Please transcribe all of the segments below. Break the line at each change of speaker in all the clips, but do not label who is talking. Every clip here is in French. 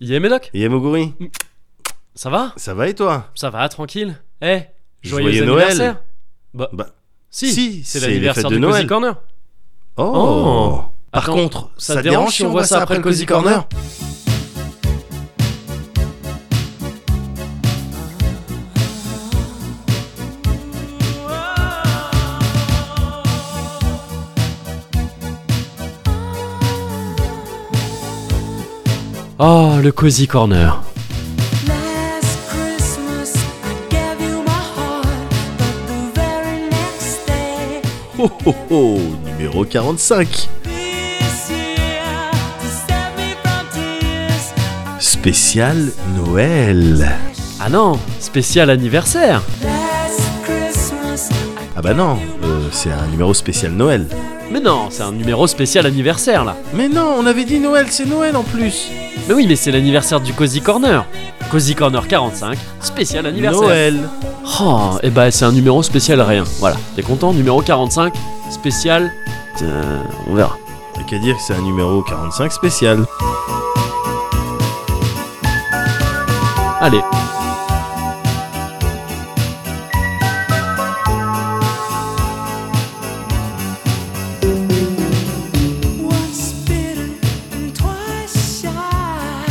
Yé Médoc,
Et Yamoguri,
ça va
ça va et toi
Ça va, tranquille Eh, joyeux,
Joyeux Noël.
anniversaire Bah,
Bah,
si,
si,
c'est
c'est
l'anniversaire
les
du
fêtes de
Cozy
Noël.
Corner
Oh, Par
Attends,
contre,
ça te dérange si on voit ça après le Cozy Corner Oh, le Cozy Corner
Last Christmas I gave you my heart, but the very next day
Oh oh oh Numéro 45
this year to save me from tears.
Spécial Noël
Ah non, spécial anniversaire
Last Christmas I
Ah bah non, euh, c'est un numéro spécial Noël.
Mais non, c'est un numéro spécial anniversaire là
Mais non, on avait dit Noël, c'est Noël en plus
Mais oui, mais c'est l'anniversaire du Cozy Corner Cozy Corner 45, spécial anniversaire
Noël
Oh, et bah c'est un numéro spécial rien, voilà. T'es content Numéro 45, spécial... Euh, on verra.
T'as qu'à dire que c'est un numéro 45 spécial.
Allez.
once bitter and twice shy.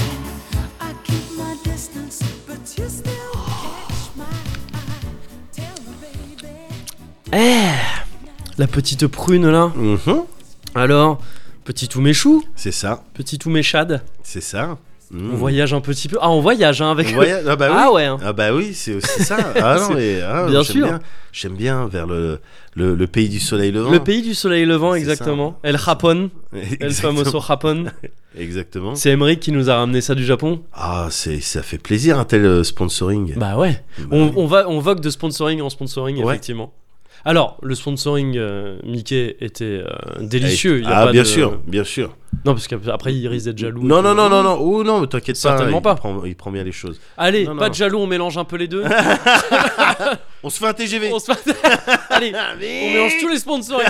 I keep my distance, but you still catch my eye. Tell me, baby.
Eh La petite prune là
Mhm,
Alors, petit tout méchou,
C'est ça,
petit tout méchade.
c'est ça. Mhm.
On voyage un petit peu. Ah, on voyage hein, avec
On voyage- Ah bah oui
Ah ouais hein.
Ah bah oui, c'est aussi ça. Ah non,
C'est-
mais ah,
Bien
j'aime
sûr.
bien. J'aime bien vers le, le, le pays du soleil levant.
Le pays du soleil levant,
C'est ça.
exactement. El Japon, El
Exactement.
famoso Japon.
Exactement.
C'est Emmerich qui nous a ramené ça du Japon.
Ah, c'est ça fait plaisir un tel euh, sponsoring.
Bah ouais. On, on va, on vogue de sponsoring en sponsoring,
Ouais.
effectivement. Alors, le sponsoring euh, Mickey était euh, délicieux. il y a
ah
pas
bien
de-
sûr, bien sûr.
Non, parce qu'après, il risque d'être jaloux.
Non non non non non. Oh non, mais t'inquiète pas.
Certainement
il
pas.
Prend, il prend bien les choses.
Allez,
Non,
pas
non. Ah
de jaloux, on mélange un peu les deux.
On se fait un TGV.
on se fait- Allez,
Ah,
on mélange tous les sponsorings.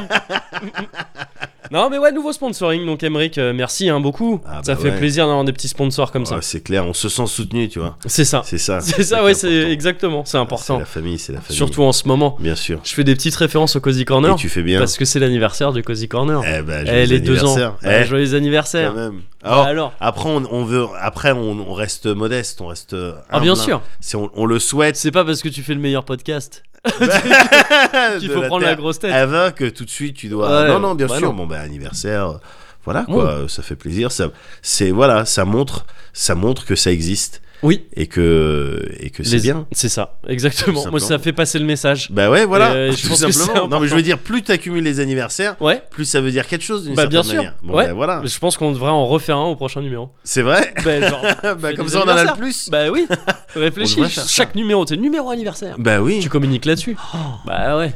non, mais ouais, nouveau sponsoring. Donc, Emmerich, euh, merci hein, beaucoup.
Ah, bah
ça fait
ouais.
plaisir d'avoir des petits sponsors comme ça.
Ah, c'est clair, on se sent soutenu, tu vois.
C'est ça.
C'est ça.
C'est ça, ouais,
qui est
c'est
important.
exactement. C'est important.
C'est la famille, c'est la famille.
Surtout en ce moment.
Bien sûr.
Je fais des petites références au Cozy
Et
Corner.
tu fais bien.
Parce que c'est l'anniversaire du Cozy Corner.
Eh bah,
Eh,
joyeux
les deux ans.
anniversaire.
Ouais,
Eh, ben, oh.
joyeux anniversaire.
quand même.
Bah
Alors,
alors.
Après, on, on veut. Après, on, on reste modeste, on reste. euh,
Ah, bien
humble, hein.
sûr.
Si on, on le souhaite.
C'est pas parce que tu fais le meilleur podcast qu'il
Il
faut prendre la grosse tête.
Avant que tout de suite tu dois.
Ouais,
non, non, bien
bah
sûr.
non. Mm.
Bon, bah, anniversaire. euh, Voilà quoi, euh, ça fait plaisir. Ça, c'est voilà, ça montre, ça montre que ça existe
Oui.
et que et que Eh, c'est
Les-
bien.
C'est ça, exactement.
Tout
Moi,
simplement.
ça fait passer le message.
Bah ouais, voilà.
Euh, je
tout
pense que c'est
simplement. Non, mais je
important.
veux dire, plus t'accumules les anniversaires,
Ouais.
plus ça veut dire quelque chose d'une
Bah,
certaine
bien sûr.
manière. Bon,
Ouais.
bah, voilà.
Je pense qu'on devrait en refaire un au prochain numéro.
C'est vrai.
Bah, genre,
bah,
fais
comme
des
ça, on en a le
anniversaires.
plus.
bah oui,
On
réfléchis.
devrait faire ça.
Chaque numéro, c'est numéro anniversaire.
Bah oui.
Tu communiques là-dessus. Bah ouais.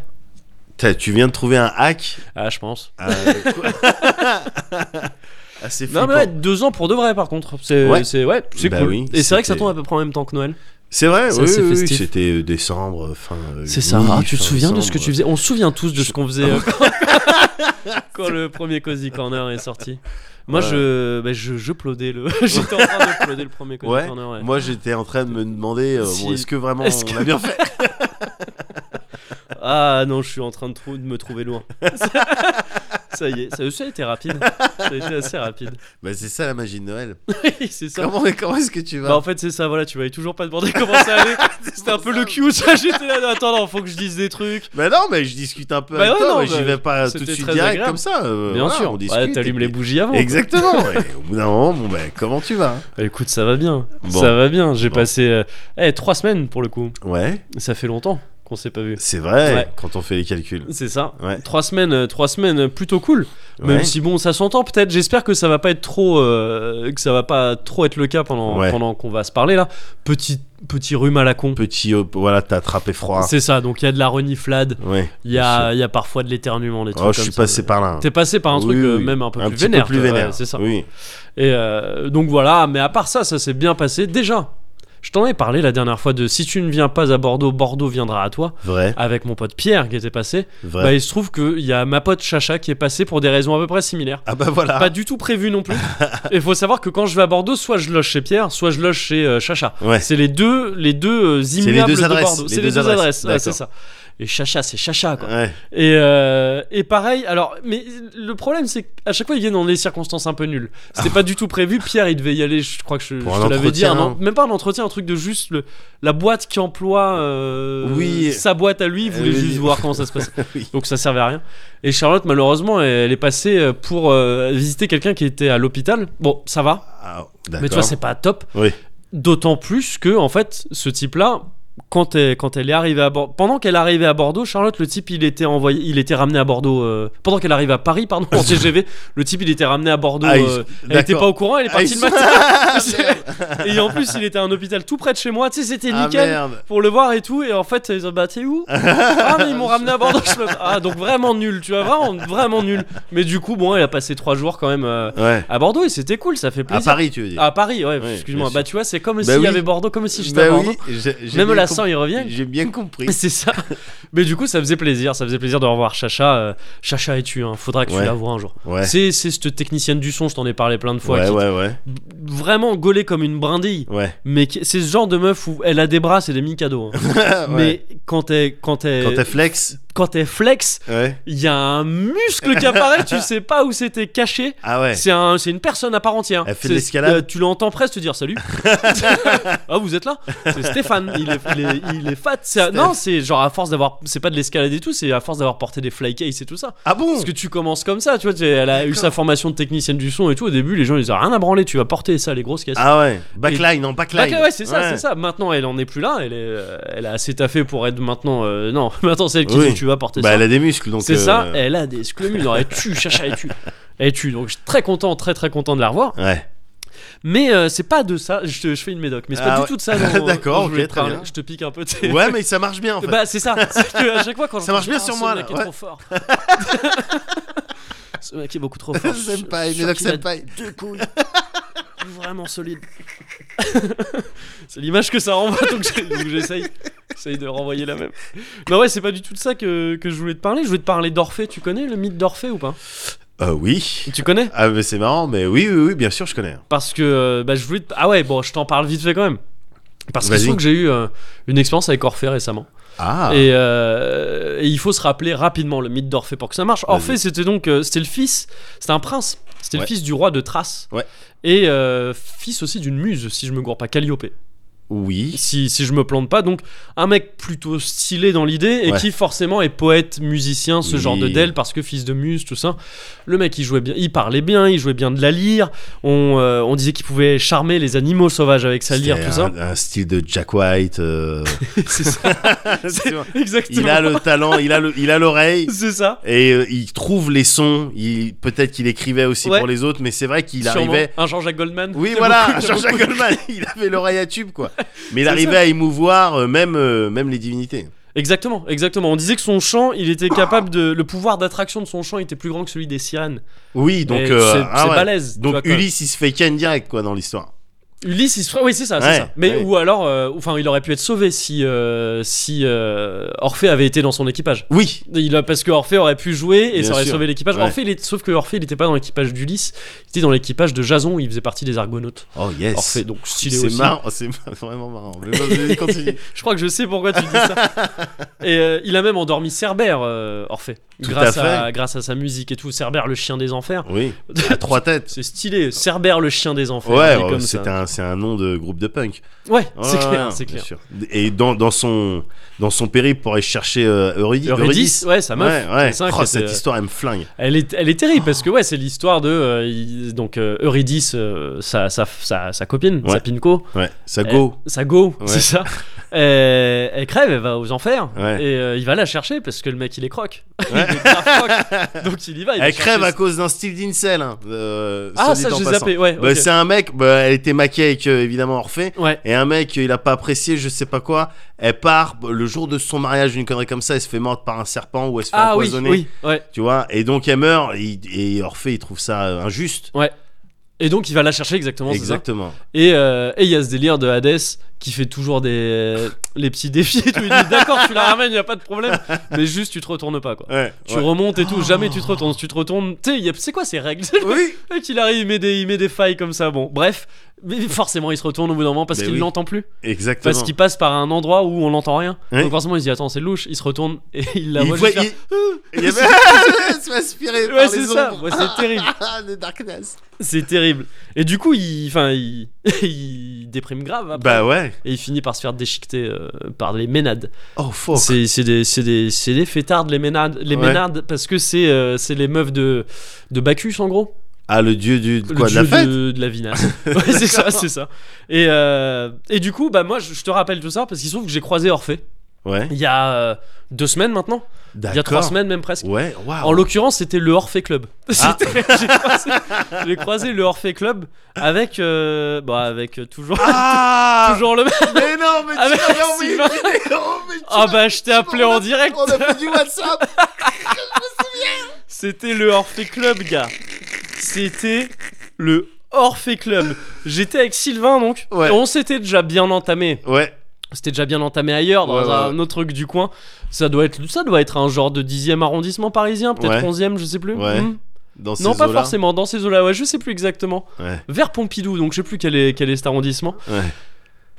T'as- Tu viens de trouver un hack
Ah, je pense.
euh, quoi. assez
Non,
flippant.
mais ouais, deux ans pour de vrai, par contre. C'est
Ouais.
c'est- ouais, c'est
Bah
cool.
oui,
Et c'est vrai que ça
c'était-
tombe à peu près en même temps que Noël.
C'est vrai,
C'est
oui,
assez
oui, oui,
festif.
c'était euh, décembre, fin. euh,
C'est ça.
mi,
Ah, tu te
fin
souviens de ce que
décembre.
tu faisais On se souvient tous de ce qu'on faisait euh, quand, quand le premier Cozy Corner est sorti. Moi,
Ouais.
je, bah, je, je plaudais le. J'étais en train de plauder le premier Cozy
Ouais.
Corner. ouais.
Moi, j'étais en train de me demander, euh,
Si-
bon, est-ce que vraiment
est-ce
on
que-
a bien fait
Ah non, je suis en train de, trou- de me trouver loin. ça y est, ça, ça a été rapide. Ça a été assez rapide.
Bah, c'est ça la magie de Noël.
Oui, c'est ça.
Comment, comment est-ce que tu vas
Bah, en fait, c'est ça, voilà, tu voyais toujours pas demander comment ça allait. C'était un peu le cul, ça. J'étais là, non, attends, non, faut que je dise des trucs.
Bah non, mais je discute un peu
Bah
avec
ouais,
toi,
non,
mais j'y
bah,
vais pas tout de
c'était
suite
très
direct
agréable.
comme ça. euh,
Bien
voilà,
sûr,
on
Ouais,
discute.
t'allumes
et
les
puis-
bougies avant.
Exactement. et au bout d'un moment, bon, bah, comment tu vas
Bah, Écoute, ça va bien.
Bon.
Ça va bien. J'ai
Bon.
passé euh, eh, trois semaines pour le coup.
Ouais,
Ça fait longtemps qu'on s'est pas vu.
c'est vrai,
Ouais.
quand on fait les calculs.
C'est ça.
Ouais.
Trois semaines, euh, trois semaines euh, plutôt cool. Même
Ouais.
si bon, ça s'entend peut-être. J'espère que ça va pas être trop, euh, que ça va pas trop être le cas pendant
Ouais.
pendant qu'on va se parler là. Petit petit rhume à la con.
Petit, euh, voilà, t'as attrapé froid.
C'est ça. Donc il y a de la reniflade.
Ouais.
Il y a il y a parfois de l'éternuement des trucs
Oh, je
comme
suis
ça.
passé par là. hein.
T'es passé par un
Oui,
truc euh,
oui.
même un peu plus
petit
vénère.
Peu plus
toi, ouais,
vénère.
c'est ça.
Oui.
Et euh, donc voilà. Mais à part ça, ça s'est bien passé déjà. Je t'en ai parlé la dernière fois de si tu ne viens pas à Bordeaux, Bordeaux viendra à toi.
Vrai,
Avec mon pote Pierre qui était passé,
vrai.
bah il se trouve qu'il y a ma pote Chacha qui est passée pour des raisons à peu près similaires.
ah bah voilà.
Pas du tout prévu non plus. Il faut savoir que quand je vais à Bordeaux, soit je loge chez Pierre, soit je loge chez euh, Chacha.
Ouais.
C'est les deux, les deux euh,
les
immuables
deux
de
adresses,
Bordeaux.
les
C'est
deux adresses,
ouais, c'est
d'accord.
ça. Et Chacha, c'est Chacha quoi.
Ouais.
Et, euh, et pareil, alors, mais le problème c'est qu'à chaque fois ils viennent dans des circonstances un peu nulles. C'était pas du tout prévu. Pierre, il devait y aller, je crois que je,
Pour
je
un
te l'avais dit, un
entretien.
en- même pas un entretien, un truc de juste le, la boîte qui emploie euh,
Oui. Euh,
sa boîte à lui, il voulait
Oui.
juste voir comment ça se passait.
Oui.
Donc ça servait à rien. Et Charlotte, malheureusement, elle est passée pour euh, visiter quelqu'un qui était à l'hôpital. Bon, ça va,
Ah,
mais tu
d'accord.
vois, c'est pas top.
Oui.
D'autant plus que, en fait, ce type-là, quand elle, quand elle est arrivée à Bordeaux, pendant qu'elle arrivait à Bordeaux, Charlotte, le type, il était envoyé, il était ramené à Bordeaux. euh, pendant qu'elle arrive à Paris, pardon, en TGV, le type, il était ramené à Bordeaux.
Ah, il-
euh, elle
d'accord.
était pas au courant, elle est
Ah,
partie
il-
le matin. et en plus, il était à un hôpital tout près de chez moi. Tu sais, c'était
Ah,
nickel
merde.
pour le voir et tout. Et en fait, ils ont dit, bah t'es où Ah mais ils m'ont ramené à Bordeaux. Je me- Ah donc vraiment nul, tu vois vraiment vraiment nul. Mais du coup, bon, elle a passé trois jours quand même euh,
Ouais.
à Bordeaux et c'était cool, ça fait
À
plaisir.
Paris, tu veux dire.
À Paris, ouais,
Oui,
excuse-moi.
bien
Bah tu vois, c'est comme
Bah
s'il y
oui.
avait Bordeaux, comme ah, si j'étais à
Bah
Bordeaux.
oui, j'ai- j'ai
Même
bien
la
compris.
100, ils reviennent.
J'ai bien compris.
C'est ça. Mais du coup, ça faisait plaisir. Ça faisait plaisir de revoir Chacha. euh, Chacha et tu, hein. faudra que tu
Ouais.
la vois un jour.
Ouais.
C'est c'est cette technicienne du son, je t'en ai parlé plein de fois.
Ouais,
qui-
ouais, ouais.
Vraiment gaulée comme une brindille.
Ouais.
Mais qui- c'est ce genre de meuf où elle a des bras, c'est des mini-cadeaux. hein.
Ouais.
Mais euh, quand elle, quand elle,
Quand t'es flex,
quand elle flex,
ouais.
il y a un muscle qui apparaît, tu sais pas où c'était caché.
Ah ouais.
C'est un- c'est une personne à part entière.
Elle fait
C'est-
de l'escalade
euh, tu l'entends presque te dire salut. ah, vous êtes là C'est Stéphane. Il est, il est- il est fat. C'est-
Steph.
Non, c'est genre à force d'avoir. C'est pas de l'escalade et tout, c'est à force d'avoir porté des fly case et tout ça.
Ah bon
Parce que tu commences comme ça, tu vois. tu- Elle a eu sa formation de technicienne du son et tout. Au début, les gens ils disent rien à branler, tu vas porter ça, les grosses caisses.
Ah ouais. Backline, non, backline.
Bah, ouais, c'est ça, c'est ça. Maintenant, elle en est plus là. Elle, est, euh, elle a assez taffé pour être maintenant. euh, non, maintenant, c'est elle qui
Oui.
dit tu vas porter
Bah,
ça.
elle a des muscles, donc.
C'est
euh,
ça, elle a des squamules, elle tue, cherche à elle tue. Elle tue, donc je suis très content, très très content de la revoir.
Ouais.
Mais euh, c'est pas de ça, je, te- je fais une médoc, mais c'est pas
Ah
du
ouais.
tout de ça. dont-
D'accord,
dont je voulais
ok,
te
très
parler.
bien.
Je te pique un peu tes.
Ouais, mais ça marche bien en fait.
Bah c'est ça, c'est que à chaque fois quand
Ça
je-
marche bien
Ah,
sur
ce
moi,
mec
là,
est
ouais.
trop fort. ce mec est beaucoup trop fort. Je-
Senpai,
je suis
Médoc
sûr qu'il a
Senpai.
Deux couilles. Vraiment solide. c'est l'image que ça renvoie donc j'ai- donc j'essaye. J'essaye de renvoyer la même. Non ouais, c'est pas du tout de ça que, que je voulais te parler. Je voulais te parler d'Orphée. Tu connais le mythe d'Orphée ou pas
Euh, oui.
Tu connais
Ah, mais c'est marrant, mais oui, oui, oui, bien sûr, je connais.
Parce que euh, bah, je voulais. te- Ah ouais, bon, je t'en parle vite fait quand même. Parce que je
Vas-y.
trouve que j'ai eu euh, une expérience avec Orphée récemment.
Ah.
Et, euh, et il faut se rappeler rapidement le mythe d'Orphée pour que ça marche.
Vas-y.
Orphée, c'était donc euh, c'était le fils, c'était un prince, c'était le
Ouais.
fils du roi de Thrace.
Ouais.
Et euh, fils aussi d'une muse, si je me gourre pas, Calliope.
Oui.
Si, si je me plante pas, donc un mec plutôt stylé dans l'idée et
Ouais.
qui forcément est poète, musicien, ce
Oui.
genre de del parce que fils de muse, tout ça. Le mec, il jouait bien, il parlait bien, il jouait bien de la lyre. On, euh, on disait qu'il pouvait charmer les animaux sauvages avec sa lyre,
C'était
tout ça.
un, un style de Jack White. euh,
C'est ça,
tu vois.
exactement.
il a le talent, il a le, il a l'oreille.
C'est ça.
Et euh, il trouve les sons. Il peut-être qu'il écrivait aussi
Ouais.
pour les autres, mais c'est vrai qu'il
Sûrement.
arrivait.
Un Jean-Jacques Goldman.
Oui,
J'aime beaucoup,
voilà,
j'aime
Jean-Jacques
beaucoup.
Goldman, il avait l'oreille à tube, quoi. Mais il
C'est
arrivait
ça.
à émouvoir euh, même, euh, même les divinités.
Exactement, exactement. On disait que son chant, il était capable de. Le pouvoir d'attraction de son chant était plus grand que celui des sirènes.
Oui, donc.
Et
euh,
c'est
ah
c'est
ouais.
balèze. tu
Donc
vois, quand même.
Ulysse, il se fait ken direct, quoi, dans l'histoire.
Ulysse, il se ferait- Oui, c'est ça, c'est
Ouais,
ça. Mais
ouais.
ou alors, euh, enfin, il aurait pu être sauvé si euh, si euh, Orphée avait été dans son équipage.
Oui,
Il a, parce que Orphée aurait pu jouer et
Bien
ça aurait
sûr.
sauvé l'équipage.
Ouais.
Orphée, il est- sauf que Orphée, il n'était pas dans l'équipage d'Ulysse. Il était dans l'équipage de Jason. où Il faisait partie des Argonautes.
Oh yes.
Orphée, donc stylé
C'est
aussi.
marrant, c'est mar- vraiment marrant. Mais bon, vas-y, continue.
Je crois que je sais pourquoi tu dis ça. et euh, il a même endormi Cerbère, euh, Orphée,
Tout
grâce
à fait.
grâce à sa musique et tout. Cerbère, le chien des enfers.
Oui, à trois têtes.
C'est stylé, Cerbère, le chien des enfers.
Ouais,
dit
ouais,
comme
c'est
ça.
un, c'est un nom de groupe de punk.
Ouais,
Ouais,
c'est
ouais,
clair,
ouais,
c'est
bien
clair.
sûr. Et dans, dans, son, dans son périple pour aller chercher euh, Eurydi-
Eurydice,
Eurydice.
ouais, sa meuf.
ouais, ouais.
ça, euh,
Oh,
que
cette
c'est-
histoire, elle me flingue.
Elle est, elle est terrible parce que ouais, c'est l'histoire de euh, il- donc euh, Eurydice, euh, sa, sa, sa, sa copine,
Ouais.
sa pinco,
Ouais, ça go.
Elle- sa go,
Ouais.
c'est ça. Euh, elle crève, elle va aux enfers
Ouais.
et euh, il va la chercher parce que le mec il est croque. Il
Ouais.
est grave croque. donc il y va. il va
Elle crève
chercher
à cause d'un style d'incel. hein, euh,
Ah,
soit dit
ça,
en
j'ai
passant.
zappé, ouais.
Bah,
ok.
C'est un mec, bah, elle était maquée avec euh, évidemment Orphée.
Ouais.
Et un mec, euh, il a pas apprécié, je sais pas quoi. Elle part bah, le jour de son mariage, une connerie comme ça, elle se fait morte par un serpent ou elle se fait
Ah oui,
empoisonner.
oui, ouais.
Tu vois Et donc elle meurt et, et Orphée, il trouve ça euh, injuste.
Ouais. Et donc il va la chercher exactement, c'est ça
Exactement.
Et euh, et il y a ce délire de Hades qui fait toujours des les petits défis. et tout. Il dit d'accord, tu la ramènes, il y a pas de problème, mais juste tu te retournes pas quoi.
Ouais,
Tu
ouais. Oh.
remontes et tout, jamais tu te retournes, tu te retournes. Tu sais, il y a- c'est quoi ces règles
Oui.
Le mec, il arrive, il met des, il met des failles comme ça. Bon, bref, mais forcément, il se retourne au bout d'un moment parce
Mais
qu'il
oui.
l'entend plus.
Exactement.
Parce qu'il passe par un endroit où on l'entend rien.
Oui.
Donc, forcément, il se dit Attends, c'est louche. Il se retourne et il la
il
voit.
voit,
juste
il... il y avait... il se fait aspirer
faire-
par
Ouais,
les
c'est ça.
ombres.
Ouais, c'est terrible.
Ah, le darkness.
C'est terrible. Et du coup, il, enfin, il, il déprime grave. après.
Bah ouais.
Et il finit par se faire déchiqueter euh, par les ménades.
Oh fuck.
C'est c'est des, c'est des, c'est des fêtards, les ménades, les
Ouais.
ménades parce que c'est euh, c'est les meufs de, de Bacchus en gros.
Ah le dieu du
Le
quoi de
dieu
la fête.
de, de la vinasse. Ouais, c'est ça, c'est ça. Et, euh, et du coup, bah moi, je, je te rappelle tout ça parce qu'il se trouve que j'ai croisé Orphée
Ouais.
il y a euh, deux semaines maintenant,
D'accord.
il y a trois semaines même presque.
Ouais. Waouh.
En l'occurrence, c'était le Orphée Club.
Ah.
C'était- j'ai, croisé, j'ai croisé le Orphée Club avec, euh, bah, avec euh, toujours,
Ah.
toujours Ah, le même.
Mais non, mais tu
Avec
m'avais envoyé une
Sylvain.
vidéo, Oh, mais tu
Ah
m'as-
bah, je t'ai appelé
on
en
a-
direct.
On a fait du WhatsApp.
C'était le Orphée Club, gars. C'était le Orphée Club. J'étais avec Sylvain donc.
Ouais.
Et on s'était déjà bien entamé.
Ouais.
C'était déjà bien entamé ailleurs, dans
Ouais, ouais,
un
ouais.
autre truc du coin. Ça doit être, ça doit être un genre de 10e arrondissement parisien, peut-être
Ouais.
11e, je sais plus.
Ouais.
Hmm.
Dans ces
Non, pas
eaux-là.
forcément, dans ces eaux-là, ouais, je sais plus exactement.
Ouais.
Vers Pompidou, donc je sais plus quel est, quel est cet arrondissement.
Ouais.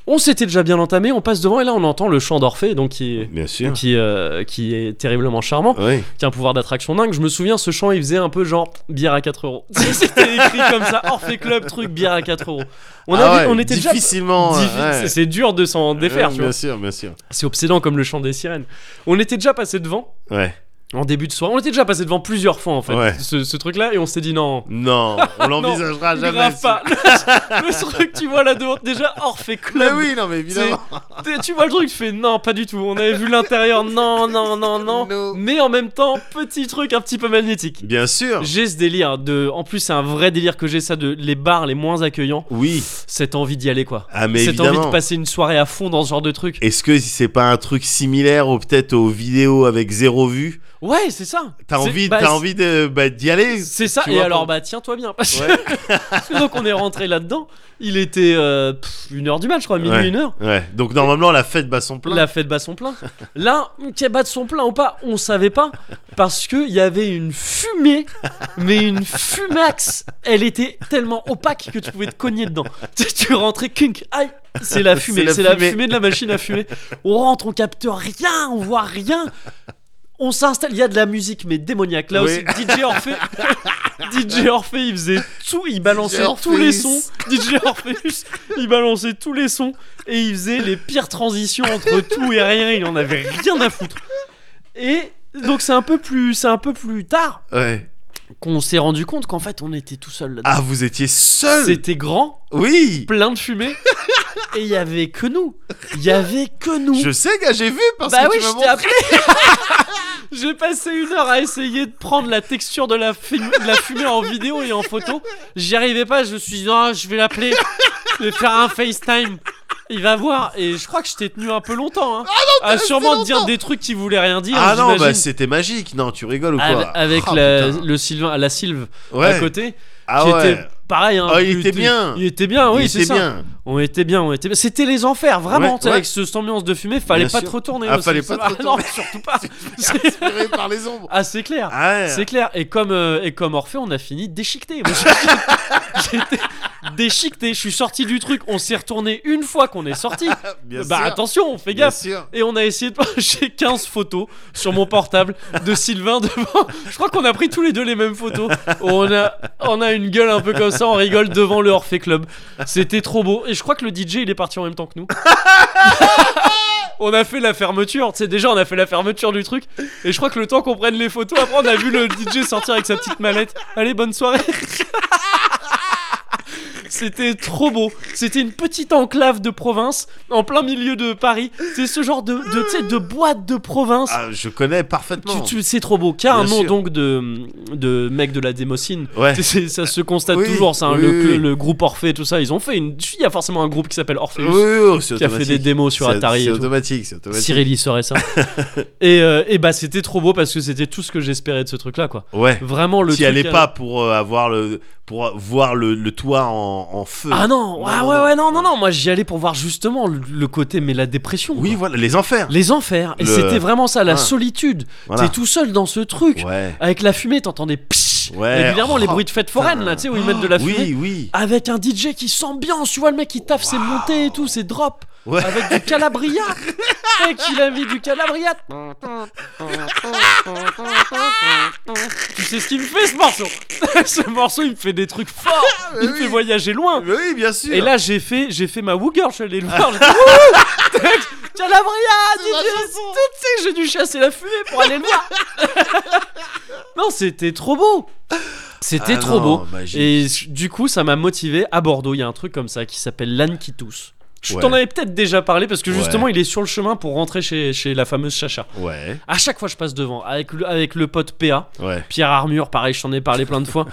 On s'était déjà bien entamé, on passe devant et là on entend le chant d'Orphée, donc qui est.
Bien sûr.
Qui, euh, qui est terriblement charmant,
Oui.
qui a un pouvoir d'attraction dingue. Je me souviens, ce chant, il faisait un peu genre bière à 4 euros. C'était écrit comme ça, Orphée Club, truc, bière à 4 euros. On,
Ah
avait-
ouais, hein,
on était déjà.
difficilement.
Diffi- c'est- C'est dur de s'en défaire, tu vois.
Bien sûr, bien sûr.
C'est obsédant comme le chant des sirènes. On était déjà passé devant
Ouais.
en début de soirée. On était déjà passé devant plusieurs fois en fait.
Ouais.
Ce, ce truc-là et on s'est dit non.
Non, on l'envisagera jamais.
Grave pas. Le, le truc, tu vois là devant, déjà Orphée
Mais
Club.
oui, non, mais évidemment.
T'es- Tu vois le truc, tu fais non, pas du tout. On avait vu l'intérieur, non, non, non, non.
No.
Mais en même temps, petit truc un petit peu magnétique.
Bien sûr.
J'ai ce délire de. En plus, c'est un vrai délire que j'ai ça de les bars les moins accueillants.
Oui.
Cette envie d'y aller quoi.
Ah, mais
Cette envie
évidemment.
de passer une soirée à fond dans ce genre de truc.
Est-ce que c'est pas un truc similaire ou peut-être aux vidéos avec zéro vue
Ouais, c'est ça.
T'as
C'est-
envie,
bah,
t'as envie de bah, d'y aller
C'est ça,
tu
et
vois,
alors
pour-
bah tiens-toi bien. Parce que-
Ouais.
parce que donc on est rentré là-dedans, il était euh, pff, une heure du match, je crois, minuit,
Ouais.
une heure.
Ouais. Donc normalement la fête bat son plein.
La fête bat son plein. Là, qu'elle bat de son plein ou pas, on savait pas. Parce qu'il y avait une fumée, mais une fumax. Elle était tellement opaque que tu pouvais te cogner dedans. Tu, tu rentrais, kink, aïe, c'est la fumée,
C'est la
c'est la
fumée.
fumée de la machine à fumer. On rentre, on capte rien, on voit rien. On s'installe, il y a de la musique, mais démoniaque. Là
Oui.
aussi, DJ Orphée, DJ Orphée, il faisait tout, il balançait tous
Orpheus.
les sons. DJ Orpheus, il balançait tous les sons et il faisait les pires transitions entre tout et rien. Il en avait rien à foutre. Et donc c'est un peu plus, c'est un peu plus tard
Ouais.
qu'on s'est rendu compte qu'en fait on était tout seul là-dedans.
Ah vous étiez seul.
C'était grand,
Oui.
plein de fumée et il y avait que nous. Il y avait que nous.
Je sais gars, j'ai vu parce
Bah
que
oui,
tu m'as
je t'ai
montré.
appelé. J'ai passé une heure à essayer de prendre la texture de la, fum- de la fumée en vidéo et en photo. J'y arrivais pas, je me suis dit, non, je vais l'appeler. Je vais faire un FaceTime. Il va voir. Et je crois que je t'ai tenu un peu longtemps. Hein. à sûrement
Ah resté
dire
longtemps.
des trucs qui voulaient rien dire.
Ah non,
hein, j'imagine.
bah c'était magique. Non, tu rigoles ou quoi
Av- Avec
Ah,
la,
putain.
le Sylvain, la Sylve
Ouais.
à côté,
Ah
qui
ouais.
était pareil. hein,
Oh, il
plus-
était bien.
Il était bien, oui,
Il
c'est
était
ça.
bien.
On était bien, on était bien. C'était les enfers, vraiment.
Ouais,
tu sais,
ouais.
Avec ce, cette ambiance de fumée, fallait
Bien
pas
sûr.
te retourner.
Ah,
aussi,
fallait
ça
pas te
va. Non, surtout pas. C'est-
Inspiré par les ombres.
ah, c'est clair.
Ah ouais.
C'est clair. Et comme, euh, et comme Orphée, on a fini déchiqueté. Moi, j'ai- J'étais déchiqueté. Je suis sorti du truc. On s'est retourné une fois qu'on est sorti.
Bien
bah
sûr.
attention, fais
Bien
gaffe.
sûr.
Et on a essayé de. J'ai 15 photos sur mon portable de Sylvain devant. Je crois qu'on a pris tous les deux les mêmes photos. On a, on a une gueule un peu comme ça, on rigole devant le Orphée Club. C'était trop beau. Et je crois que le DJ, il est parti en même temps que nous. On a fait la fermeture, tu sais, déjà on a fait la fermeture du truc, et je crois que le temps qu'on prenne les photos, après on a vu le DJ sortir avec sa petite mallette. Allez, bonne soirée! C'était trop beau. C'était une petite enclave de province en plein milieu de Paris. C'est ce genre de, de, tu sais, de boîte de province.
Ah, je connais parfaitement.
Tu, tu- c'est trop beau. Car un
Bien
nom
sûr.
donc de, de mec de la démocine.
Ouais.
C'est- c'est- ça se constate
Oui,
toujours, ça, hein,
oui,
le,
oui.
le groupe Orphée, tout ça. Ils ont fait une. Il y a forcément un groupe qui s'appelle
Oui,
Orpheus
oui, oui, c'est
qui a fait
automatique.
des démos sur
C'est-
Atari.
C'est
et tout.
automatique, c'est automatique.
Cyril il serait ça. et, euh, et bah c'était trop beau parce que c'était tout ce que j'espérais de ce truc là quoi.
Ouais.
Vraiment le
T'y
truc
allais
à-
pas pour euh, avoir le pour voir le, le toit en, en feu.
Ah non, ah
Non,
ouais
non,
ouais non non non, moi j'y allais pour voir justement le, le côté mais la dépression.
Oui,
quoi.
voilà, les enfers.
Les enfers et
Le-
c'était vraiment ça la
Ah.
solitude.
Voilà.
T'es tout seul dans ce truc
Ouais.
avec la fumée, t'entendais psh
Ouais.
régulièrement les
Oh,
bruits de fêtes foraines là, tu sais où ils mettent de la fumée.
Oui, oui.
Avec un DJ qui s'ambiance, tu vois le mec qui taffe ses montées et tout, ses drops.
Ouais.
Avec du calabria. Mec, il a mis du calabria. tu sais ce qu'il me fait ce morceau Ce morceau, il me fait des trucs forts. il me
Ah, bah oui.
fait voyager loin.
Mais oui, bien sûr.
Et là, j'ai fait, j'ai fait ma Wooger, je suis allé le voir. j'ai fait, Wouh Calabria, DJ, tu sais, j'ai dû chasser la fumée pour aller le voir. non, c'était trop beau. C'était
Ah non,
trop beau.
magique.
Et je- du coup, ça m'a motivé à Bordeaux. Il y a un truc comme ça qui s'appelle l'âne qui tousse. Je
Ouais.
t'en avais peut-être déjà parlé parce que
Ouais.
justement, il est sur le chemin pour rentrer chez, chez la fameuse Chacha.
Ouais.
À chaque fois, je passe devant avec le, avec le pote PA.
Ouais.
Pierre Armure, pareil, je t'en ai parlé plein de fois.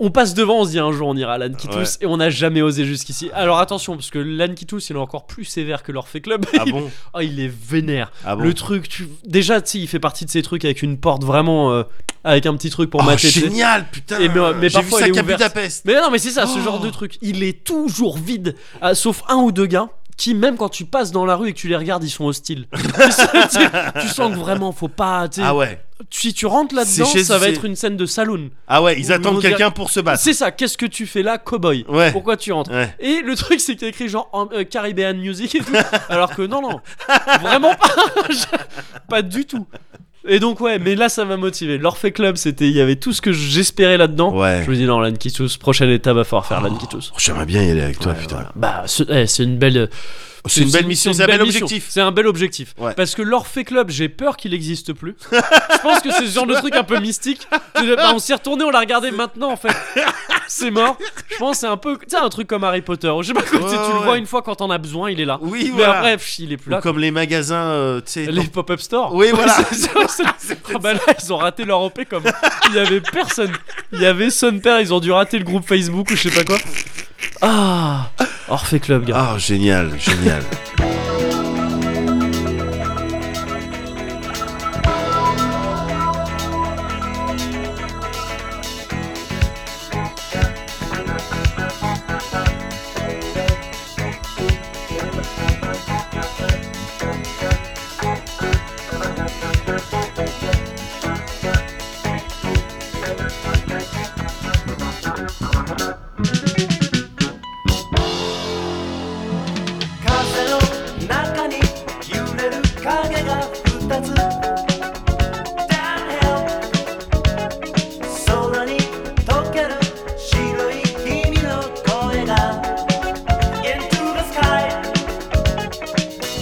On passe devant, on se dit un jour on ira à l'âne qui
Ouais.
tousse et on n'a jamais osé jusqu'ici. Alors attention, parce que l'âne qui tousse, il est encore plus sévère que l'Orphée Club.
Ah bon
Oh, il est vénère.
Ah bon
Le truc, tu... déjà, tu sais, il fait partie de ces trucs avec une porte vraiment. euh, avec un petit truc pour
Oh,
mater. tu sais.
génial, putain.
Et mais- mais
J'ai vu
parfois,
ça
elle est
qu'à
ouverte.
Budapest.
Mais non, mais c'est ça, ce
Oh.
genre de truc. Il est toujours vide, Ah, sauf un ou deux gars qui, même quand tu passes dans la rue et que tu les regardes, ils sont hostiles. tu, sais, tu sens que vraiment, faut pas. tu sais,
Ah ouais.
Si tu rentres là-dedans,
C'est chez-
ça va
c'est-
être une scène de saloon.
Ah ouais,
Vous-
ils
vous
attendent
dire-
quelqu'un pour se battre.
C'est ça, qu'est-ce que tu fais là, cowboy
Ouais.
Pourquoi tu rentres
Ouais.
Et le truc, c'est qu'il y a écrit genre en- euh, Caribbean Music et tout. alors que non, non, vraiment pas. Je- pas du tout. Et donc, ouais, mais là, ça m'a motivé. L'Orphée Club, c'était, il y avait tout ce que j'espérais là-dedans.
Ouais.
Je me dis, non, l'âne qui tousse, prochaine étape, va falloir faire l'âne qui tousse.
Oh, J'aimerais bien y aller avec toi,
Ouais,
putain.
voilà. Bah, ce- eh, c'est une belle.
C'est une belle mission,
une
c'est un
belle
bel
mission.
objectif.
C'est un bel objectif.
Ouais.
Parce que l'Orphée Club, j'ai peur qu'il n'existe plus. Je pense que c'est ce genre de truc un peu mystique. De- bah, on s'y est retourné, on l'a regardé maintenant en fait. C'est mort. Je pense que c'est un peu. Tu sais, un truc comme Harry Potter. Je sais pas quoi, tu sais,
Ouais,
tu le
ouais.
vois une fois quand t'en as besoin, il est là.
Oui,
Mais
voilà.
après, pff, il est plus
Ou
là.
comme les magasins, euh, tu sais. dans-
Les pop-up stores.
Oui, voilà.
C'est- c'est- c'est- Ah bah là, ils ont raté leur OP comme. Il y avait personne. Il y avait Son Père, ils ont dû rater le groupe Facebook ou je sais pas quoi. Ah Orphée Club, gars.
Ah, génial, génial.
風の中に揺れる影が二つ Downhill 空に溶ける白い君の声が Into the sky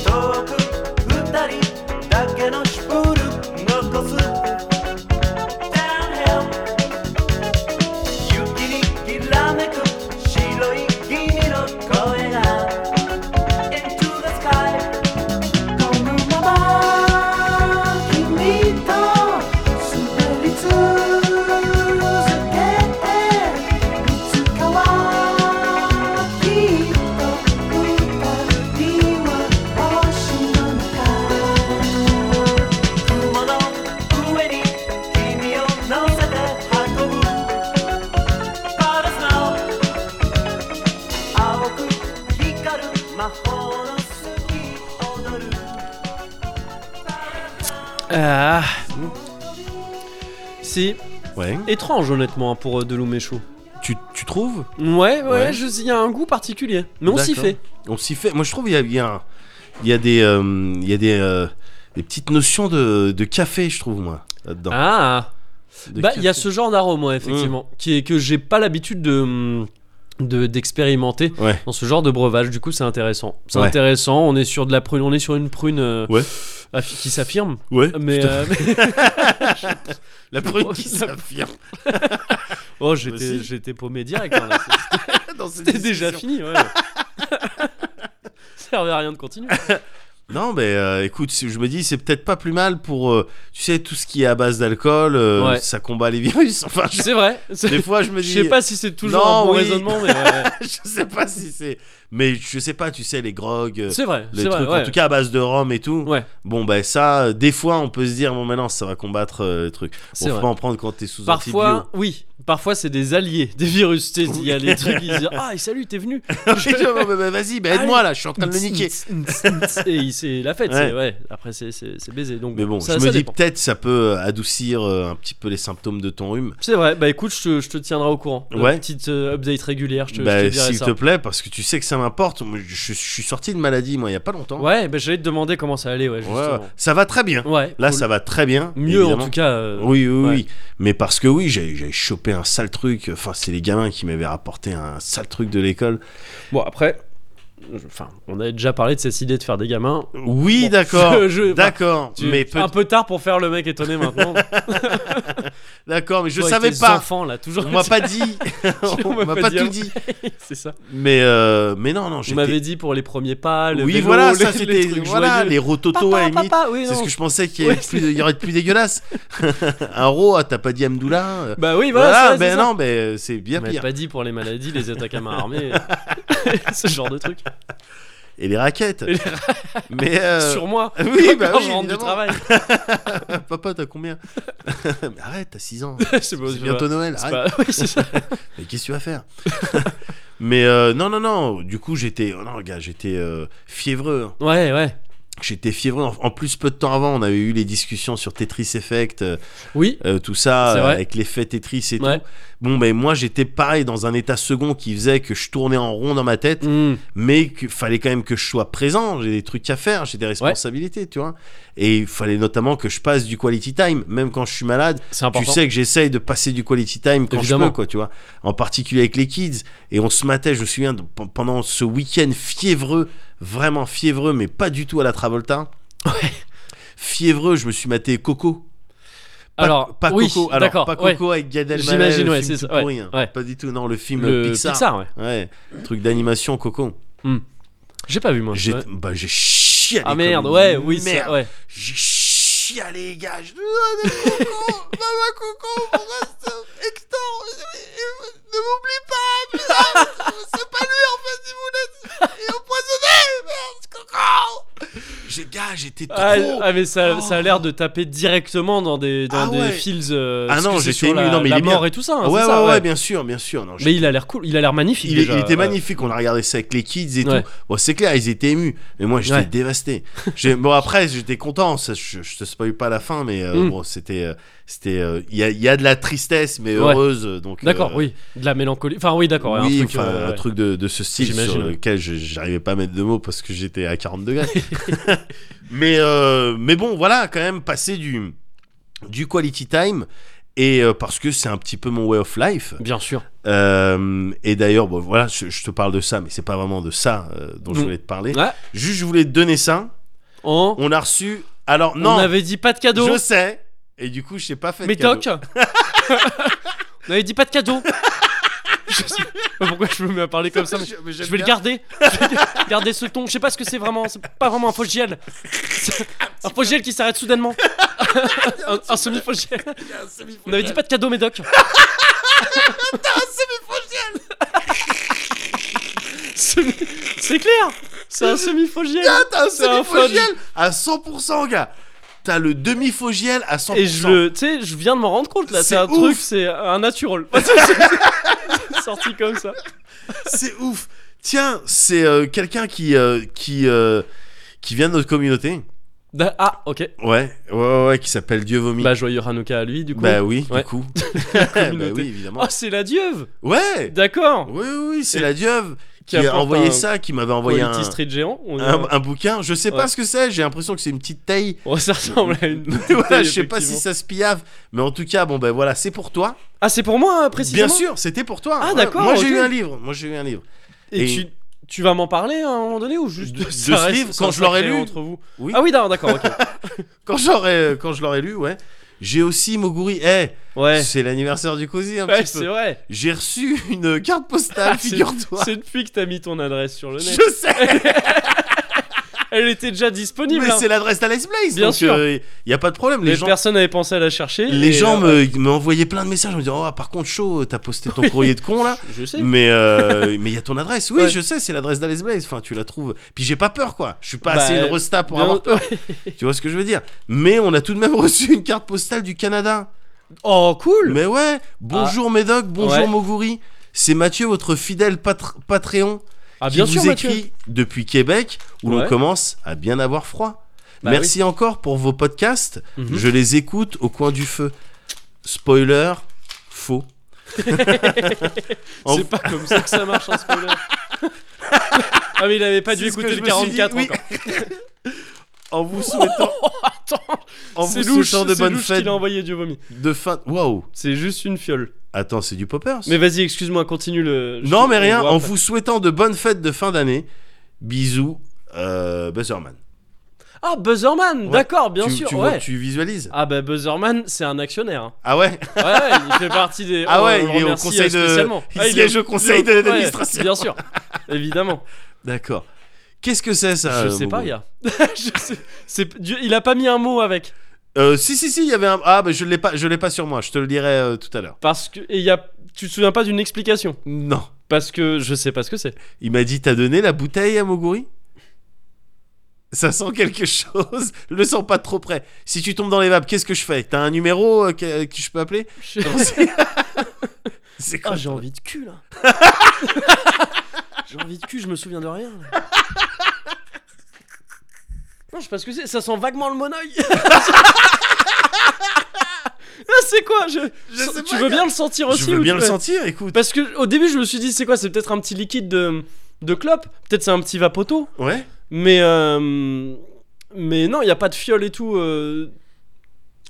遠く二人だけのシュプール残す Downhill 雪にきらめく白い君の声が Into the sky このまま君と滑り続けていつかはきっと二人は星の中雲の上に君を乗せて運ぶパラスノ青く光る魔法の好き踊る
Ah. C'est
ouais.
étrange honnêtement hein, pour euh, Deloum et Chou.
Tu, tu trouves
Ouais, ouais,
Ouais.
je- il y a un goût particulier. Mais on s'y
D'accord.
fait.
On s'y fait. Moi, je trouve qu'il y a, il y a un- il y a des, euh, il y a des, euh, des petites notions de, de café, je trouve, moi, là-dedans.
Ah
De
Bah, il y a
café.
ce genre d'arôme, ouais, effectivement,
Mm.
qui est que j'ai pas l'habitude de hum, de- d'expérimenter
Ouais.
dans ce genre de breuvage. Du coup, c'est intéressant. C'est
Ouais.
intéressant. On est sur de la prune, on est sur une prune euh,
Ouais.
affi- qui s'affirme.
Ouais.
Mais,
putain,
euh, mais-
la prune qui s'affirme
oh,
Moi aussi.
j'étais j'étais paumé direct. hein, là.
dans
dans cette
C'était déjà
discussion.
fini, ouais. Ça servait à rien de continuer.
Non, mais euh, écoute, si- je me dis, c'est peut-être pas plus mal pour, euh, tu sais, tout ce qui est à base d'alcool, euh,
Ouais.
ça combat les virus. Enfin, je-
C'est vrai. c'est-
des fois, je me
Je
dis,
sais pas si c'est toujours
Non,
un bon
oui.
raisonnement, mais euh, ouais, ouais.
je sais pas si c'est, mais je sais pas, tu sais, les grogues, euh,
c'est vrai.
les
C'est vrai.
trucs, en
ouais.
tout cas à base de rhum et tout.
Ouais.
Bon, ben ça, euh, des fois, on peut se dire, bon, maintenant, ça va combattre euh, le truc.
C'est
Bon, faut
vrai.
pas en prendre quand t'es sous
Parfois, oui, parfois c'est des alliés, des virus. tu sais, Il y a
Oui.
les trucs qui disent Ah, et salut, t'es venu
antibio. Je- bah, bah, Vas-y, bah, aide-moi là, je suis en train de le niquer.
Et il- c'est la fête,
Ouais.
c'est ouais. Après, c'est- c'est c'est baisé. Donc,
Mais bon,
ça,
je
ça
me dis
dépend.
peut-être ça peut adoucir euh, un petit peu les symptômes de ton rhume.
C'est vrai, bah écoute, je te, je te tiendrai au courant. Euh,
Ouais.
Petite euh, update régulière, je te,
Bah,
je te dirai
s'il
ça.
te plaît, parce que tu sais que ça m'importe. Moi, Je, je suis sorti de maladie, moi, il y a pas longtemps.
Ouais, bah j'allais te demander comment ça allait, ouais,
Ouais,
justement.
ça va très bien.
Ouais,
Là,
cool.
ça va très bien.
Mieux
évidemment.
en tout cas. euh,
Oui, oui, oui.
ouais.
Mais parce que oui, j'ai j'ai chopé un sale truc. Enfin, c'est les gamins qui m'avaient rapporté un sale truc de l'école.
Bon, après, je- enfin, on avait déjà parlé de cette idée de faire des gamins.
Oui,
Bon,
d'accord.
je- je-
D'accord.
Tu- Ah
Mais
un
peut-
peu tard pour faire le mec étonné maintenant.
d'accord, mais je
Toi et
savais
tes
pas.
enfants, là, toujours.
On m'a pas dit.
On
On
m'a
m'a
pas
pas
dit
tout
avant.
dit.
c'est ça.
Mais euh, mais non, non,
On
j'étais.
m'avait dit pour les premiers pas, le
Oui,
vélo,
voilà,
les,
ça
les
c'était
trucs
voilà
joyeux.
les rototos
papa,
à la limite.
papa, oui,
C'est ce
non.
que je pensais qu'il y, avait
Ouais,
plus de- il y aurait de plus dégueulasse. un ro, ah, t'as pas dit Amdoula. euh,
Bah oui, voilà,
Voilà,
c'est- c'est
ben
ça.
non, mais euh, c'est bien
On m'avait
pire.
pas dit pour les maladies, les attaques à main armée, euh, ce genre de truc.
Et les raquettes. mais euh,
Sur moi,
oui, bah
quand
oui,
je rentre du
évidemment.
travail.
papa, t'as combien Mais Arrête, t'as 6 ans.
Je sais pas,
C'est
je
bientôt
vois.
Noël.
C'est pas-
Arrête.
oui, c'est ça.
Mais qu'est-ce que tu vas faire Mais euh, non, non, non. Du coup, j'étais, oh non, gars, j'étais euh, fiévreux. hein.
Ouais, ouais.
J'étais fiévreux. En, en plus, peu de temps avant, on avait eu les discussions sur Tetris Effect, euh,
Oui,
euh, tout ça,
C'est
euh,
vrai.
avec l'effet Tetris et
Ouais.
tout. Bon, ben moi, j'étais pareil dans un état second qui faisait que je tournais en rond dans ma tête.
Mm.
mais qu'il fallait quand même que je sois présent, j'ai des trucs à faire, j'ai des responsabilités, tu vois. Et il fallait notamment que je passe du quality time, même quand je suis malade.
c'est important.
Tu sais que j'essaye de passer du quality time quand
Évidemment.
je peux, quoi, tu vois. En particulier avec les kids. Et on se matait, je me souviens, de- pe- pendant ce week-end fiévreux, vraiment fiévreux, mais pas du tout à la Travolta.
Ouais.
Fiévreux, je me suis maté Coco. Pas-
Alors,
pas
oui,
Coco, alors
d'accord,
pas
ouais.
Coco avec Gad Elmaleh,
J'imagine,
le
ouais,
film
c'est
tout
ça, ouais,
pourri, hein.
ouais.
Pas du tout, non, le film
le
Pixar.
Pixar, ouais.
Ouais, truc d'animation Coco.
J'ai pas vu moi.
J'ai
Ouais.
bah, j'ai chialé.
Ah
comme
merde,
une
ouais, oui,
merde.
ça, ouais.
J'ai chialé, les gars. Je... Ah, des cocos, maman coco, mon reste euh, Hector, euh, euh, ne m'oublie pas, putain, c'est pas lui en fait, il voulait il est empoisonné, merde, ce coco. J'ai gars, j'étais trop.
Ah, ah, mais ça,
Oh.
ça a l'air de taper directement dans des, dans
Ah
des
ouais.
feels. euh,
Ah
parce
non,
que c'est
j'étais
sur la,
ému, non, mais
la
il est bien.
mort et tout ça. hein,
Ah ouais,
c'est
ouais,
ça,
ouais,
ouais.
bien sûr, bien sûr. Non,
Mais il a l'air cool, il a l'air magnifique.
Il, est-
déjà,
il était
ouais.
magnifique, on a regardé ça avec les kids et
euh, Ouais.
tout. Bon, c'est clair, ils étaient émus. Mais moi, j'étais
Ouais.
dévasté. J'ai- bon, après, j'étais content. ça, je, je te spoil pas la fin, mais euh,
Mm.
bon, c'était. euh, c'était, euh, Il y, a, il y a de la tristesse, mais
Ouais.
heureuse. Donc,
D'accord,
euh,
oui. De la mélancolie. Enfin, oui, d'accord.
oui,
un truc,
enfin,
euh,
un
ouais.
truc de, de ce style sur
J'imagine, ouais.
lequel je- j'arrivais pas à mettre de mots parce que j'étais à 40 degrés. mais, euh, mais bon, voilà, quand même, passer du, du quality time. Et euh, parce que c'est un petit peu mon way of life.
Bien sûr.
Euh, et d'ailleurs, bon, voilà, je, je te parle de ça, mais c'est pas vraiment de ça euh, dont je
Mm.
voulais te parler.
Ouais.
Juste, je voulais te donner ça.
On,
On a reçu. Alors,
on
non,
avait dit pas de cadeau.
je sais. Et du coup, je sais pas fait. de
Mais
cadeau.
toc On avait dit pas de cadeau. je sais pas pourquoi je me mets à parler comme ça. mais-
mais j'aime
Je vais le
bien.
garder. Je vais garder ce ton. Je sais pas ce que c'est vraiment. C'est pas vraiment un fogiel. Un fogiel qui s'arrête soudainement. un un semi-fogiel. On avait dit pas de cadeau, Médoc. Semi- C'est clair. C'est un semi-fogiel.
Ah, t'as un
C'est un
semi-fogiel à 100%, gars. T'as le demi-fogiel à 100%.
Et je le, tu sais, je viens de m'en rendre compte là.
C'est
C'est un
ouf.
truc, c'est un natural. C'est Sorti comme ça.
C'est ouf. Tiens, c'est euh, quelqu'un qui, euh, qui, euh, qui vient de notre communauté.
Da- Ah, ok.
Ouais, ouais, ouais, ouais, qui s'appelle Dieu vomi.
Bah joyeux Hanouka à lui du coup.
Bah oui,
Ouais.
du coup. bah
communauté.
oui, évidemment.
oh c'est la dieuve.
Ouais.
D'accord.
Oui, oui, oui, c'est
Et-
la dieuve qui, a
apporte
envoyé
un
ça, qui m'avait envoyé un,
Quality Street géant. On a-
un, un bouquin. Je sais
Ouais.
pas ce que c'est, j'ai l'impression que c'est une petite taille.
Oh, ça ressemble à une.
Mais voilà, je sais pas si
effectivement.
ça se piave, mais en tout cas, bon ben voilà, c'est pour toi.
Ah, c'est pour moi, hein, précisément.
Bien sûr, c'était pour toi.
Ah,
Ouais,
d'accord,
Moi
ok.
j'ai eu un livre, moi j'ai eu un livre.
Et,
Et-
tu, tu vas m'en parler à un moment donné ou juste
De-
ça
de ce
reste-
livre,
ça
quand je l'aurai
sacré
lu.
entre vous
Oui.
Ah oui, d'accord, d'accord, ok.
Quand j'aurais quand euh, je l'aurais lu, ouais. J'ai aussi Moguri. Eh,
Ouais,
c'est l'anniversaire du cousin un
ouais
petit
c'est
peu.
vrai.
J'ai reçu une carte postale,
Ah, c'est-
figure-toi.
C'est depuis que t'as mis ton adresse sur le net.
Je sais,
Elle était déjà disponible.
mais
hein.
c'est l'adresse d'Alex Blaze.
Bien
donc,
sûr.
euh, y a pas de problème. Les,
Mais
gens,
personne n'avait pensé à la chercher.
les
et,
gens
euh,
me- m'envoyaient plein de messages en me disant Oh, par contre, chaud, t'as posté ton
Oui.
courrier de con là.
Je sais.
Mais euh, mais il y a ton adresse. Oui,
Ouais.
je sais, c'est l'adresse d'Alex Blaze. Enfin, tu la trouves. Puis j'ai pas peur, quoi. Je suis pas
Bah,
assez une resta pour
bien-
avoir peur. Tu vois ce que je veux dire Mais on a tout de même reçu une carte postale du Canada.
Oh, cool. Ah.
Mais ouais, bonjour Médoc, bonjour
Ouais.
Moguri. C'est Mathieu, votre fidèle patr- Patreon,
Ah,
qui
bien
vous
sûr,
écrit
Mathieu.
depuis Québec, où
Ouais.
l'on commence à bien avoir froid.
Bah
Merci encore pour vos podcasts.
Mhm.
Je les écoute au coin du feu. Spoiler, faux. En-
C'est pas comme ça que ça marche un spoiler. ah, mais il avait pas dû
C'est ce que
écouter
je
le
me suis
44
dit, oui.
encore.
En vous souhaitant,
Attends,
en vous
c'est louche,
souhaitant de
c'est
bonnes
louche qu'il
fêtes
a envoyé du vomi.
de fin. Waouh
C'est juste une fiole.
Attends, c'est du poppers.
Mais vas-y, excuse-moi, continue le. je-
non, mais
on
rien.
voit
En
après.
vous souhaitant de bonnes fêtes de fin d'année. Bisous, euh, Buzzerman.
Ah, Buzzerman,
Ouais.
d'accord, bien
tu,
sûr,
tu vois-
ouais.
tu visualises.
Ah, bah Buzzerman, c'est un actionnaire. hein.
Ah ouais.
Ouais, ouais, il fait partie des.
Ah
on
ouais,
le
il est au
remercie,
conseil
euh,
de-
spécialement.
il
Ah,
siège au conseil de-
ouais,
d'administration.
bien sûr, évidemment.
D'accord. Qu'est-ce que c'est ça
je
euh,
sais
Bobo
pas, gars. Je sais- c'est- Dieu, Il a pas mis un mot avec.
Euh, si si si, il y avait un. Ah bah je l'ai pas, je l'ai pas sur moi. Je te le dirai euh, tout à l'heure.
Parce que. Et il y a. Tu te souviens pas d'une explication
Non.
Parce que je sais pas ce que c'est.
Il m'a dit t'as donné la bouteille à Moguri. Ça sent quelque chose. Le sens pas de trop près. Si tu tombes dans les vapes, qu'est-ce que je fais T'as un numéro euh, que, que je peux appeler
Je-
Non, c'est- C'est
Ah,
quoi
j'ai envie de cul là. j'ai envie de cul, je me souviens de rien. là. Non, je sais pas ce que c'est, ça sent vaguement le monoeil. Ah, c'est quoi je...
Je sais
Tu
pas,
veux
gars.
bien le sentir aussi
Je veux
ou
bien
tu-
le sentir. Écoute.
Parce que au début, je me suis dit, c'est quoi C'est peut-être un petit liquide de, de clope, peut-être c'est un petit vapoteau,
Ouais.
mais. euh, Mais non, il y a pas de fiole et tout. euh,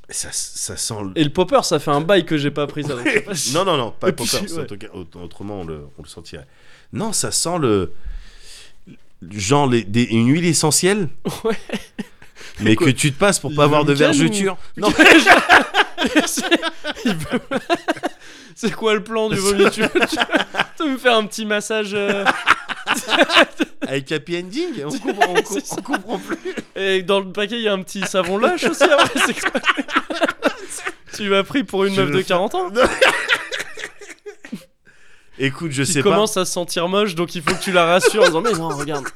Ça, ça sent. le-
Et le popper, ça fait un bail que j'ai pas pris ça. donc je sais pas si-
Non, non, non, pas
Et puis,
Poppers. en
ouais.
tout cas, aut- Autrement, on le, on le sentirait. Non, ça sent le. Genre les- des- une huile essentielle.
Ouais.
Mais que tu te passes pour
Le
pas avoir de
week-end
vergeture. Non,
C'est- il peut- C'est quoi le plan du vomi tu, veux- tu veux- tu veux me faire un petit massage euh,
avec Happy Ending, on comprend, on com-
C'est ça.
on comprend plus.
Et dans le paquet, il y a un petit savon lâche aussi après, c'est quoi Tu m'as pris pour une
Je
meuf
le
de
fais.
40 ans
Écoute, je
qui
sais
commence à se sentir moche, donc il faut que tu la rassures en disant Mais non, regarde.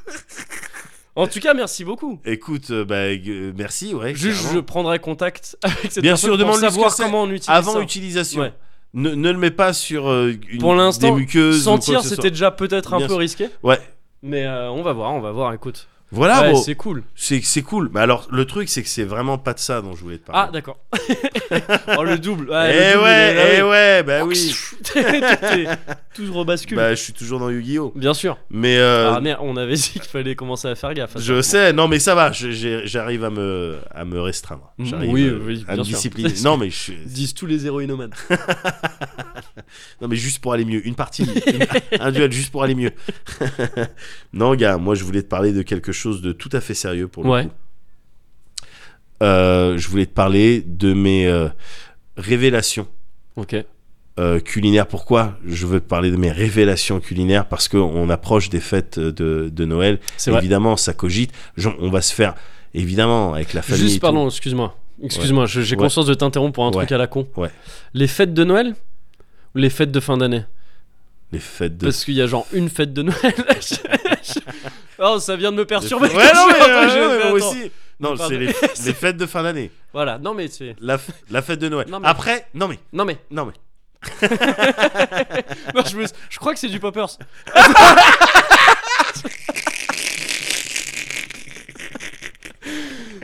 En tout cas, merci beaucoup.
pas. Écoute, euh, bah, euh, merci, ouais.
Juste,
clairement.
je prendrai contact avec cette
Bien
personne
sûr,
pour
demande-lui ce que
savoir
c'est
comment on utilise
Avant
ça.
utilisation.
Ouais.
Ne, ne le mets pas sur euh, une,
Pour l'instant,
des muqueuses. ou quoi
Sentir,
que ce soit.
c'était déjà peut-être un
Bien
peu
sûr.
risqué,
Ouais.
mais euh, on va voir, on va voir, écoute.
Voilà,
Ouais,
bon,
c'est cool.
c'est c'est cool. Mais alors, le truc, c'est que c'est vraiment pas de ça dont je voulais te
Ah,
parler.
d'accord. oh, le double. Ouais, le double,
Eh
il
ouais,
est-
eh
ah oui.
ouais, bah oui.
tout, est- tout rebascule.
Bah, je suis toujours dans Yu-Gi-Oh!
Bien sûr.
Mais euh,
Ah merde, on avait dit qu'il fallait commencer à faire gaffe. à ça.
je sais, non, mais ça va, je- j'ai- j'arrive à me, à me restreindre.
Mm,
J'arrive
oui,
euh,
oui,
à
bien
me
sûr.
discipliner. non, mais je suis-
Disent tous les héroïnomades.
non, mais juste pour aller mieux. Une partie, une- un duel juste pour aller mieux. non, gars, moi je voulais te parler de quelque chose de tout à fait sérieux pour le
Ouais.
coup. Euh, je voulais te parler de mes euh, révélations.
Ok.
euh, culinaire. Pourquoi je veux te parler de mes révélations culinaires Parce qu'on approche des fêtes de, de Noël.
C'est vrai.
Évidemment, ça cogite. Genre, on va se faire, évidemment, avec la famille. et
Juste,
tout.
pardon, excuse-moi. Excuse-moi, je- j'ai
Ouais.
conscience de t'interrompre pour un truc
Ouais.
à la con.
Ouais.
Les fêtes de Noël ou les fêtes de fin d'année
Les fêtes de.
Parce qu'il y a genre une fête de Noël. oh, ça vient de me
de-
perturber.
Ouais, non, mais,
Attends,
euh,
j'ai
ouais,
fait,
moi
attends.
aussi. Non,
Pardon.
c'est les, les fêtes de fin d'année.
Voilà, non mais c'est.
La, f- la fête de Noël.
Non, mais-
Après, non mais,
Non mais.
non mais.
Non, je, me- je crois que c'est du poppers.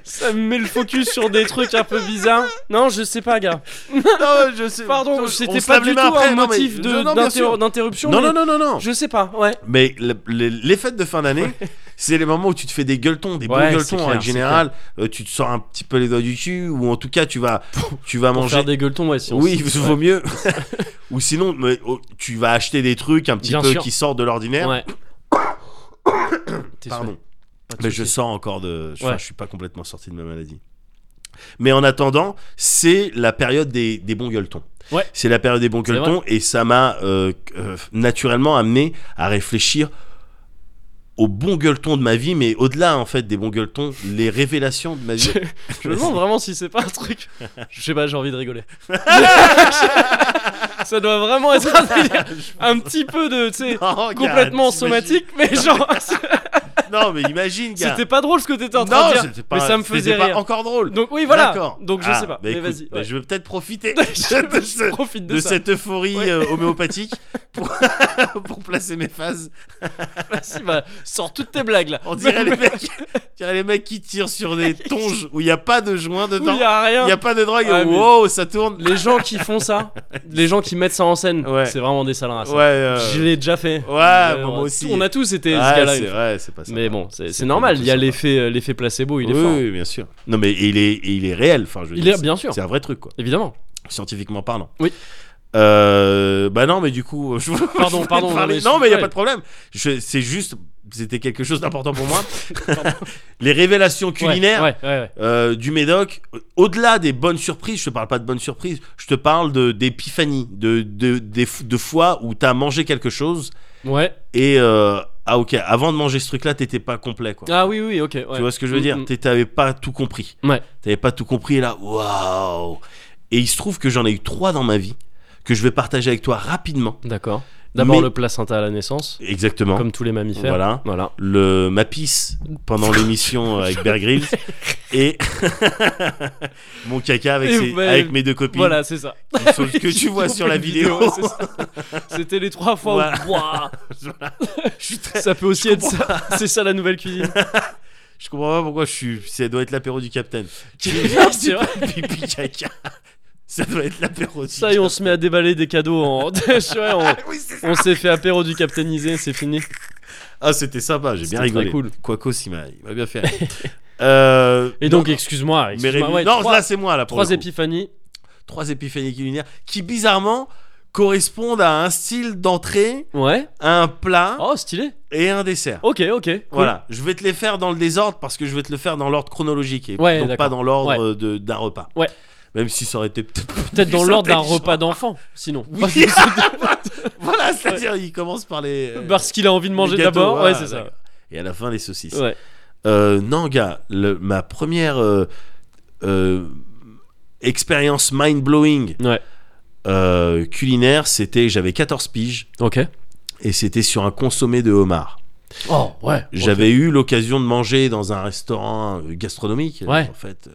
Ça me met le focus sur des trucs un peu bizarres. Non, je sais pas, gars.
Non, je sais.
Pardon,
on
c'était
se
pas
lave les
du tout
mains après,
un
non, mais-
motif de-
Non, non, bien
d'inter-
sûr.
d'interruption.
Non,
mais
non, non, non, non.
Je sais pas, ouais.
Mais le- les, les fêtes de fin d'année, c'est les moments où tu te fais des gueuletons, des
Ouais,
bons
c'est
gueuletons
clair,
en règle
c'est
générale. Euh, tu te sors un petit peu les doigts du cul, ou en tout cas, tu vas, tu vas
Pour
manger.
faire des gueuletons, ouais, si on
Oui,
se-
vaut mieux. ou sinon, mais, oh, tu vas acheter des trucs un petit
Bien
peu
sûr.
qui sortent de l'ordinaire.
Ouais. T'es
Pardon.
souhait, pas de
Mais je
souci.
sors encore de. Enfin,
Ouais.
je suis pas complètement sorti de ma maladie. Mais en attendant, c'est la période des, des bons gueuletons.
Ouais.
C'est la période des bons
C'est vrai.
gueuletons et ça m'a euh, euh, naturellement amené à réfléchir aux bons gueuletons de ma vie, mais au-delà en fait des bons gueuletons, les révélations de ma vie.
Je- Je me demande vraiment si c'est pas un truc. Je sais pas, j'ai envie de rigoler. ça dois vraiment être un délire. Un petit peu de. Tu sais,
Non, gars,
complètement
t'imagines-
somatique, mais genre.
Oh, Non, mais imagine, gars.
C'était pas drôle ce que t'étais en train
non,
de
c'était
dire.
pas-
Mais ça me
c'était
faisait
pas
rire.
encore drôle.
Donc oui, voilà.
D'accord.
Donc je
Ah,
sais pas.
bah
Mais
écoute,
vas-y.
bah
ouais.
je vais peut-être profiter
Je-
de,
je-
ce-
je profite de,
de
ça.
cette euphorie
Ouais.
euh, homéopathique pour, pour placer mes phases.
Vas-y, bah, sors toutes tes blagues là.
On dirait les mecs, on dirait les mecs qui tirent sur des tonges où il n'y a pas de joint
Où
dedans.
y a
Il
rien.
n'y a pas de drogue.
Ah, mais-
wow, ça tourne.
Les gens qui font ça, les gens qui mettent ça en scène,
Ouais.
c'est vraiment des sales races.
Ouais, euh,
Je l'ai déjà fait.
ouais,
Euh,
moi, moi aussi.
On a tous été
Ouais,
ce gars-là.
c'est vrai, c'est pas ça.
Mais bon, c'est c'est
pas
normal,
du
il
tout
y a
sympa.
l'effet euh, l'effet placebo, il est
oui,
fort.
oui, bien sûr. Non, mais il est, il est réel. Enfin, je veux
Il
dire,
est- bien sûr.
C'est un vrai truc, quoi.
Évidemment.
Scientifiquement parlant.
Oui.
Euh, bah non, mais du coup, je voulais-
Pardon,
je voulais
pardon,
te parler.
mais-
Non, mais il y a
ouais.
pas de problème. Je- C'est juste, c'était quelque chose d'important pour moi. Les révélations culinaires.
Ouais, ouais, ouais.
euh, du Médoc, au-delà des bonnes surprises, je te parle pas de bonnes surprises, je te parle de d'épiphanie, de, de, des f- de fois où t'as mangé quelque chose
ouais. Ouais.
et euh, ah ok, avant de manger ce truc-là, t'étais pas complet quoi.
Ah oui, oui, ok. ouais.
Tu vois ce que je veux dire
Mm, mm.
T'es- T'avais pas tout compris.
Ouais.
T'avais pas tout compris et là, waouh Et il se trouve que j'en ai eu trois dans ma vie que je vais partager avec toi rapidement.
D'accord. D'abord
Mais-
le placenta à la naissance,
Exactement.
comme tous les mammifères.
Voilà.
Voilà.
le Mapis pendant l'émission euh, avec Bear Grylls et mon caca avec,
Et
ses-
bah,
avec mes deux copines
Voilà, c'est ça.
sauf que tu vois sur la vidéo
Ouais, c'est ça. C'était les trois fois
Voilà.
où. Ouah,
je, suis très-
ça peut aussi être ça. C'est ça la nouvelle cuisine.
je comprends pas pourquoi je suis ça doit être l'apéro du capitaine
C'est vrai.
pipi caca ça doit être l'apéro du
Ça et on se met à déballer des cadeaux en. Tu vois, on-
Oui, c'est-
on s'est fait apéro du capitainisé, c'est fini.
ah c'était sympa j'ai bien
C'était très
rigolé
cool.
Quacos il m'a il m'a bien fait rire. Euh,
Et donc, excuse-moi.
mais
excuse-moi,
Rémi-
ouais,
non
trois-
là c'est moi là pour
trois
le coup.
épiphanies.
trois épiphanies culinaires qui bizarrement correspondent à un style d'entrée
Ouais.
un plat
Oh, stylé.
et un dessert.
Ok, ok. cool.
Hein Voilà, je vais te les faire dans le désordre parce que je vais te le faire dans l'ordre chronologique et
Ouais,
donc
d'accord.
pas dans l'ordre de- d'un repas.
Ouais.
Même si ça aurait été peut-être
Peut-être dans
plus
l'ordre d'un
intelligent.
repas d'enfant, sinon.
Oui. voilà, c'est-à-dire il commence par les euh,
Parce qu'il a envie de
les
manger
gâteaux,
d'abord.
voilà,
ouais, c'est ça.
d'accord. Et à la fin les saucisses.
Ouais.
Euh, non gars, le- ma première euh, euh, expérience mind blowing
Ouais.
culinaire, c'était j'avais 14 piges
Ok.
et c'était sur un consommé de homard.
Oh, ouais.
J'avais eu l'occasion de manger dans un restaurant euh, gastronomique, euh,
Ouais.
en fait.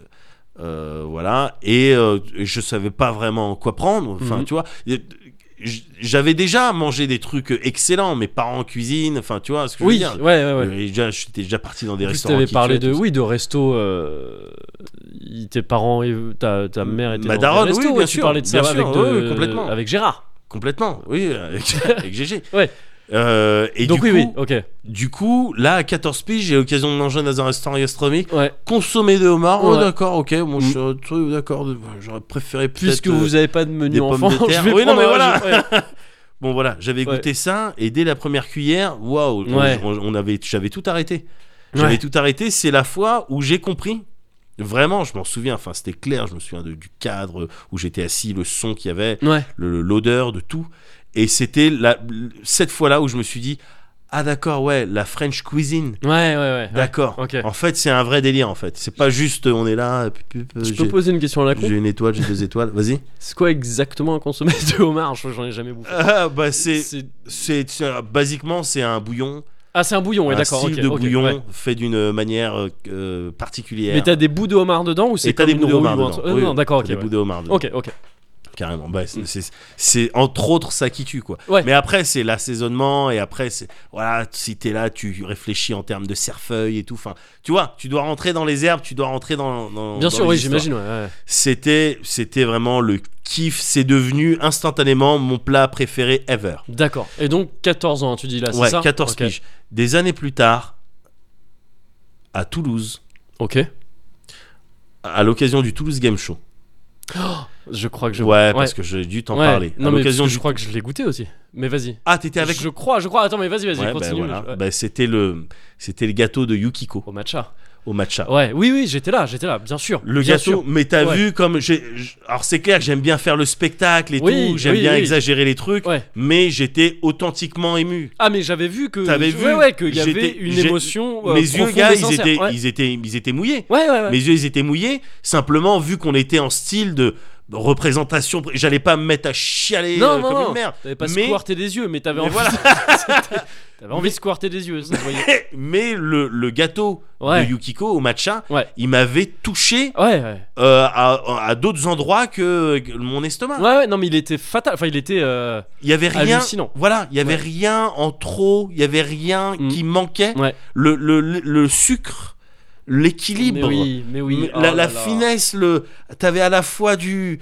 Euh, voilà. Et euh, je savais pas vraiment quoi prendre. Enfin,
Mhm.
tu vois. et, j- J'avais déjà mangé des trucs excellents, mes parents en cuisine. Enfin, tu vois ce que
Oui,
je
ouais,
veux dire.
ouais, ouais.
Et déjà, J'étais déjà parti dans des
En plus,
restaurants.
t'avais
qui
parlé
tuaient,
de,
tout ça.
oui, de resto. euh, il- Tes parents et ta, ta mère étaient
Ma
dans
daronne,
des restos,
oui,
ouais,
bien
tu
sûr,
parlais de ça
bien
avec
sûr,
de-
ouais, complètement.
avec Gérard.
Complètement, oui, avec, avec GG.
Ouais.
Euh, et
Donc
du,
oui,
coup,
oui, ok.
du coup, là, à 14 piges, j'ai l'occasion de manger dans un restaurant gastronomique.
Ouais.
consommer de homard. Oh,
Ouais.
d'accord, ok. Moi, je
Mm.
suis un truc, d'accord. de- J'aurais préféré
Puisque
peut-être, euh,
vous avez pas de
des
menu
pommes
enfant,
de terre.
je vais
Oui, non,
prendre
mais
un-
voilà.
je- ouais.
Bon, voilà, j'avais
Ouais.
goûté ça et dès la première cuillère, waouh, on-
Ouais.
on, on avait, j'avais tout arrêté. J'avais
Ouais.
tout arrêté. C'est la fois où j'ai compris. Vraiment, je m'en souviens. Enfin, c'était clair. Je me souviens de- du cadre où j'étais assis, le son qu'il y avait,
Ouais.
le- l'odeur de tout. Et c'était la- cette fois-là où je me suis dit, ah d'accord, ouais, la French cuisine.
Ouais, ouais, ouais. ouais.
D'accord.
Ok.
En fait, c'est un vrai délire. En fait, c'est pas juste euh, on est là. euh, pup, pup, euh,
Je
j'ai-
peux poser une question à la con
J'ai une étoile, j'ai deux étoiles. Vas-y.
C'est quoi exactement un consommé de homard Je crois que j'en ai jamais bouffé.
Ah, bah c'est,
C'est-
c'est, c'est- euh, basiquement c'est un bouillon,
Ah, c'est un bouillon, ouais,
un
d'accord.
style
ok,
de
ok,
bouillon
ouais.
fait d'une manière euh, euh, particulière.
Mais t'as des bouts de homard dedans ou c'est
Et t'as
comme
des
une
bouts de
rouille
homard
ou un
dedans.
truc Euh,
Oui,
Non,
oui,
d'accord,
t'as
ok.
des
ouais.
bouts de homard dedans.
Ok, ok.
Carrément. Bah, c'est,
Mm.
c'est- c'est entre autres ça qui tue quoi.
Ouais.
Mais après c'est l'assaisonnement et après c'est voilà si t'es là tu réfléchis en termes de cerfeuil et tout. Enfin tu vois tu dois rentrer dans les herbes, tu dois rentrer dans. dans-
Bien
dans
sûr,
les
oui,
histoires.
j'imagine, ouais, ouais.
C'était c'était vraiment le kiff. C'est devenu instantanément mon plat préféré ever.
D'accord. Et donc, 14 ans, hein, tu dis là, Ah, c'est
ouais,
ça
14
Ok.
piges. Des années plus tard, à Toulouse,
Ok.
à l'occasion du Toulouse Game Show.
Je crois que je.
Ouais, parce que j'ai dû t'en
Ouais.
parler.
Non,
à
mais
l'occasion
parce que
du.
je crois que je l'ai goûté aussi. Mais vas-y.
Ah, t'étais avec.
Je crois, je crois. Attends, mais vas-y, vas-y,
Ouais, bah,
continue.
voilà.
je- ouais.
Bah, c'était le, c'était le gâteau de Yukiko.
Au matcha.
au matcha.
Ouais, oui, oui, j'étais là, j'étais là, bien sûr.
Le
Oh, bien
gâteau,
sûr.
mais t'as
Ouais.
vu comme j'ai. j'- Alors c'est clair que j'aime bien faire le spectacle et
Oui,
tout, j'aime
oui,
bien
oui.
exagérer les trucs,
Ouais.
mais j'étais authentiquement ému.
Ah, mais j'avais vu que.
T'avais
je-
vu
Ouais, ouais, qu'il y avait
J'étais-
une
j'ai-
émotion. euh,
Mes yeux,
profonde
gars,
et
ils
sincère.
étaient,
Ouais.
ils étaient, ils étaient mouillés.
Ouais, ouais, ouais.
Mes yeux, ils étaient mouillés. Simplement, vu qu'on était en style de représentation, j'allais pas me mettre à chialer
Non,
euh,
non,
comme
non.
une merde.
T'avais pas
Mais-
squirté des yeux, mais t'avais
Mais
envie,
voilà.
t'avais envie de squirter des yeux, ça se voyait.
mais le, le gâteau
Ouais.
de Yukiko au matcha,
Ouais.
il m'avait touché
Ouais, ouais.
euh, à, à d'autres endroits que, que mon estomac.
Ouais, ouais, non, mais il était fatal. Enfin, il était. euh,
Il y avait rien.
Hallucinant.
Voilà, il y avait
Ouais.
rien en trop, il y avait rien
Mm.
qui manquait.
Ouais.
Le, le, le, le sucre, l'équilibre.
Mais oui, mais oui.
Mais
oh
la, la
là là.
finesse, le, t'avais à la fois du,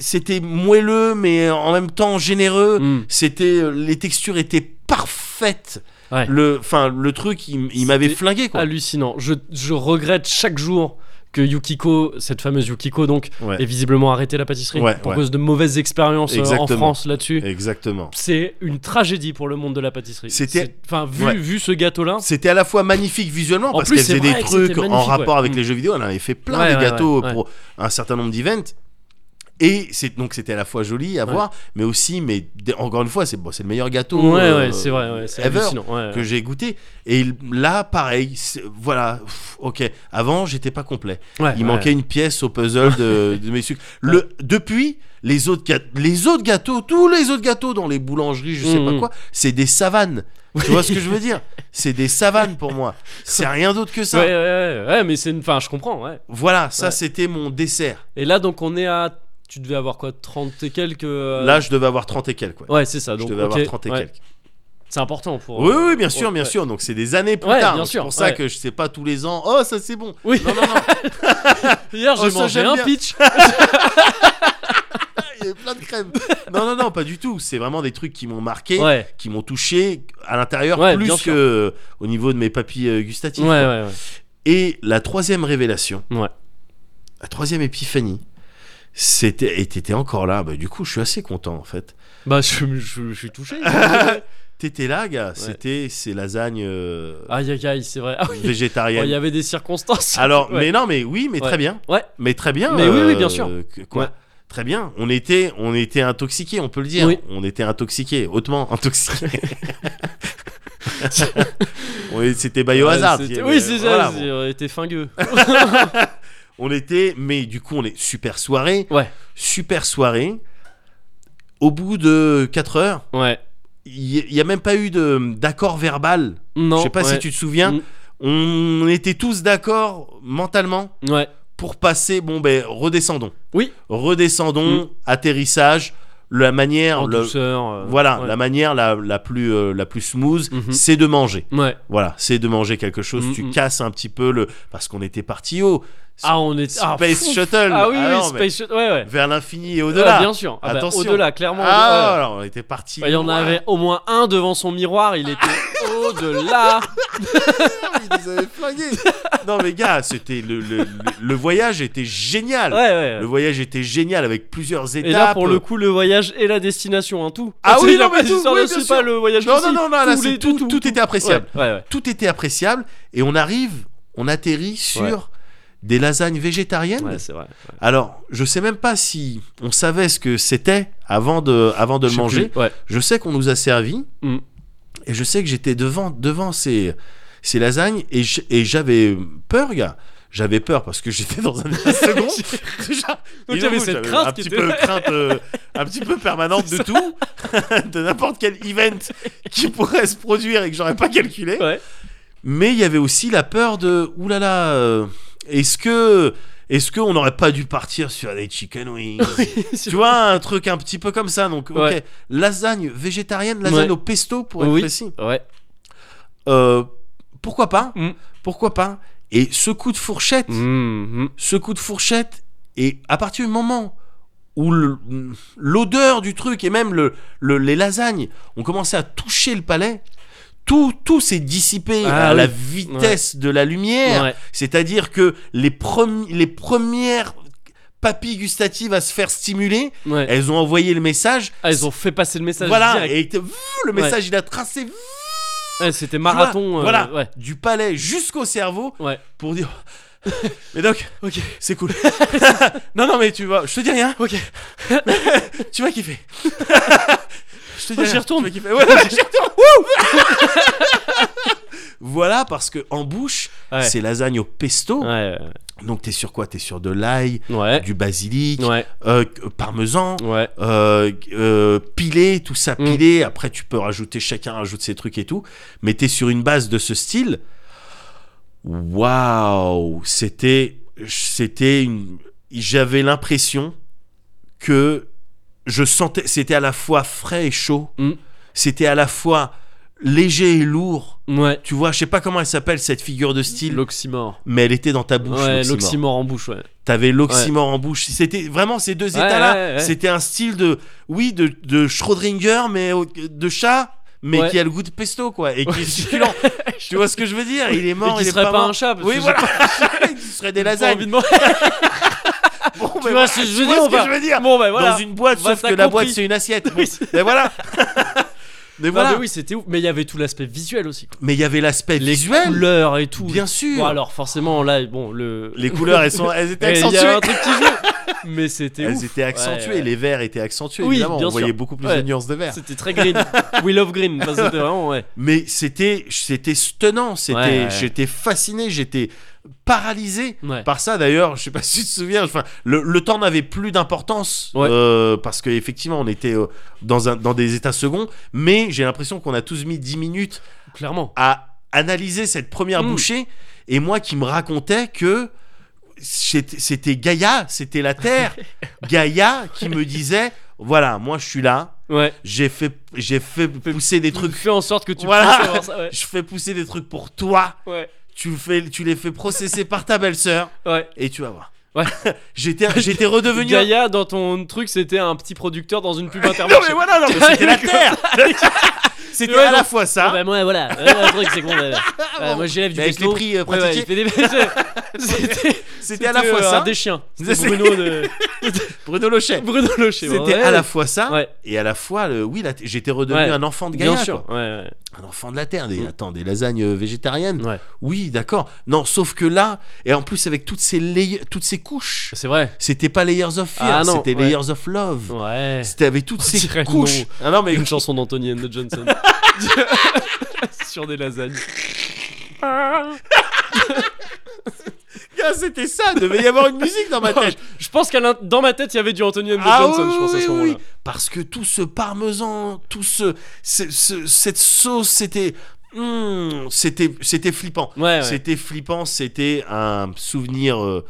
c'était moelleux mais en même temps généreux.
Mm.
C'était, les textures étaient parfaites.
Ouais.
Le, enfin, le truc, il, il m'avait
C'était
flingué quoi.
Hallucinant. Je, je regrette chaque jour que Yukiko, cette fameuse Yukiko, donc,
Ouais.
ait visiblement arrêté la pâtisserie
Ouais,
pour
ouais.
cause de mauvaises expériences euh, en
Exactement.
France là-dessus.
Exactement.
C'est une tragédie pour le monde de la pâtisserie.
C'était-
C'est- Enfin, vu,
Ouais.
vu ce gâteau-là.
C'était à la fois magnifique visuellement
En
parce
plus,
qu'elle
c'est
faisait des
vrai que
trucs
c'était
en
magnifique,
rapport
ouais.
avec
Mm.
les jeux vidéo. Elle en avait fait plein
Ouais,
de
ouais,
gâteaux
ouais, ouais.
pour un certain nombre d'events. Et c'est donc c'était à la fois joli à
Ouais.
voir, mais aussi, mais dé- encore une fois, c'est bon, c'est le meilleur gâteau.
ouais,
euh,
ouais, c'est vrai, ouais, c'est
ever
hallucinant. ouais,
que j'ai goûté. Et il- là, pareil, c'est- voilà, pff, ok. Avant, j'étais pas complet.
ouais,
Il
Ah, ouais.
manquait une pièce au puzzle de, de mes sucres. Le, depuis, les autres, gâ- les autres gâteaux, tous les autres gâteaux dans les boulangeries, je sais
Mhm.
pas quoi, c'est des savanes. Tu vois ce que je veux dire C'est des savanes pour moi. C'est rien d'autre que ça.
Ouais, ouais, ouais, ouais, mais c'est une. Enfin, je comprends, ouais.
Voilà, ça
Ouais.
c'était mon dessert.
Et là, donc, on est à. Tu devais avoir quoi 30 et quelques. euh,
Là, je devais avoir 30 et quelques. ouais.
Ouais, c'est ça.
je
Donc,
devais
ok,
avoir 30 et
ouais.
quelques.
C'est important pour.
Oui, oui, bien sûr,
ouais,
bien
ouais.
sûr. Donc, c'est des années plus
Ouais,
tard.
bien
Donc, C'est
sûr,
pour ça
ouais.
que je sais pas tous les ans. Oh, ça c'est bon.
Oui.
Non, non, non.
Hier,
Oh,
j'ai
ça,
mangé
j'aime
un
bien.
pitch.
Il y avait plein de crème. Non, non, non, pas du tout. C'est vraiment des trucs qui m'ont marqué,
Ouais.
qui m'ont touché à l'intérieur
Ouais, bien
plus
sûr.
que au niveau de mes papilles euh, gustatives.
Ouais,
quoi.
ouais, ouais.
Et la troisième révélation,
Ouais.
la troisième épiphanie, c'était et t'étais encore là. Bah, du coup, je suis assez content en fait.
Bah, je, je- je suis touché.
T'étais là, gars. C'était ces lasagnes euh,
aïe, aïe, aïe, c'est vrai. Ah oui. Ouais, Il
végétariennes.
y avait des circonstances.
Alors,
Ouais.
mais non, mais oui, mais
Ouais.
très bien,
Ouais.
mais très bien. euh,
Mais oui, oui, bien sûr.
que- quoi
Ouais.
Très bien. On était, on était intoxiqués, on peut le dire.
Oui.
On était intoxiqués, hautement intoxiqués. On est- C'était biohazard.
Ouais,
Il y
c'était-
avait-
oui, c'est
voilà,
ça.
bon.
c'est- euh, T'es fingueux.
On était, mais du coup, on est super soirée,
Ouais.
super soirée. Au bout de 4 heures,
Ouais.
il n'y a même pas eu de- d'accord verbal.
Non.
Je sais pas
ouais.
si tu te souviens.
Mm.
On était tous d'accord mentalement
Ouais.
pour passer. Bon, ben, redescendons.
Oui. Mm.
Redescendons, atterrissage, la manière.
En
le-
douceur. euh,
Voilà,
ouais.
la manière la, la plus, euh, la plus smooth,
Mhm.
c'est de manger.
Ouais.
Voilà, c'est de manger quelque chose.
Mhm.
Tu casses un petit peu le. Parce qu'on était parti haut.
Ah, on est. ah,
Space
fou.
Shuttle.
Ah oui, oui,
non, mais
Space Shuttle. Ouais, ouais.
Vers l'infini et
Ouais,
au-delà.
bien sûr. Ah bah,
Attention.
Au-delà, clairement.
Ah,
au-delà.
alors, on était parti.
Ouais, Bah, Il y en
loin.
avait au moins un devant son miroir, il était au-delà.
Ils nous avaient flingués. non, mais gars, c'était le, le, le- le voyage était génial.
Ouais, ouais.
Le voyage était génial avec plusieurs étapes.
Et là, pour le coup, le voyage et la destination, hein, tout.
Ah
C'est
oui,
la
non, mais tout,
histoire
oui,
de-
bien
c'est pas
sûr.
le voyage
Non, non,
facile.
non, non, là,
Tous
c'est
les-
tout, tout était appréciable.
Ouais, ouais, ouais.
Tout était appréciable et on arrive, on atterrit sur
Ouais.
des lasagnes végétariennes.
Ouais, c'est vrai. Ouais.
Alors, je sais même pas si on savait ce que c'était avant de, avant de
Je
le
sais
manger.
plus. Ouais.
Je sais qu'on nous a servi
Mm.
et je sais que j'étais devant, devant ces, ces lasagnes et j- et j'avais peur, gars. J'avais peur parce que j'étais dans un état second. Déjà,
Donc,
il
t'avais
avoue,
cette
j'avais
crainte
un
qui
petit
était-
peu crainte, euh, un petit peu permanente de tout, de n'importe quel event qui pourrait se produire et que j'aurais pas calculé.
Ouais.
Mais il y avait aussi la peur de oulala, là là, euh, est-ce que est-ce qu'on n'aurait pas dû partir sur des chicken wings Tu vois, un truc un petit peu comme ça. Donc, ok.
Ouais.
Lasagne végétarienne, lasagne
Ouais.
au pesto pour être
Oui.
précis.
Ouais.
Euh, pourquoi pas
Mm.
Pourquoi pas Et ce coup de fourchette,
Mhm.
ce coup de fourchette, et à partir du moment où le- l'odeur du truc et même le, le- les lasagnes ont commencé à toucher le palais, tout, tout s'est dissipé
Ah
à
oui.
la vitesse de la lumière.
Ouais.
C'est-à-dire que les, premi- les premières papilles gustatives à se faire stimuler,
Ouais.
elles ont envoyé le message.
Ah, ils ont Ah, fait passer le message
voilà,
direct.
et que, vuh, le message il a tracé vuh,
Ouais, c'était marathon. euh,
Voilà.
ouais.
du palais jusqu'au cerveau
Ouais.
pour dire. Mais donc,
Ok.
c'est cool. non, non, mais tu vois, je te dis rien.
Ok.
tu vas kiffer. je te dis
Oh,
rien,
j'y retourne.
tu vas kiffer. Ouais, ouais, j'y retourne. Wouh voilà, parce que en bouche,
Ouais.
c'est lasagne au pesto.
Ouais.
Donc, t'es sur quoi T'es sur de l'ail,
Ouais.
du basilic,
Ouais.
euh, parmesan.
Ouais.
euh, euh, pilé, tout ça
Mm.
pilé. Après, tu peux rajouter, chacun rajoute ses trucs et tout. Mais t'es sur une base de ce style. Waouh C'était. C'était une. J'avais l'impression que je sentais. C'était à la fois frais et chaud.
Mm.
C'était à la fois léger et lourd.
Ouais.
Tu vois, je sais pas comment elle s'appelle cette figure de style,
L'oxymore.
mais elle était dans ta bouche.
Ouais,
l'oxymore.
l'oxymore en bouche, ouais.
T'avais l'oxymore en bouche. C'était vraiment ces deux
Ouais,
états-là.
ouais, ouais.
C'était un style de, oui, de, de Schrödinger, mais au- de chat, mais
Ouais.
qui a le goût de pesto, quoi, et qui
Ouais.
est succulent. tu vois ce que je veux dire Il est
Et
mort,
qui
il est
serait
pas,
pas,
mort.
un chat, parce
oui,
que j'ai
voilà. il serait des
pas envie
lasagnes.
de manger.
Bon, ben
Tu
voilà,
vois ce que je
tu
veux
vois
dire
ce
ou pas
que je veux dire
Bon, ben voilà.
Dans une boîte,
Bah,
sauf que
t'as
la
compris.
boîte c'est une assiette.
Oui.
Mais voilà. Mais
Non,
voilà.
mais oui, c'était ouf. Mais il y avait tout l'aspect visuel aussi. quoi.
Mais il y avait l'aspect
Les
visuel,
couleurs et tout.
bien sûr.
Bon, alors forcément, là, bon, le.
Les couleurs, elles sont, elles étaient
Eh, Il y avait
accentuées.
un truc qui joue. Mais c'était
Elles
ouf.
étaient accentuées.
Ouais, ouais.
Les verts étaient accentués.
Oui,
évidemment,
bien
on voyait
sûr.
beaucoup plus de
Ouais.
nuances de vert.
C'était très green. We love green. Enfin, c'était vraiment, ouais.
mais c'était c'était stonnant c'était
Ouais, ouais.
j'étais fasciné j'étais paralysé
Ouais.
par ça d'ailleurs je sais pas si tu te souviens enfin le, le temps n'avait plus d'importance
Ouais.
euh, parce que effectivement on était euh, dans un dans des états seconds mais j'ai l'impression qu'on a tous mis 10 minutes
Clairement.
à analyser cette première
Mm.
bouchée et moi qui me racontais que c'était c'était Gaïa c'était la terre Gaïa qui me disait voilà moi je suis là
Ouais.
j'ai fait j'ai fait pousser des trucs
Fais en sorte que tu
Voilà.
puisses avoir ça. Ouais.
je fais pousser des trucs pour toi.
Ouais.
Tu, le fais, tu les fais processer par ta belle-sœur
Ouais.
et tu vas voir.
Ouais.
j'étais, j'étais redevenu. un-
Gaïa, dans ton truc, c'était un petit producteur dans une pub
Non
intermarché.
mais voilà, non, mais c'était la terre. c'était
Ouais,
à la
non.
fois
Ah
ça.
bah, moi, voilà. Ouais, le truc, c'est qu'on avait- Ouais, Ah, moi, j'élève du
mais avec les
pesto.
prix euh,
Ouais, ouais,
pratiqués,
il fait des C'était
c'était à la fois ça.
des chiens. C'était
C'est-
Bruno de
Bruno Lochet.
Bruno Locher.
C'était à la fois ça
Ouais.
et à la fois, le- oui, la- j'étais redevenu
Ouais.
un enfant de Gaïa.
Bien
quoi.
sûr. Ouais, ouais.
Un enfant de la terre. Des,
Mm.
Attends, des lasagnes euh, végétariennes.
Ouais.
Oui, d'accord. Non, sauf que là, et en plus avec toutes ces, lay- toutes ces couches,
C'est vrai.
c'était pas Layers of Fear,
Ah, non,
c'était
ouais.
Layers of Love.
Ouais.
C'était avec toutes ces
dirait
couches.
non.
Ah non mais
Une chanson d'Anthony and the Johnson. Sur des lasagnes.
gars, c'était ça. Devait y avoir une musique dans ma tête.
Je pense qu'à l'in- dans ma tête, il y avait du Anthony and the
Ah
Johnson,
oui,
je pense, à
oui,
ce
oui,
moment-là.
oui. Parce que tout ce parmesan, tout ce, ce- ce- cette sauce, c'était, Hmm, c'était, c'était flippant.
Ah Ouais, ouais.
C'était flippant. C'était un souvenir euh,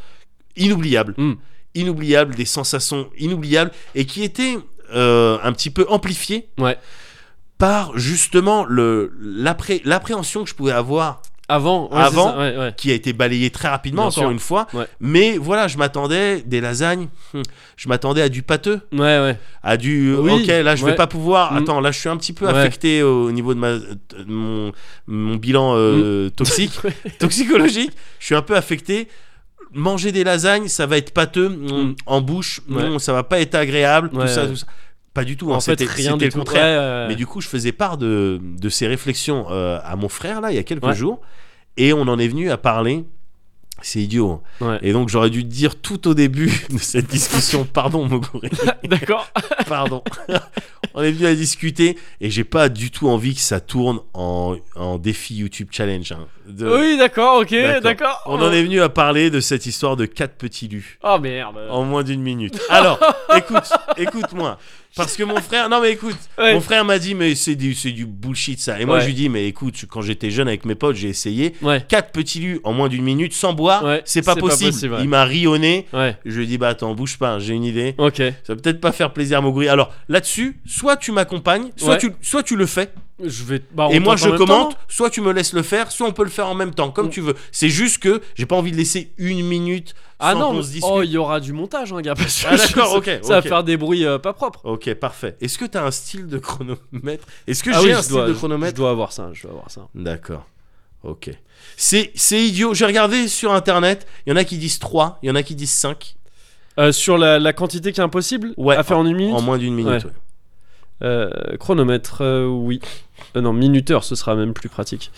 inoubliable,
Hmm.
inoubliable, des sensations inoubliables et qui était euh, un petit peu amplifié
Ouais.
par justement le l'appré- l'appréhension que je pouvais avoir
Avant. ouais,
Avant.
c'est ça, ouais, ouais.
qui a été balayé très rapidement
Bien
encore
sûr.
une fois
Ouais.
mais voilà je m'attendais des lasagnes hmm, je m'attendais à du pâteux
Ouais, ouais.
à du euh,
Oui,
ok là je vais
ouais.
pas pouvoir
Mm.
attends là je suis un petit peu
Ouais.
affecté au niveau de ma de mon, mon bilan euh, toxique
Mm. Ouais.
toxicologique je suis un peu affecté manger des lasagnes ça va être pâteux mm,
Mm.
en bouche
Ouais.
mm, ça va pas être agréable
Ouais,
tout ça
ouais.
tout ça pas du tout hein,
En fait,
c'était
rien
c'était
du
le
tout.
contraire
Ouais, ouais,
mais du coup, je faisais part de, de ces réflexions euh, à mon frère, là, il y a quelques
Ouais.
jours. Et on en est venu à parler. C'est idiot. hein.
Ouais.
Et donc, j'aurais dû te dire tout au début de cette discussion. Pardon, Moguri.
ouais. D'accord.
Pardon. on est venu à discuter. Et j'ai pas du tout envie que ça tourne en, en défi YouTube Challenge. hein. De-
Oui, d'accord, ok,
D'accord.
d'accord.
On en est venu à parler de cette histoire de quatre petits lus.
Oh merde.
En moins d'une minute. Alors, écoute, écoute-moi. Parce que mon frère, non mais écoute,
Ouais.
mon frère m'a dit mais c'est du, c'est du bullshit ça. Et moi
Ouais.
je lui dis mais écoute, je- quand j'étais jeune avec mes potes, j'ai essayé
Ouais,
quatre petits lus en moins d'une minute sans boire,
Ouais,
c'est pas
c'est pas
possible.
possible, ouais.
Il m'a rionné.
ouais.
Je lui ai dit bah attends, bouge pas, j'ai une idée.
Ok.
Ça va peut-être pas faire plaisir Moguri. Alors là-dessus, soit tu m'accompagnes, soit
Ouais.
tu, soit tu le fais,
Je vais. bah, on
et moi
tente en
je
même temps,
commente.
non
soit tu me laisses le faire, soit on peut le faire en même temps, comme
Mm.
tu veux. C'est juste que j'ai pas envie de laisser une minute
Ah
sans
non,
qu'on
mais-
se dispute.
oh, il y aura du montage, hein, gars. Parce que
Ah, d'accord,
ça-
ok,
Ça
ok.
va faire des bruits euh, pas propres.
Ok, parfait. Est-ce que t'as un style de chronomètre Est-ce que
Ah
j'ai
oui,
un
je
style
dois-
de
Je
chronomètre
dois avoir ça, je dois avoir ça.
D'accord. Ok. C'est c'est idiot. J'ai regardé sur internet. Il y en a qui disent 3, il y en a qui disent 5.
Euh, sur la, la quantité qui est impossible
Ouais,
à faire en une minute
En moins d'une minute. ouais.
Euh, chronomètre, euh, oui. Euh, non, minuteur, ce sera même plus pratique.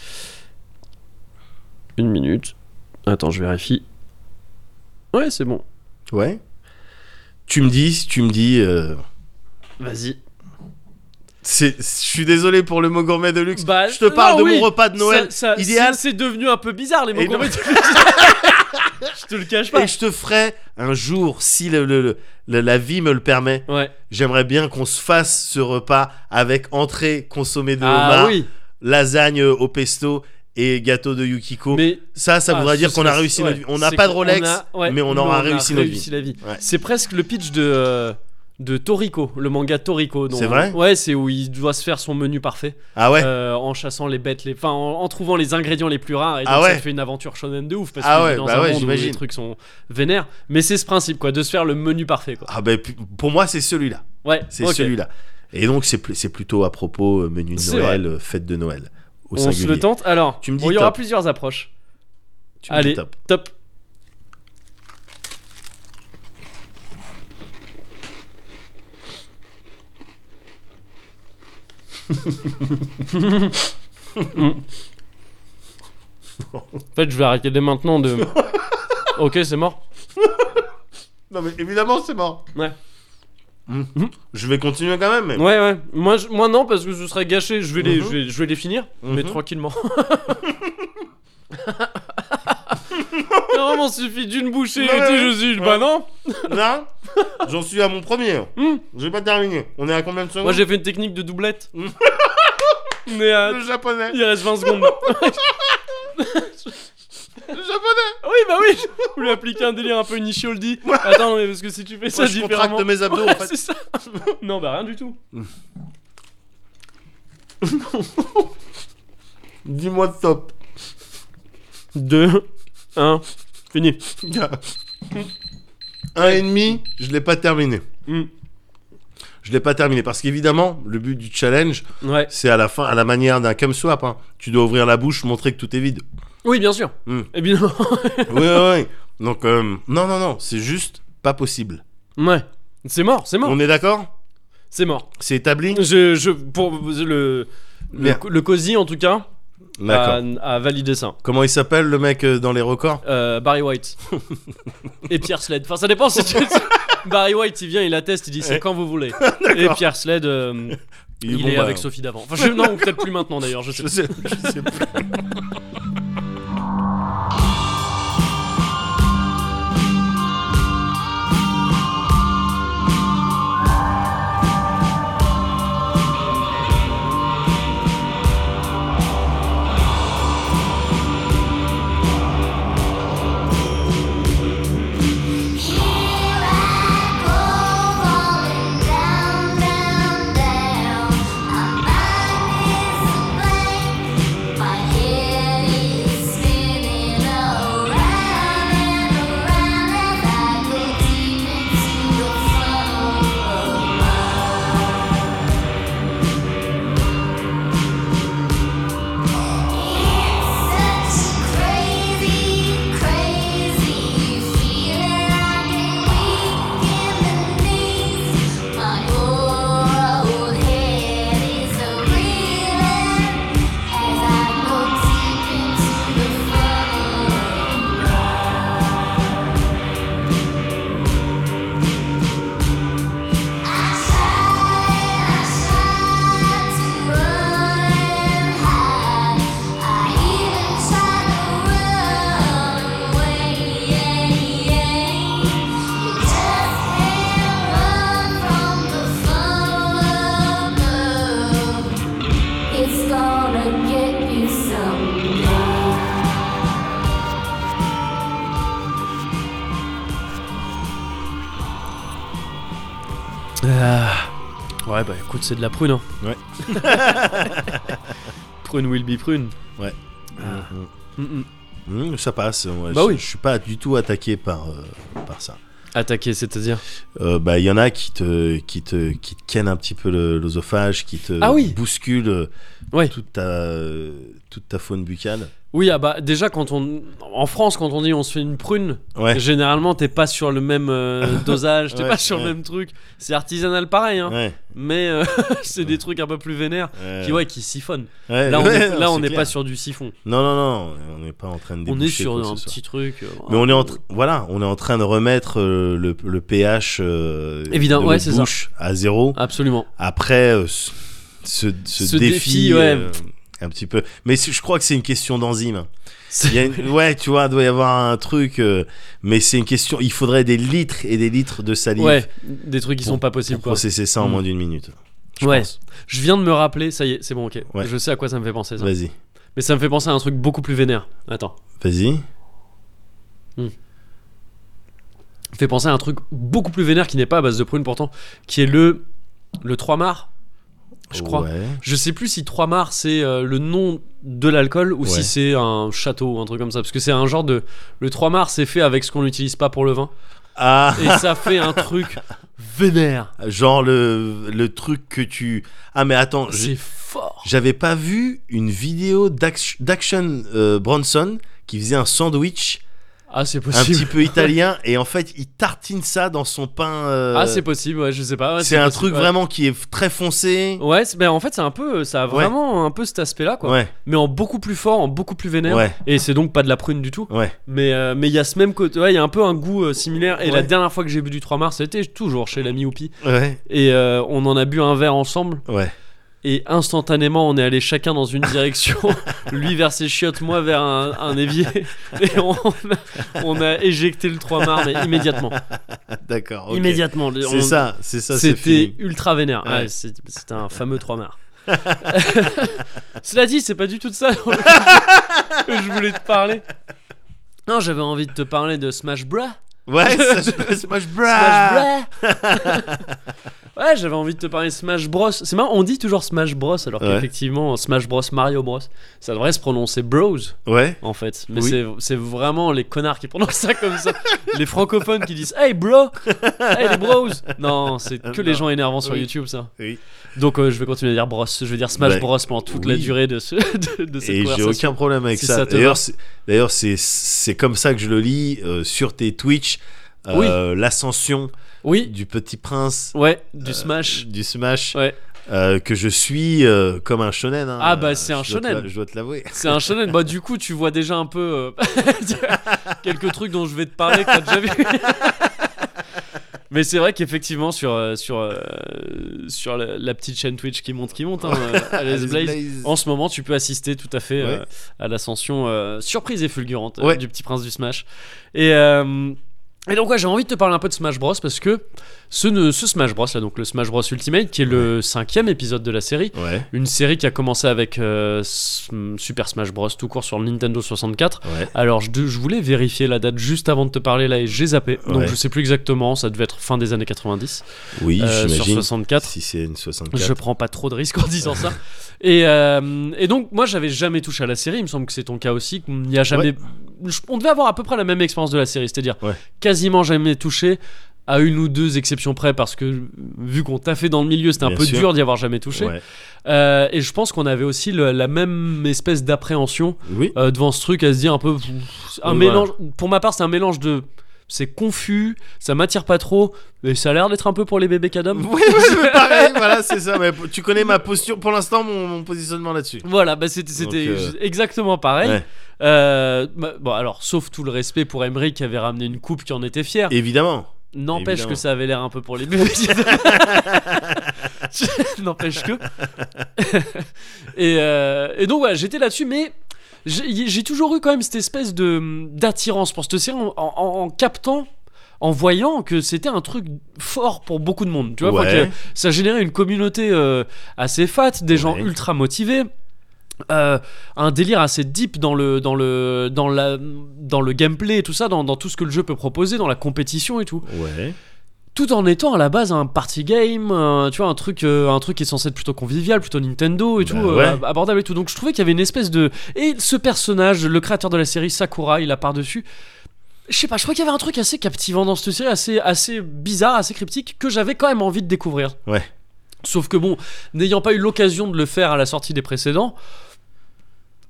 Une minute. Attends, je vérifie. Ouais, c'est bon.
Ouais. Tu me dis, tu me dis. euh,
Vas-y.
c'est- Je suis désolé pour le mot gourmet de luxe.
Bah,
je te parle
non,
de
oui.
mon repas de Noël
Ça- ça-
idéal.
C'est c'est devenu un peu bizarre les mots
Et
qu'on
non.
met. Je te le cache pas.
Et je te ferai un jour, si le- le- le- le- la vie me le permet,
Ouais.
j'aimerais bien qu'on se fasse ce repas avec entrée consommée de
Ah
homard,
oui.
lasagne au pesto et gâteau de Yukiko.
Mais
Ça, ça
Ah,
voudrait
ce
dire qu'on a
serait-
réussi notre
ouais,
vie. On n'a
c'est
pas de
qu'on
Rolex,
a- ouais,
mais on aura réussi notre vie.
la vie.
Ouais.
C'est presque le pitch de euh, de Toriko, le manga Toriko. dont-
C'est vrai
Ouais, c'est où il doit se faire son menu parfait
Ah ouais
euh, en chassant les bêtes, les, enfin en, en trouvant les ingrédients les plus rares. Et donc
Ah ouais
ça fait une aventure shonen de ouf parce
Ah
qu'on
ouais,
est dans
bah
un
ouais,
monde où les
j'imagine.
trucs sont vénères. Mais c'est ce principe quoi, de se faire le menu parfait quoi.
Ah ben, pu- pour moi, c'est celui-là.
Ouais.
C'est
ok.
celui-là. Et donc, c'est pl- c'est plutôt à propos euh, menu de
C'est
Noël, euh, fête de Noël. Au
On se
singulier.
le tente. Alors,
Tu me dis
bon, il y aura
top.
plusieurs approches.
Tu me dis
Allez,
top.
top. en fait, je vais arrêter dès maintenant de. ok, c'est mort.
Non, mais évidemment, c'est mort.
Ouais.
Mm.
Mhm.
Je vais continuer quand même. mais-
Ouais, ouais. Moi, je- moi non, parce que ce serait gâché. Je vais, les,
Mhm.
je vais, je vais les finir, mais
Mhm.
tranquillement. Il vraiment suffit d'une bouchée.
Ouais,
et tu sais,
ouais.
je suis.
Ouais.
Bah non.
Là, j'en suis à mon premier.
Mm.
J'ai pas terminé. On est à combien de secondes
Moi j'ai fait une technique de doublette.
Mm.
Mais euh,
Le japonais.
il reste 20 secondes.
Le japonais.
oui, bah oui, je voulais appliquer un délire un peu Nishioldi. Attends, non, mais parce que si tu fais ça
Moi, je
différemment.
contracte mes abdos.
Ouais,
en fait.
c'est ça. non, bah rien du tout.
Dis-moi stop.
2, 1, fini.
Un et demi, je l'ai pas terminé.
Mm.
Je l'ai pas terminé parce qu'évidemment, le but du challenge,
Ouais.
c'est à la fin, à la manière d'un cum swap. hein. Tu dois ouvrir la bouche, montrer que tout est vide.
Oui, bien sûr.
Mm.
Évidemment.
oui, oui. Donc, euh, non, non, non, c'est juste pas possible.
Ouais. C'est mort, c'est mort.
On est d'accord
C'est mort.
C'est établi
Je, je, pour le, le,
Bien.
le COSI en tout cas, a,
D'accord.
a validé ça.
Comment il s'appelle le mec euh, dans les records
Euh, Barry White et Pierre Sled. Enfin, ça dépend. Si tu- Barry White, il vient, il atteste, il dit c'est
Ouais.
quand vous voulez. et Pierre Sled, euh, il,
bon,
est
bah,
avec Sophie d'avant. Enfin, je- non, ou peut-être plus maintenant d'ailleurs, je sais.
Je sais, je sais plus.
It's gonna get you someday.
Ouais, bah Euh, écoute, c'est de la prune. Hein.
Ouais.
prune will be prune.
Ouais.
Ah. Mm-mm.
Hum, ça passe. ouais,
Bah
je,
oui.
je suis pas du tout attaqué par, euh, par ça.
Attaquer, c'est-à-dire
Euh, bah, il y en a qui te, qui te, qui te kennent un petit peu le- l'œsophage, qui te
Ah oui.
bousculent euh,
Ouais.
toute, ta, toute ta faune buccale.
Oui, ah bah déjà quand on en France quand on dit on se fait une prune,
Ouais.
généralement t'es pas sur le même euh, dosage, t'es
Ouais,
pas sur
ouais.
le même truc. C'est artisanal pareil, hein.
Ouais.
Mais euh, c'est des trucs un peu plus vénères
ouais.
qui ouais qui siphonnent.
Ouais,
Là on
ouais,
est, là,
non,
on
c'est
n'est
clair.
pas sur du siphon.
Non, non, non, on n'est pas en train de
On est
déboucher
sur
quoi que
un
ce soit.
petit truc. euh,
Mais on est en train, voilà, on est en train de remettre euh, le, le pH euh,
Évident,
de
ouais,
notre
c'est ça.
bouche à zéro
Absolument.
après euh, ce, ce, ce
Ce
défi,
défi, ouais.
euh, un petit peu. Mais c'est- je crois que c'est une question d'enzyme. Il y a une- ouais, tu vois, doit y avoir un truc, euh, mais c'est une question. Il faudrait des litres et des litres de salive
Ouais, des trucs qui
Pour-
sont pas
pour
possibles quoi.
processer ça en
Mm.
moins d'une minute. je
ouais.
pense.
Je viens de me rappeler, ça y est, c'est bon, ok.
Ouais.
Je sais à quoi ça me fait penser ça.
Vas-y,
Mais ça me fait penser à un truc beaucoup plus vénère. Attends.
vas-y.
Ça me fait penser à un truc beaucoup plus vénère qui n'est pas à base de prune pourtant, qui est le le 3 mar. Je crois.
Ouais.
Je sais plus si 3 mar c'est euh, le nom de l'alcool ou
Ouais.
si c'est un château ou un truc comme ça parce que c'est un genre de le 3 mar c'est fait avec ce qu'on n'utilise pas pour le vin
Ah,
et ça fait un truc vénère.
genre le, le truc que tu. Ah, mais attends, je-
C'est fort.
J'avais pas vu une vidéo d'Ac- d'Action euh, Bronson qui faisait un sandwich
Ah, c'est
un
possible.
petit peu italien et en fait il tartine ça dans son pain. euh,
Ah, c'est possible, ouais, je sais pas. ouais,
c'est un
possible,
truc
ouais.
vraiment qui est très foncé.
Ouais, c'est- ben en fait, c'est un peu, ça a
Ouais.
vraiment un peu cet aspect-là, quoi.
Ouais,
Mais en beaucoup plus fort, en beaucoup plus vénère.
ouais,
Et c'est donc pas de la prune du tout.
ouais.
Mais euh, mais il y a ce même côté, ouais, il y a un peu un goût euh, similaire. Et la
Ouais.
dernière fois que j'ai bu du 3 mars, c'était toujours chez l'ami Oupi.
Ouais,
Et euh, on en a bu un verre ensemble.
ouais.
Et instantanément, on est allé chacun dans une direction. Lui vers ses chiottes, moi vers un, un évier. Et on a, on a éjecté le 3 mars, mais immédiatement.
D'accord. ok.
Immédiatement.
C'est
On-
ça, c'est ça. ce
C'était
feeling.
ultra vénère. Ouais,
Ouais.
c'est- C'était un fameux 3 mars. Cela dit, c'est pas du tout de ça dont- que je voulais te parler. Non, j'avais envie de te parler de Smash Bros.
Ouais, ça, Smash- Smash Bros.
Smash Bros. Ah. ouais, j'avais envie de te parler de Smash Bros. C'est marrant, on dit toujours Smash Bros. Alors
Ouais.
qu'effectivement, Smash Bros, Mario Bros, ça devrait se prononcer Bros
Ouais.
en fait. Mais
Oui.
c'est- c'est vraiment les connards qui prononcent ça comme ça. les francophones qui disent Hey bro Hey les bros Non, c'est que les
Non.
gens énervants sur
Oui.
YouTube ça.
Oui.
Donc euh, je vais continuer à dire bros, je vais dire Smash
Bah,
Bros pendant toute la
oui.
durée de, ce, de, de cette
Et j'ai
conversation.
aucun problème avec
Si
ça.
ça te
D'ailleurs,
va.
c'est- D'ailleurs, c'est c'est comme ça que je le lis euh, sur tes Twitch. euh, L'ascension
Oui,
du Petit Prince
ouais, du Smash.
Euh, du Smash
Ouais.
euh, que je suis euh, comme un shonen. hein.
Ah bah, c'est
Je
un
dois te
shonen.
la- Je dois te l'avouer.
C'est un shonen. Bah du coup, tu vois déjà un peu euh, tu vois, quelques trucs dont je vais te parler que t'as déjà vu. Mais c'est vrai qu'effectivement sur euh, sur euh, sur la, la petite chaîne Twitch qui monte qui monte hein, euh, Alice Blaze, En ce moment, tu peux assister tout à fait euh,
Ouais.
à l'ascension euh, surprise et fulgurante euh,
Ouais.
du petit prince du Smash. Et, euh, et donc, ouais, j'ai envie de te parler un peu de Smash Bros. parce que ce, ne- ce Smash Bros, là, donc le Smash Bros Ultimate, qui est le cinquième épisode de la série,
Ouais,
une série qui a commencé avec euh, S- Super Smash Bros tout court sur le Nintendo 64.
ouais.
Alors, je, je voulais vérifier la date juste avant de te parler là et j'ai zappé. Donc,
Ouais.
je sais plus exactement, ça devait être fin des années 90
Oui,
euh, sur
j'imagine.
64.
Si c'est une 64.
Je prends pas trop de risques en disant ça. Et, euh, et donc, moi, j'avais jamais touché à la série. Il me semble que c'est ton cas aussi. qu'on n'y a jamais. Je- On devait avoir à peu près la même expérience de la série, c'est-à-dire
Ouais.
quasiment jamais touché, à une ou deux exceptions près, parce que vu qu'on t'a fait dans le milieu, c'était un
Bien
peu
sûr.
dur d'y avoir jamais touché.
Ouais.
Euh, et je pense qu'on avait aussi le- la même espèce d'appréhension
Oui.
euh, devant ce truc à se dire un peu. pff, Un
Voilà.
mélange. Pour ma part, c'est un mélange de. C'est confus, ça m'attire pas trop, mais ça a l'air d'être un peu pour les bébés cadom.
Oui, oui, pareil, voilà, c'est ça. Mais tu connais ma posture pour l'instant, mon, mon positionnement là-dessus.
Voilà, bah c'était c'était
Donc, euh,
exactement pareil.
Ouais.
Euh, bah, bon, alors, sauf tout le respect pour Emery qui avait ramené une coupe qui en était fière.
Évidemment.
N'empêche
évidemment.
que ça avait l'air un peu pour les bébés. N'empêche que. et, euh, et donc, voilà, j'étais là-dessus, mais j'ai j'ai toujours eu quand même cette espèce de d'attirance pour cette série en, en- en captant. En voyant que c'était un truc fort pour beaucoup de monde, tu vois,
Ouais.
enfin, que ça générait une communauté euh, assez fat, des gens
Ouais.
ultra motivés, euh, un délire assez deep dans le dans le dans la dans le gameplay et tout ça, dans, dans tout ce que le jeu peut proposer, dans la compétition et tout,
Ouais.
tout en étant à la base un party game, un- tu vois un truc euh, un truc qui est censé être plutôt convivial, plutôt Nintendo et
Bah
tout, euh,
ouais.
ab- abordable et tout. Donc je trouvais qu'il y avait une espèce de et ce personnage, le créateur de la série Sakura, il a par dessus. Je sais pas, je crois qu'il y avait un truc assez captivant dans cette série, assez, assez bizarre, assez cryptique, que j'avais quand même envie de découvrir.
Ouais.
Sauf que bon, n'ayant pas eu l'occasion de le faire à la sortie des précédents,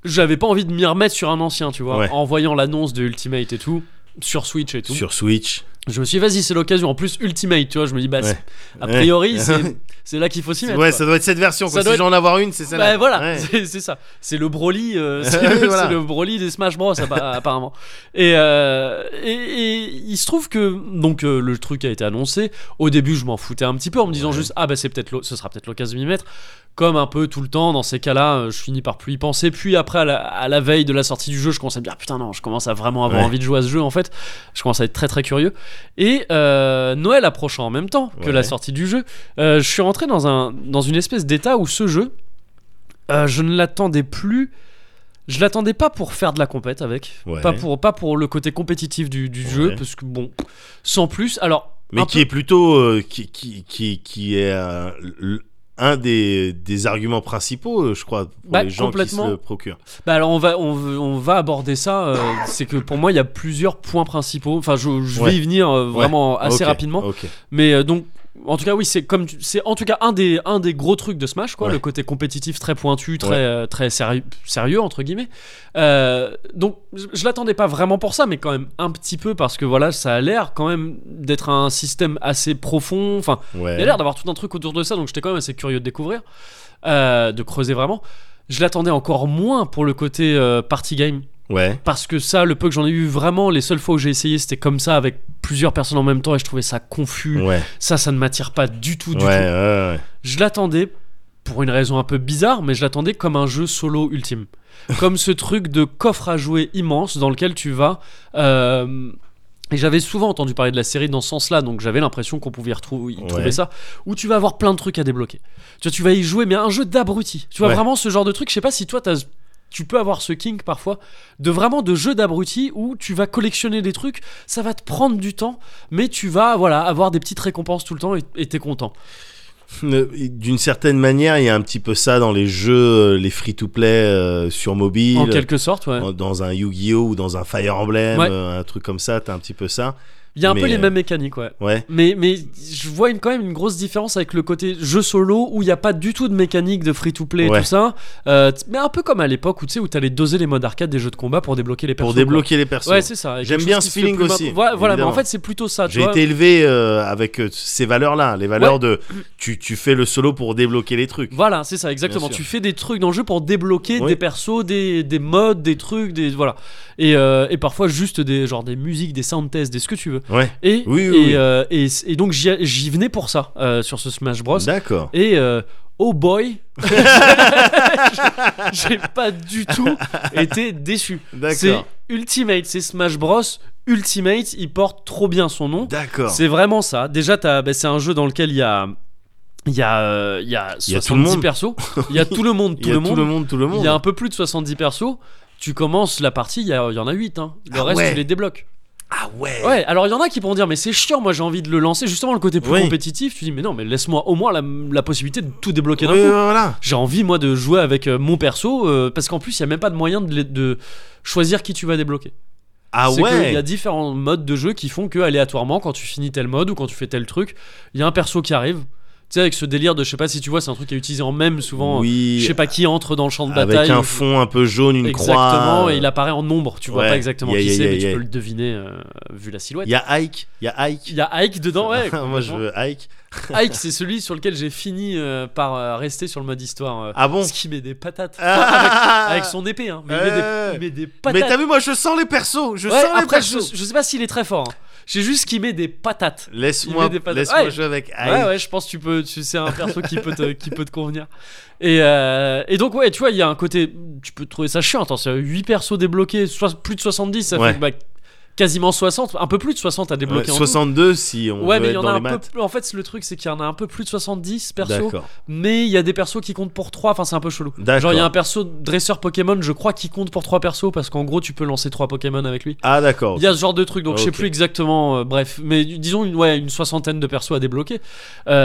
j'avais pas envie de m'y remettre sur un ancien, tu vois,
Ouais.
en voyant l'annonce de Ultimate et tout, sur Switch et tout.
Sur Switch.
Je me suis dit, vas-y, c'est l'occasion. En plus, Ultimate, tu vois, je me dis, bah,
Ouais.
c'est- a priori,
Ouais.
c'est- c'est là qu'il faut s'y mettre.
Ouais,
quoi.
ça doit être cette version.
Ça
Quoi. Si
doit
j'en en avoir une, c'est celle-là.
Bah voilà,
Ouais.
c'est c'est ça. C'est le Broly, euh, c'est
Oui,
le,
voilà.
c'est le Broly des Smash Bros appa- apparemment. Et, euh, et, et il se trouve que donc euh, le truc a été annoncé. Au début, je m'en foutais un petit peu en me disant juste ah bah c'est peut-être l'o- ce sera peut-être l'occasion de m'y mettre. Comme un peu tout le temps dans ces cas-là, euh, je finis par plus y penser. Puis après à la, à la veille de la sortie du jeu, je commence à me dire ah, putain non, je commence à vraiment avoir
Ouais.
envie de jouer à ce jeu en fait. Je commence à être très très curieux. Et euh, Noël approchant en même temps que
Ouais.
la sortie du jeu, euh, je suis rentré dans un dans une espèce d'état où ce jeu euh, je ne l'attendais plus. Je l'attendais pas pour faire de la compète avec,
Ouais.
pas pour pas pour le côté compétitif du, du
Ouais.
jeu, parce que bon, sans plus. Alors,
Mais
un
qui
peu-
est plutôt. euh, qui, qui, qui, qui est euh, l- un des, des arguments principaux, euh, je crois, pour
Bah,
les gens qui se
complètement.
le procurent.
bah alors on va on, v- on va aborder ça. euh, c'est que pour moi il y a plusieurs points principaux. Enfin, je, je
Ouais. Ah,
vais y venir euh, vraiment assez
Ok,
rapidement.
ok.
Mais euh, donc, en tout cas, oui, c'est comme tu- c'est en tout cas un des un des gros trucs de Smash, quoi,
Ouais.
le côté compétitif très pointu, très
Ouais.
euh, très sérieux, sérieux entre guillemets. Euh, donc, je, je l'attendais pas vraiment pour ça, mais quand même un petit peu parce que voilà, ça a l'air quand même d'être un système assez profond. Enfin,
Ouais.
il y a l'air d'avoir tout un truc autour de ça, donc j'étais quand même assez curieux de découvrir, euh, de creuser vraiment. Je l'attendais encore moins pour le côté euh, party game
Ouais.
parce que ça, le peu que j'en ai eu vraiment, les seules fois où j'ai essayé, c'était comme ça avec plusieurs personnes en même temps et je trouvais ça confus.
Ouais.
Ça, ça ne m'attire pas du tout,
Ouais,
du tout.
ouais,
Je l'attendais pour une raison un peu bizarre, mais je l'attendais comme un jeu solo ultime. comme ce truc de coffre à jouer immense dans lequel tu vas. euh, et j'avais souvent entendu parler de la série dans ce sens-là, donc j'avais l'impression qu'on pouvait y, retrou- y
Ouais.
trouver ça, où tu vas avoir plein de trucs à débloquer. Tu vois, tu vas y jouer, mais un jeu d'abruti. Tu vois,
Ouais.
vraiment ce genre de truc, je sais pas si toi, t'as- tu peux avoir ce kink parfois, de vraiment de jeu d'abruti où tu vas collectionner des trucs, ça va te prendre du temps, mais tu vas voilà avoir des petites récompenses tout le temps et et t'es content.
Ne- Euh, D'une certaine manière, il y a un petit peu ça dans les jeux, euh, les free-to-play euh, sur mobile.
en quelque sorte, ouais.
En- Dans un Yu-Gi-Oh! ou dans un Fire Emblem,
Ouais.
euh, un truc comme ça, t'as un petit peu ça.
Il y a un
mais,
peu les
euh,
mêmes mécaniques, ouais.
Ouais.
Mais, mais je vois une, quand même une grosse différence avec le côté jeu solo où il n'y a pas du tout de mécanique de free-to-play
Ouais.
et tout ça. Euh, t- mais un peu comme à l'époque où tu sais, où t'allais doser les modes arcade des jeux de combat pour débloquer les
Pour
personnages.
débloquer les personnes.
Ouais, c'est ça. Et
J'aime
quelque
bien
chose
ce
qui se fait
feeling
plus
aussi,
maintenant. Voilà, voilà, mais en
évidemment.
fait, c'est plutôt ça. tu
J'ai
vois.
été élevé euh, avec euh, ces valeurs-là, les valeurs de tu, tu fais le solo pour débloquer les trucs.
Voilà, c'est ça, exactement.
sûr.
Tu fais des trucs dans le jeu pour débloquer
Oui.
des persos, des, des modes, des trucs, des voilà, et, euh, et parfois juste des genre des musiques, des sound tests, des ce que tu veux.
Ouais.
Et
Oui, oui,
et,
oui.
euh, et- et donc j'y, j'y venais pour ça euh, sur ce Smash Bros.
D'accord.
Et euh, oh boy, j'ai pas du tout été déçu. C'est
D'accord.
Ultimate, c'est Smash Bros. Ultimate, il porte trop bien son nom.
D'accord.
C'est vraiment ça. Déjà, t'as- bah, c'est un jeu dans lequel il y a. Il y, a, euh, il y a
Il y a tout le
70
monde.
persos. Il y a tout le monde,
Il
tout,
y a
le, monde.
tout le monde, tout le
Il y a un
monde.
peu plus de 70 persos. Tu commences la partie, il y, a- il y en a 8. Le
Ah
reste,
ouais.
tu les débloques.
Ah ouais.
Ouais, alors il y en a qui pourront dire, mais c'est chiant, moi j'ai envie de le lancer. Justement, le côté plus
Oui.
compétitif, tu dis, mais non, mais laisse-moi au moins la, la possibilité de tout débloquer
Oui,
d'un
oui,
coup
voilà.
j'ai envie moi de jouer avec euh, mon perso euh, parce qu'en plus il y a même pas de moyen de, les- de choisir qui tu vas débloquer.
Ah
C'est que Il y a
ouais.
différents modes de jeu qui font que aléatoirement quand tu finis tel mode ou quand tu fais tel truc, il y a un perso qui arrive. Tu sais avec ce délire de je sais pas si tu vois c'est un truc qui est utilisé en même souvent. euh, Je
Oui.
sais pas qui entre dans le champ de
Avec
bataille.
un
ou-
fond un peu jaune, une croix.
Exactement, et il apparaît en nombre. Tu vois
Ouais,
pas exactement
yeah,
qui
yeah,
c'est,
yeah,
mais
yeah.
tu peux le deviner euh, vu la silhouette.
Il y a Ike. Il y a
Il
Ike.
y a Ike dedans, ouais.
Moi je veux Ike.
Ike, c'est celui sur lequel j'ai fini euh, par euh, rester sur le mode histoire. euh,
Ah bon.
Ce qui met des patates.
Ah
avec son épée, hein. Mais
Ouais.
il, met des, il met des
Mais
patates.
t'as vu, moi je sens les persos. Je
Ouais,
sens les
après, je,
persos.
je sais pas s'il est très fort. hein. J'ai juste qu'il met des patates.
Laisse-moi,
des patates.
laisse-moi
Ouais.
jouer avec Ike.
Ouais, ouais, je pense que tu peux, tu c'est un perso qui peut te, qui peut te convenir. Et, euh, et donc, ouais, tu vois, il y a un côté, tu peux trouver ça chiant. Attends, c'est 8 persos débloqués, soit, plus de 70, ça
Ouais.
fait bah, quasiment 60, un peu plus de 60 à débloquer.
Ouais,
en tout.
62 si on
Ouais,
veut
mais il
être
y en
dans
a
les
un peu.
maths.
En fait, le truc, c'est qu'il y en a un peu plus de 70 persos,
D'accord.
mais il y a des persos qui comptent pour 3, enfin, c'est un peu chelou. Genre,
D'accord.
il y a un perso dresseur Pokémon, je crois, qui compte pour 3 persos parce qu'en gros, tu peux lancer 3 Pokémon avec lui.
Ah d'accord.
Il y a ce genre de truc, donc je sais
Ok.
plus exactement, euh, bref, mais disons une, ouais, une soixantaine de persos à débloquer.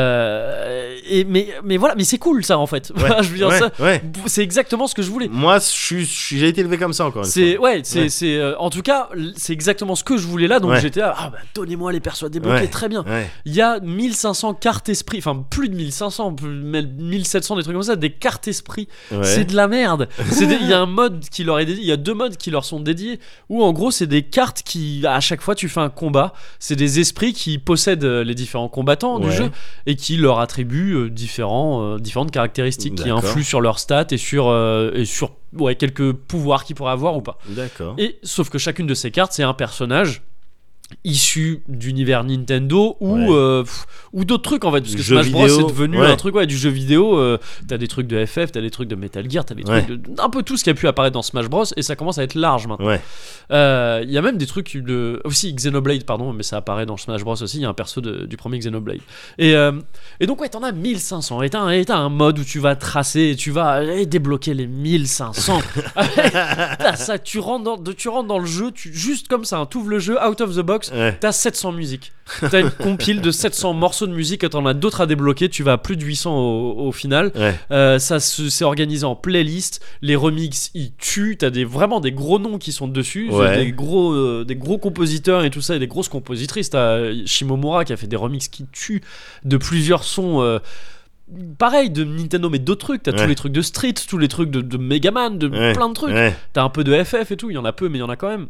Euh, et, mais, mais voilà, mais c'est cool ça en fait. Voilà, je veux dire
Ouais,
ça,
ouais.
c'est exactement ce que je voulais.
Moi, je suis, je suis- j'ai été élevé comme ça encore une
C'est
fois.
ouais, c'est
Ouais.
c'est, euh, en tout cas, l- c'est exactement ce que je voulais là, donc
Ouais.
j'étais là, ah bah donnez-moi les persos à débloquer,
Ouais.
très bien.
Ouais.
Il y a 1500 cartes esprit, enfin plus de 1500, plus- même 1700, des trucs comme ça, des cartes esprit.
Ouais.
C'est de la merde. C'est des- Il y a un mode qui leur est dédié, il y a deux modes qui leur sont dédiés, où en gros c'est des cartes qui, à chaque fois tu fais un combat, c'est des esprits qui possèdent euh, les différents combattants
Ouais.
du jeu et qui leur attribuent euh, différents, euh, différentes caractéristiques qui
D'accord.
influent sur leurs stats et sur, euh, et sur ouais, quelques pouvoirs qu'ils pourraient avoir ou pas.
D'accord.
Et sauf que chacune de ces cartes, c'est un personnage issu d'univers Nintendo ou
Ouais.
euh, pff, ou d'autres trucs en fait parce que
Jeux
Smash Bros
vidéo,
c'est devenu
ouais.
un truc ouais du jeu vidéo euh, t'as des trucs de FF t'as des trucs de Metal Gear t'as des
Ouais.
trucs de, un peu tout ce qui a pu apparaître dans Smash Bros et ça commence à être large maintenant
Ouais.
euh, Il y a même des trucs de aussi Xenoblade pardon mais ça apparaît dans Smash Bros aussi il y a un perso de- du premier Xenoblade et, euh, et donc ouais t'en as 1500 et t'as un, et t'as un mode où tu vas tracer et tu vas eh, débloquer les 1500 t'as ça tu rentres dans, de- tu rentres dans le jeu tu, juste comme ça hein, t'ouvres le jeu out of the box
Ouais.
T'as 700 musiques. T'as une compile de 700 morceaux de musique et t'en as d'autres à débloquer. Tu vas à plus de 800 au, au final.
Ouais.
Euh, ça se- c'est organisé en playlist. Les remixes, ils tuent. T'as des, vraiment des gros noms qui sont dessus.
Ouais.
Des, gros, euh, des gros compositeurs et tout ça, et des grosses compositrices. T'as euh, Shimomura qui a fait des remixes qui tuent de plusieurs sons. euh, Pareil de Nintendo, mais d'autres trucs. T'as
Ouais.
tous les trucs de Street, tous les trucs de, de Megaman, de
Ouais.
plein de trucs.
Ouais.
T'as un peu de FF et tout, il y en a peu, mais il y en a quand même.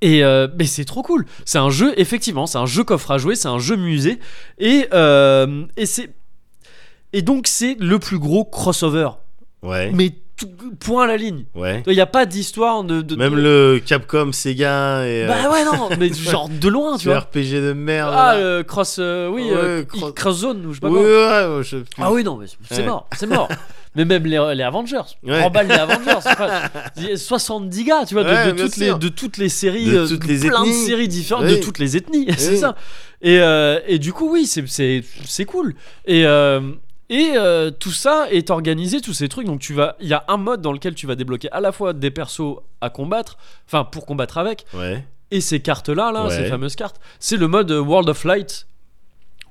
Et euh, mais c'est trop cool. C'est un jeu, effectivement, c'est un jeu coffre à jouer, c'est un jeu musée. Et, euh, et c'est. Et donc, c'est le plus gros crossover.
Ouais.
Mais tout- point à la ligne.
Ouais.
Il n'y a pas d'histoire de. de-
Même
de-
le Capcom, Sega et euh,
Bah ouais, non, mais genre de loin, tu
ce
vois.
RPG de merde.
Ah, le cross. euh, oui,
Ouais,
euh,
cross-
i- cross zone, ou je sais pas
Ouais,
quoi.
ouais, je-
Ah oui, non, mais c'est c'est
Ouais.
mort, c'est mort. Mais même les, les Avengers,
Ouais.
en balle les Avengers, enfin, il y a 70 gars, tu vois, de,
Ouais,
de
bien
toutes, les,
sûr.
de toutes les séries,
De
euh,
toutes les
plein
ethnies.
de séries différentes,
Oui.
de toutes les ethnies, c'est
Oui.
ça. Et, euh, et du coup, oui, c'est- c'est c'est cool. Et, euh, et euh, tout ça est organisé, tous ces trucs. Donc, tu vas, il y a un mode dans lequel tu vas débloquer à la fois des persos à combattre, enfin, pour combattre avec,
Ouais.
et ces cartes-là, là,
Ouais.
ces fameuses cartes, c'est le mode euh, World of Light.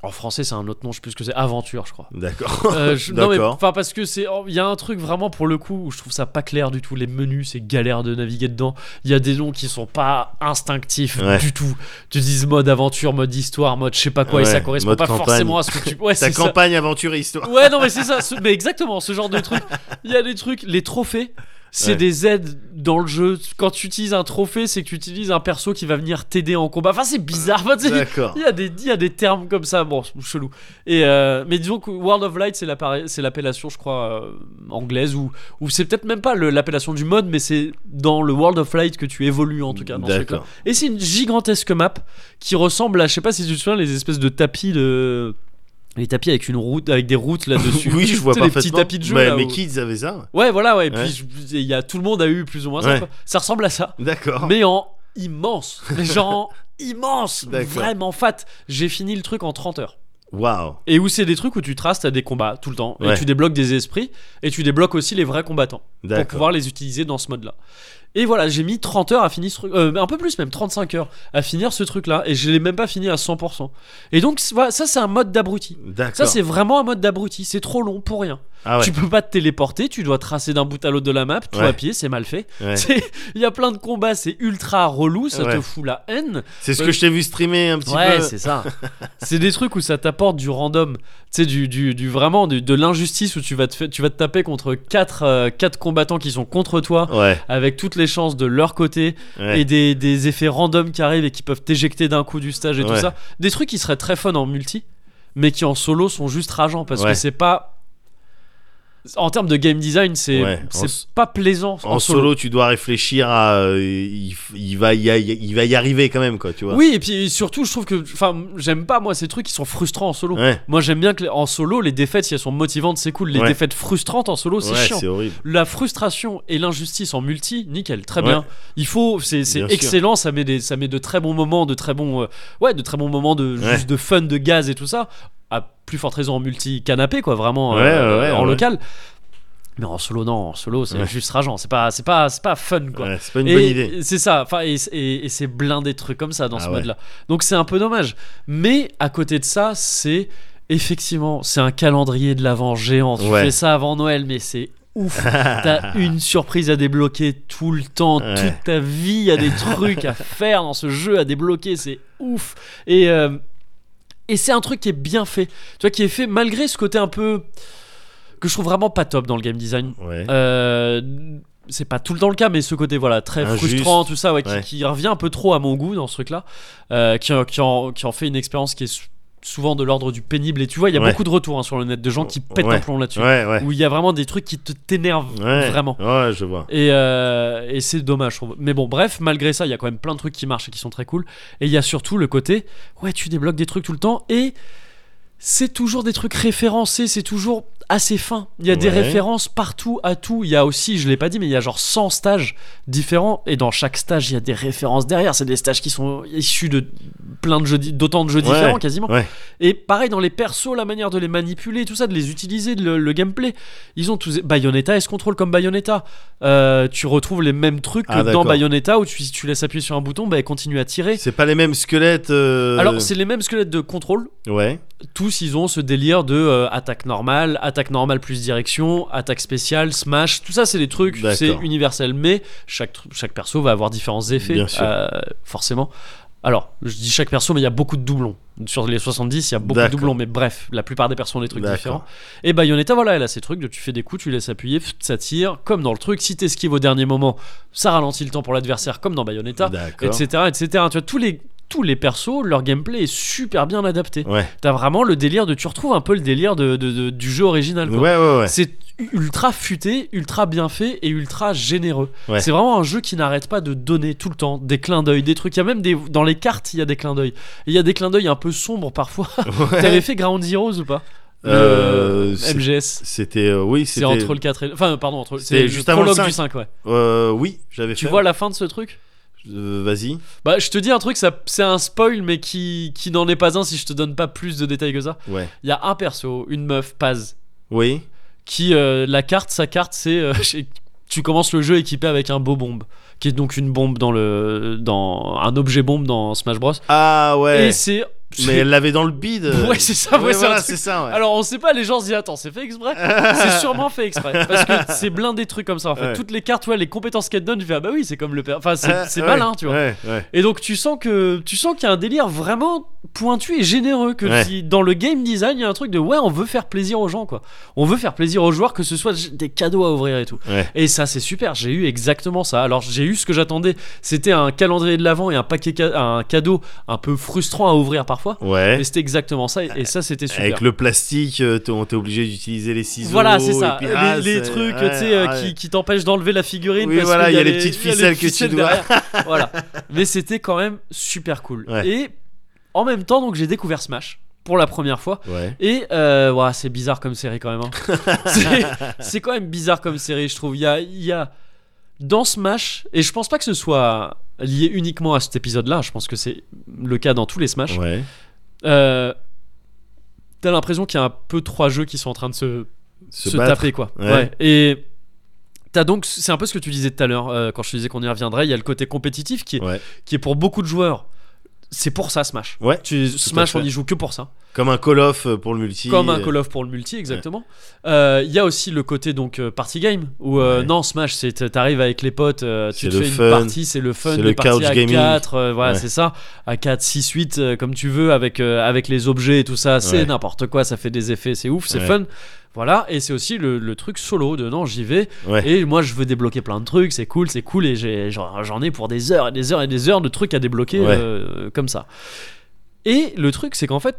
En français, c'est un autre nom, je sais plus ce que c'est. Aventure, je crois.
D'accord.
Euh, je- non mais
D'accord.
enfin parce que c'est oh, il y a un truc vraiment pour le coup où je trouve ça pas clair du tout les menus c'est galère de naviguer dedans il y a des noms qui sont pas instinctifs
Ouais.
du tout tu dis mode aventure mode histoire mode je sais pas quoi et
Ouais,
ça correspond
mode
pas
campagne.
forcément à ce que tu ouais
Ta
c'est ça.
campagne aventure et histoire.
ouais non mais c'est ça ce- mais exactement ce genre de truc il y a des trucs les trophées c'est
Ouais.
des aides dans le jeu quand tu utilises un trophée c'est que tu utilises un perso qui va venir t'aider en combat enfin c'est bizarre Enfin, c'est-
D'accord.
il y, a des, il y a des termes comme ça, bon, c'est chelou. Et, euh, mais disons que World of Light, c'est l'appara- c'est l'appellation, je crois, euh, anglaise, ou, ou c'est peut-être même pas le- l'appellation du mode, mais c'est dans le World of Light que tu évolues en tout cas. dans ce
D'accord.
truc-là. Et c'est une gigantesque map qui ressemble à, je sais pas si tu te souviens, les espèces de tapis de. Les tapis avec une route, avec des routes là-dessus.
Oui, je vois
Tu sais, les petits
parfaitement.
tapis de jeu.
Mais
là,
mes
où-
kids avaient ça.
Ouais, voilà, ouais. Et puis
Ouais.
je- il y a, tout le monde a eu plus ou moins ça.
Ouais.
quoi. Ça ressemble à ça
D'accord.
mais en immense. Les gens immense,
D'accord.
vraiment fat. J'ai fini le truc en 30 heures.
Waouh.
Et où c'est des trucs où tu traces, t'as des combats tout le temps. Et
Ouais.
tu débloques des esprits. Et tu débloques aussi les vrais combattants. Pour
D'accord.
pouvoir les utiliser dans ce mode-là. Et voilà, j'ai mis 30 heures à finir ce truc. euh, un peu plus même, 35 heures à finir ce truc-là. Et je l'ai même pas fini à 100%. Et donc, c'est- voilà, ça, c'est un mode d'abruti. Ça,
D'accord.
c'est vraiment un mode d'abruti. C'est trop long pour rien.
Ah ouais.
Tu peux pas te téléporter. Tu dois tracer d'un bout à l'autre de la map. Tout
Ouais.
à pied, c'est mal fait.
Ouais.
C'est- Il y a plein de combats, c'est ultra relou, ça te
Ouais.
fout la haine.
C'est ce que je t'ai vu streamer un petit
Ouais,
peu.
c'est ça. c'est des trucs où ça t'apporte du random, tu sais, du, du, du- vraiment du- de l'injustice où tu vas te, fa- tu vas te taper contre 4 combattants qui sont contre toi.
Ouais.
Avec toutes les chances de leur côté
ouais.
et des, des effets random qui arrivent et qui peuvent t'éjecter d'un coup du stage et tout
Ouais.
ça. Des trucs qui seraient très fun en multi, mais qui en solo sont juste rageants parce que
Ouais.
c'est pas. En termes de game design, c'est
Ouais, en
c'est
s-
pas plaisant en,
En solo, tu dois réfléchir à. euh, il, il va y, a- il va y arriver quand même, quoi, tu vois.
Oui, et puis surtout, je trouve que, enfin, j'aime pas moi ces trucs qui sont frustrants en solo.
Ouais,
Moi, j'aime bien que les- en solo, les défaites, si elles sont motivantes, c'est cool. Les
Ouais.
défaites frustrantes en solo, c'est
ouais,
chiant.
c'est horrible.
La frustration et l'injustice en multi, nickel, très
Ouais.
bien. Il faut, c'est c'est
Bien sûr.
excellent. Ça met des, ça met de très bons moments, de très bons, euh, ouais, de très bons moments de
Ouais.
juste de fun, de gaz et tout ça. À plus forte raison en multi canapé, quoi, vraiment
Ouais,
euh,
ouais, ouais,
en
ouais.
local. Mais en solo, non, en solo, c'est
Ouais.
juste rageant. C'est pas, c'est pas, c'est pas fun, quoi.
Ouais, c'est pas une
Et
bonne idée.
C'est ça, enfin, et, et- et c'est blindé de trucs comme ça dans ce
Ah ouais.
mode-là. Donc c'est un peu dommage. Mais à côté de ça, c'est effectivement, c'est un calendrier de l'avant géant. Tu
Ouais.
fais ça avant Noël, mais c'est ouf. T'as une surprise à débloquer tout le temps,
Ouais.
toute ta vie. Il y a des trucs à faire dans ce jeu à débloquer, c'est ouf. Et, euh, et c'est un truc qui est bien fait. Tu vois, qui est fait malgré ce côté un peu que je trouve vraiment pas top dans le game design.
Ouais.
Euh, c'est pas tout le temps le cas, mais ce côté voilà très
Injuste.
frustrant, tout ça, ouais, qui,
Ouais.
qui revient un peu trop à mon goût dans ce truc-là, euh, qui, qui en, qui en fait une expérience qui est sou- souvent de l'ordre du pénible. Et tu vois, il y a
Ouais.
beaucoup de retours hein, sur le net de gens qui pètent
Ouais.
un plomb là-dessus,
Ouais, ouais.
où il y a vraiment des trucs qui te t'énervent
Ouais.
vraiment.
Ouais, je vois.
Et, euh, et c'est dommage, je trouve. Mais bon, bref, malgré ça, il y a quand même plein de trucs qui marchent et qui sont très cool. Et il y a surtout le côté, ouais, tu débloques des trucs tout le temps et c'est toujours des trucs référencés, c'est toujours assez fin. Il y a des
Ouais.
références partout à tout. Il y a aussi, je l'ai pas dit, mais il y a genre 100 stages différents et dans chaque stage, il y a des références derrière. C'est des stages qui sont issus de plein de jeux, di- d'autant de jeux
Ouais.
différents quasiment.
Ouais.
Et pareil dans les persos, la manière de les manipuler, tout ça, de les utiliser, de le, le gameplay. Ils ont tous. Bayonetta, elle se contrôle comme Bayonetta. Euh, tu retrouves les mêmes trucs que
Ah,
dans
d'accord.
Bayonetta où tu, si tu laisses appuyer sur un bouton, bah, elle continue à tirer.
C'est pas les mêmes squelettes. euh,
Alors, c'est les mêmes squelettes de contrôle.
Ouais.
Tous, ils ont ce délire de euh, attaque normale, attaque normale plus direction, attaque spéciale, smash. Tout ça, c'est des trucs,
D'accord.
c'est universel. Mais chaque, tru- chaque perso va avoir différents effets,
Bien sûr.
euh, forcément. Alors, je dis chaque perso, mais il y a beaucoup de doublons. Sur les 70, il y a beaucoup de
D'accord.
doublons, mais bref, la plupart des persos ont des trucs
D'accord.
différents. Et Bayonetta, voilà, elle a ces trucs de tu fais des coups, tu laisses appuyer, pff, ça tire, comme dans le truc. Si t'esquives au dernier moment, ça ralentit le temps pour l'adversaire, comme dans Bayonetta,
D'accord.
etc., etc. Tu vois, tous les, tous les persos, leur gameplay est super bien adapté.
Ouais.
T'as vraiment le délire de. Tu retrouves un peu le délire de, de- de- du jeu original.
Ouais,
quoi.
ouais, ouais.
C'est ultra futé, ultra bien fait et ultra généreux.
Ouais.
C'est vraiment un jeu qui n'arrête pas de donner tout le temps des clins d'œil, des trucs. Il y a même des. Dans les cartes, il y a des clins d'œil. Et Il y a des clins d'œil un peu sombres parfois.
Ouais.
T'avais fait Ground Heroes ou pas Le
Euh, c'est-
MGS.
C'était. euh, oui,
C'est
c'était.
entre le 4 et. Enfin, pardon, entre.
C'était
C'est
juste
le
avant le
prologue
5.
du 5, ouais.
Euh, oui, j'avais
Tu
fait.
vois la fin de ce truc
Euh, Vas-y.
Bah, je te dis un truc, ça- c'est un spoil, mais qui, qui n'en est pas un si je te donne pas plus de détails que ça.
Ouais.
Il y a un perso, une meuf, Paz,
Oui.
qui euh, la carte sa carte c'est euh, chez- tu commences le jeu équipé avec un beau bombe qui est donc une bombe dans le dans un objet bombe dans Smash Bros
Ah ouais.
et c'est
Mais elle l'avait dans le bide.
Ouais, c'est ça, ouais, c'est un
voilà,
truc-
c'est ça. Ouais.
alors on sait pas les gens se disent attends c'est fait exprès c'est sûrement fait exprès parce que c'est plein des trucs comme ça en fait
Ouais.
toutes les cartes ouais les compétences qu'elle donne tu fais ah bah oui c'est comme le père enfin c'est
Ah,
c'est
ouais,
malin tu vois
Ouais, ouais.
et donc tu sens que tu sens qu'il y a un délire vraiment pointu et généreux que
Ouais.
si- dans le game design il y a un truc de ouais on veut faire plaisir aux gens quoi. On veut faire plaisir aux joueurs que ce soit des cadeaux à ouvrir et tout.
Ouais.
Et ça c'est super. J'ai eu exactement ça. Alors j'ai eu ce que j'attendais. C'était un calendrier de l'avant et un paquet ca- un cadeau un peu frustrant à ouvrir parfois.
Ouais.
Mais c'était exactement ça et, et ça c'était super.
Avec le plastique, euh, t'es t'es obligé d'utiliser les ciseaux.
Voilà, c'est ça.
et puis,
les,
ah,
les
c'est-
trucs
ouais,
tu sais, euh,
ouais.
qui, qui t'empêchent d'enlever la figurine.
Oui,
parce
voilà,
qu'il
il y a les petites
il y a
ficelles que tu
ficelles
dois.
derrière. voilà. Mais c'était quand même super cool.
Ouais.
Et en même temps, donc j'ai découvert Smash pour la première fois.
Ouais.
Et euh, ouah, c'est bizarre comme série quand même. hein. c'est, c'est quand même bizarre comme série, je trouve. Il y a, il y a dans Smash, et je pense pas que ce soit lié uniquement à cet épisode-là. Je pense que c'est le cas dans tous les Smash.
Ouais.
Euh, t'as l'impression qu'il y a un peu trois jeux qui sont en train de se
Se,
se,
battre.
taper quoi. Ouais.
Ouais.
Et t'as donc, c'est un peu ce que tu disais tout à l'heure euh, quand je te disais qu'on y reviendrait. Il y a le côté compétitif qui est,
Ouais.
qui est pour beaucoup de joueurs. C'est pour ça Smash.
Ouais,
Tu, Smash,
fait.
on y joue que pour ça.
Comme un Call of euh, pour le multi.
Comme un
euh,
Call of pour le multi, exactement. Euh, Il y a aussi le côté donc euh, party game où euh,
Ouais.
non Smash, c'est t- t'arrives avec les potes, euh, tu
C'est
te
le
fais
fun.
une partie, c'est le fun,
C'est
des
le
parties
couch
à
gaming.
4 voilà
Ouais.
c'est ça, à 4, 6, 8 euh, comme tu veux avec euh, avec les objets et tout ça, c'est
Ouais.
n'importe quoi, ça fait des effets, c'est ouf, c'est
Ouais.
fun. Voilà, et c'est aussi le, le truc solo de non, j'y vais,
Ouais.
et moi je veux débloquer plein de trucs, c'est cool, c'est cool, et j'ai- j'en j'en ai pour des heures et des heures et des heures de trucs à débloquer
Ouais.
euh, comme ça. Et le truc, c'est qu'en fait,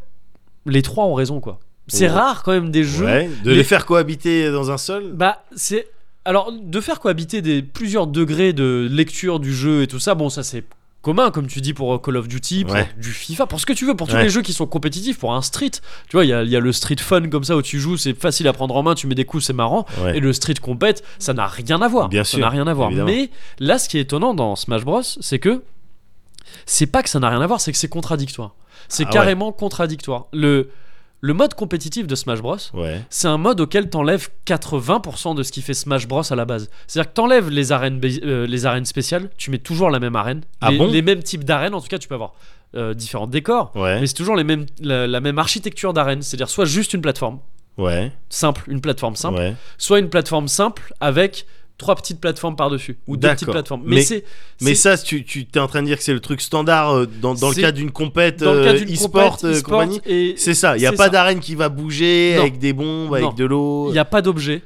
les trois ont raison, quoi. C'est
Ouais.
rare quand même des jeux.
Ouais. De
Les-
les... faire cohabiter dans un seul.
Bah, c'est. Alors, de faire cohabiter des plusieurs degrés de lecture du jeu et tout ça, bon, ça c'est commun, comme tu dis, pour euh, Call of Duty, pour
Ouais.
du FIFA, pour ce que tu veux, pour tous
Ouais.
les jeux qui sont compétitifs, pour un street. Tu vois, il y a, il y a le street fun comme ça où tu joues, c'est facile à prendre en main, tu mets des coups, c'est marrant.
Ouais.
Et le street compète, ça n'a rien à voir.
Bien
ça
sûr,
n'a rien à voir.
évidemment.
Mais là, ce qui est étonnant dans Smash Bros, c'est que c'est pas que ça n'a rien à voir, c'est que c'est contradictoire. C'est
Ah ouais.
carrément contradictoire. Le, le mode compétitif de Smash Bros,
Ouais.
c'est un mode auquel t'enlèves 80% de ce qui fait Smash Bros à la base. C'est-à-dire que t'enlèves les arènes, ba- euh, les arènes spéciales, tu mets toujours la même arène,
Ah
les,
bon
les mêmes types d'arènes, en tout cas tu peux avoir euh, différents décors,
Ouais.
mais c'est toujours les mêmes, la, la même architecture d'arène, c'est-à-dire soit juste une plateforme
Ouais.
simple, une plateforme simple,
Ouais.
soit une plateforme simple avec trois petites plateformes par-dessus ou deux
D'accord.
petites plateformes.
Mais-
Mais, c'est
Mais
c'est-
ça, tu, tu es en train de dire que c'est le truc standard euh, dans, dans le
C'est-
cas d'une compète
dans le cas
euh,
d'une
e-sport
compète,
euh,
e-sport
compagnie.
et
C'est ça, il n'y a
c'est
pas
ça.
d'arène qui va bouger
Non.
avec des bombes, avec
Non.
de l'eau.
il n'y a pas d'objet.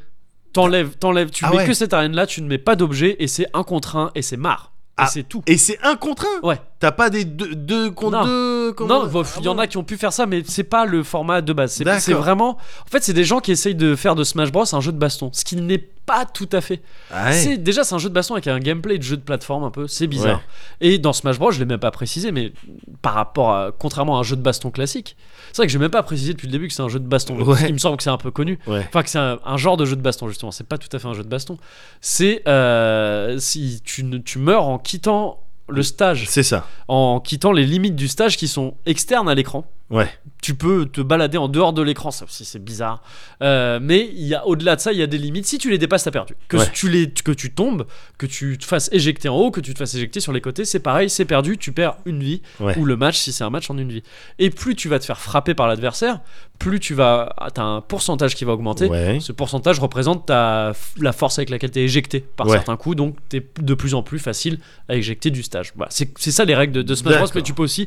T'enlèves, t'enlèves, tu
Ah
mets
ouais.
que cette arène-là, tu ne mets pas d'objet et c'est un contre un et c'est marre.
Ah.
Et c'est tout.
Et c'est un contre un
Ouais.
T'as pas des deux, deux contre
Non.
deux
non, bah, il y en a qui ont pu faire ça, mais c'est pas le format de base. C'est, c'est
D'accord.
vraiment. En fait, c'est des gens qui essayent de faire de Smash Bros un jeu de baston, ce qui n'est pas tout à fait.
Ah Hein?
C'est, déjà, c'est un jeu de baston avec un gameplay de jeu de plateforme un peu. C'est bizarre. Et dans Smash Bros, je l'ai même pas précisé, mais par rapport à. Contrairement à un jeu de baston classique, c'est vrai que j'ai même pas précisé depuis le début que c'est un jeu de baston.
Ouais.
Il me semble que c'est un peu connu.
Ouais.
Enfin, que c'est un, un genre de jeu de baston, justement. C'est pas tout à fait un jeu de baston. C'est. euh, si tu, ne- tu meurs en quittant le stage,
C'est ça.
en quittant les limites du stage qui sont externes à l'écran.
Ouais.
Tu peux te balader en dehors de l'écran, ça aussi c'est bizarre. Euh, mais il y a au-delà de ça, il y a des limites. Si tu les dépasses, t'as perdu. Que
Ouais.
tu les, que tu tombes, que tu te fasses éjecter en haut, que tu te fasses éjecter sur les côtés, c'est pareil, c'est perdu. Tu perds une vie
Ouais.
ou le match si c'est un match en une vie. Et plus tu vas te faire frapper par l'adversaire, plus tu vas, t'as un pourcentage qui va augmenter.
Ouais.
Ce pourcentage représente ta, la force avec laquelle tu es éjecté par
Ouais.
certains coups, donc tu es de plus en plus facile à éjecter du stage. Voilà, c'est c'est ça les règles de, de Smash Bros,
D'accord.
mais tu peux aussi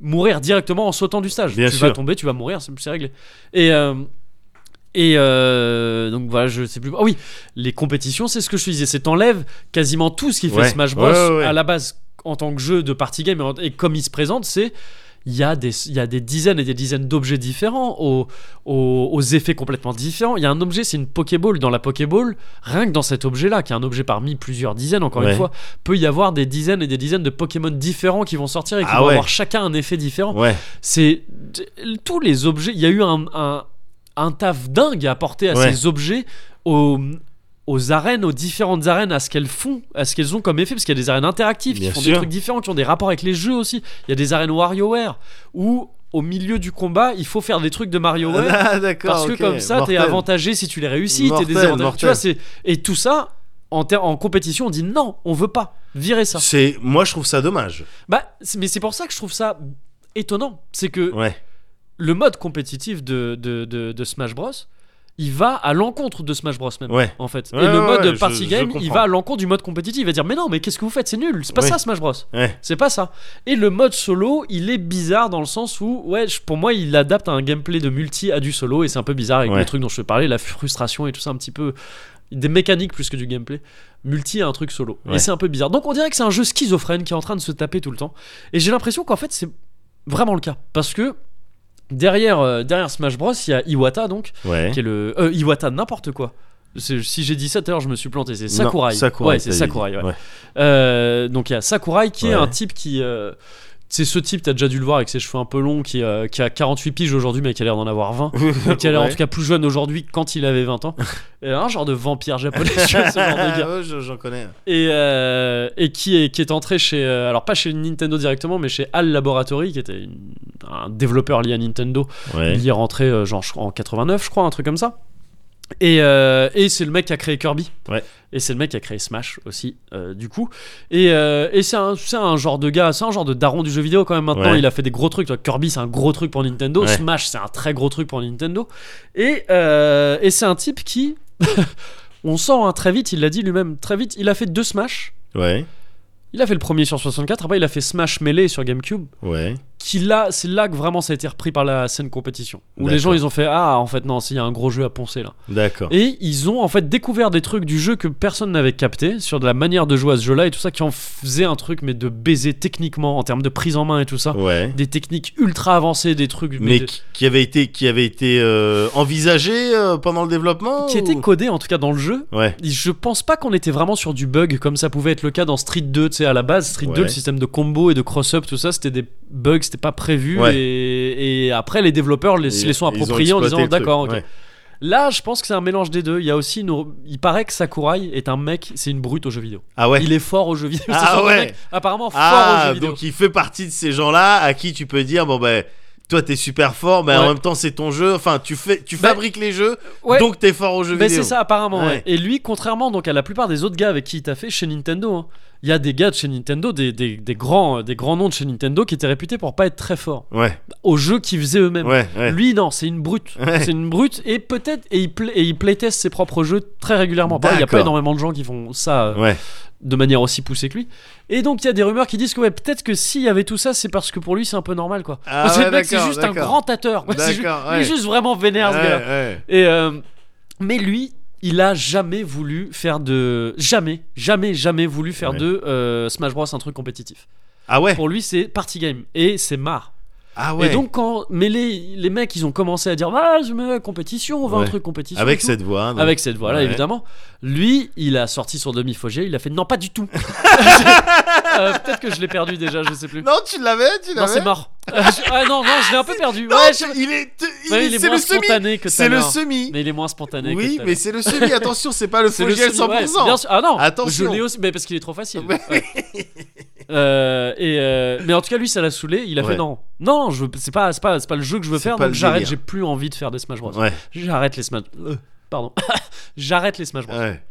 mourir directement en sautant du stage.
Bien
tu
sûr.
vas tomber, tu vas mourir, c'est c'est réglé. Et, euh, et euh, donc voilà, je sais plus. Ah oui, les compétitions, c'est ce que je te disais, c'est t'enlèves quasiment tout ce qui fait
Ouais.
Smash Bros
Ouais, ouais, ouais.
à la base en tant que jeu de party game et, en- et comme il se présente, c'est il y, a des, il y a des dizaines et des dizaines d'objets différents aux, aux, aux effets complètement différents. Il y a un objet, c'est une Pokéball. Dans la Pokéball, rien que dans cet objet-là, qui est un objet parmi plusieurs dizaines, encore
Ouais.
une fois, peut y avoir des dizaines et des dizaines de Pokémon différents qui vont sortir et qui
Ah
vont
ouais.
avoir chacun un effet différent.
Ouais.
C'est tous les objets. Il y a eu un, un, un taf dingue à apporter à
Ouais.
ces objets aux aux arènes, aux différentes arènes, à ce qu'elles font, à ce qu'elles ont comme effet, parce qu'il y a des arènes interactives
Bien
qui font
sûr.
des trucs différents, qui ont des rapports avec les jeux aussi. Il y a des arènes WarioWare où au milieu du combat, il faut faire des trucs de MarioWare
Ah, d'accord.
parce
ok,
que comme ça, t'es
mortel.
avantagé si tu les réussis, t'es
Mortel,
désavantagé. Tu
mortel.
vois, c'est et tout ça en, ter- en compétition, on dit non, on veut pas virer ça.
C'est moi je trouve ça dommage.
Bah, c'est- mais c'est pour ça que je trouve ça étonnant, c'est que
Ouais.
le mode compétitif de, de, de- de Smash Bros, il va à l'encontre de Smash Bros même.
Ouais.
En fait,
Ouais,
et le
ouais,
mode
ouais, je-
party
je
game, il
comprends.
va à l'encontre du mode compétitif. Il va dire mais non, mais qu'est-ce que vous faites C'est nul, c'est pas
Ouais.
ça Smash Bros.
Ouais.
C'est pas ça. Et le mode solo, il est bizarre dans le sens où, ouais, je- pour moi, il adapte un gameplay de multi à du solo et c'est un peu bizarre avec
Ouais.
le truc dont je te parlais, la frustration et tout ça, un petit peu des mécaniques plus que du gameplay. Multi à un truc solo.
Ouais.
Et c'est un peu bizarre. Donc on dirait que c'est un jeu schizophrène qui est en train de se taper tout le temps. Et j'ai l'impression qu'en fait, c'est vraiment le cas. Parce que derrière, euh, derrière Smash Bros, il y a Iwata donc,
Ouais.
qui est le. euh, Iwata, n'importe quoi. C'est- Si j'ai dit ça tout à l'heure, je me suis planté. C'est Sakurai.
Non, Sakurai.
Ouais, c'est
t'as dit.
Sakurai. ouais. Euh, donc il y a Sakurai qui est
Ouais.
un type qui. euh, c'est ce type, t'as déjà dû le voir avec ses cheveux un peu longs, qui, euh, qui a 48 piges aujourd'hui, mais qui a l'air d'en avoir 20. mais qui a l'air en
Ouais.
tout cas plus jeune aujourd'hui que quand il avait 20 ans. Et un genre de vampire japonais, tu vois, ce genre de gars.
Ah ouais, je- j'en connais.
Et, euh, et qui, est, qui est entré chez. euh, alors pas chez Nintendo directement, mais chez HAL Laboratory, qui était une- un développeur lié à Nintendo.
Ouais.
Il y est rentré euh, genre je crois, en 89, je crois, un truc comme ça. Et, euh, et c'est le mec qui a créé Kirby.
Ouais.
Et c'est le mec qui a créé Smash aussi, euh, du coup. Et, euh, et c'est un, c'est un genre de gars, c'est un genre de daron du jeu vidéo quand même maintenant.
Ouais.
Il a fait des gros trucs. tu vois. Kirby, c'est un gros truc pour Nintendo.
Ouais.
Smash, c'est un très gros truc pour Nintendo. Et, euh, et c'est un type qui. on sent hein, très vite, il l'a dit lui-même, très vite, il a fait deux Smash.
Ouais.
Il a fait le premier sur 64, après il a fait Smash Melee sur GameCube
Ouais.
qui là, c'est là que vraiment ça a été repris par la scène compétition. Où les gens
D'accord.
ils ont fait ah en fait non, s'il y a un gros jeu à poncer là.
D'accord.
Et ils ont en fait découvert des trucs du jeu que personne n'avait capté sur de la manière de jouer à ce jeu-là et tout ça qui en faisait un truc mais de baiser techniquement en termes de prise en main et tout ça.
Ouais.
Des techniques ultra avancées, des trucs mais
Mais
de-
qui- qui avait été qui avait été euh, envisagé euh, pendant le développement
qui étaient
ou-
codés en tout cas dans le jeu
Ouais.
Je pense pas qu'on était vraiment sur du bug comme ça pouvait être le cas dans Street 2, tu sais, à la base. Street
Ouais.
2, le système de combo et de cross-up, tout ça, c'était des bugs, c'était pas prévu.
Ouais.
Et, et après, les développeurs les, se les sont
Ils- ils ont
appropriés en
exploité
disant
le truc,
d'accord, ok.
ouais.
Là, je pense que c'est un mélange des deux. Il y a aussi une- Il paraît que Sakurai est un mec, c'est une brute aux jeux vidéo.
Ah ouais.
Il est fort aux jeux vidéo.
Ah
C'est genre un
ouais.
mec Apparemment fort aux
Ah,
jeux vidéo.
donc il fait partie de ces gens-là à qui tu peux dire bon ben toi t'es super fort, mais en
Ouais.
même temps c'est ton jeu. Enfin, tu fais, tu
Bah,
fabriques les jeux,
ouais.
donc t'es fort aux jeux
Mais
vidéo.
c'est ça apparemment.
Ouais.
ouais. Et lui, contrairement donc à la plupart des autres gars avec qui il t'a fait chez Nintendo, hein, il y a des gars de chez Nintendo, des, des, des grands, des grands noms de chez Nintendo qui étaient réputés pour pas être très forts
Ouais,
aux jeux qu'ils faisaient eux-mêmes.
ouais, ouais.
Lui, non, c'est une brute.
Ouais.
C'est une brute et peut-être. Et il, pla- et il playtest ses propres jeux très régulièrement. Pareil, Il y a pas
D'accord.
énormément de gens qui font ça euh,
Ouais,
de manière aussi poussée que lui. Et donc, il y a des rumeurs qui disent que ouais, peut-être que s'il y avait tout ça, c'est parce que pour lui, c'est un peu normal quoi.
Ah
Parce que le
ouais,
mec, c'est
d'accord,
juste un
d'accord.
grand tâteur. quoi. C'est ju-
D'accord,
Il
ouais.
est juste vraiment vénère ce
Ouais,
gars-là.
ouais.
Et, euh, mais lui, il a jamais voulu faire de. Jamais, jamais, jamais voulu faire
Ouais.
de euh, Smash Bros un truc compétitif.
Ah ouais,
Pour lui, c'est party game. Et c'est marre.
ah ouais.
Et donc, quand. Mais les, les mecs, ils ont commencé à dire Ah, je me compétition, on va
Ouais.
un truc compétition.
Avec
et tout.
cette voix. donc.
Avec cette voix-là,
Ouais.
évidemment. Lui, il a sorti son demi-fogé, il a fait non, pas du tout. Euh, Peut-être que je l'ai perdu déjà, je sais plus.
Non, tu l'avais, tu l'avais.
Non, c'est mort. Euh, je- Ah non, non, je l'ai un peu perdu.
Non,
Ouais,
tu-
je-
il est, tu- il
Ouais,
est-
il est
c'est
moins
le semi.
spontané que tout à
C'est le
l'heure.
semi.
Mais il est moins spontané que
Oui,
tout à
mais
l'heure.
c'est le semi. Attention, c'est pas le
C'est le
Fogel
semi, ouais,
100%.
bien sûr. Ah non,
Attention.
je l'ai aussi, mais parce qu'il est trop facile.
Ouais.
Ouais. Euh, et euh, mais en tout cas, lui, ça l'a saoulé. Il a
Ouais.
fait non, non, je veux- c'est pas, c'est pas, c'est pas le jeu que je veux
C'est
faire.
pas
Donc
le
j'arrête.
délire.
J'ai plus envie de faire des Smash Bros.
Ouais,
J'arrête les Smash. euh, pardon. J'arrête les Smash Bros.
ouais.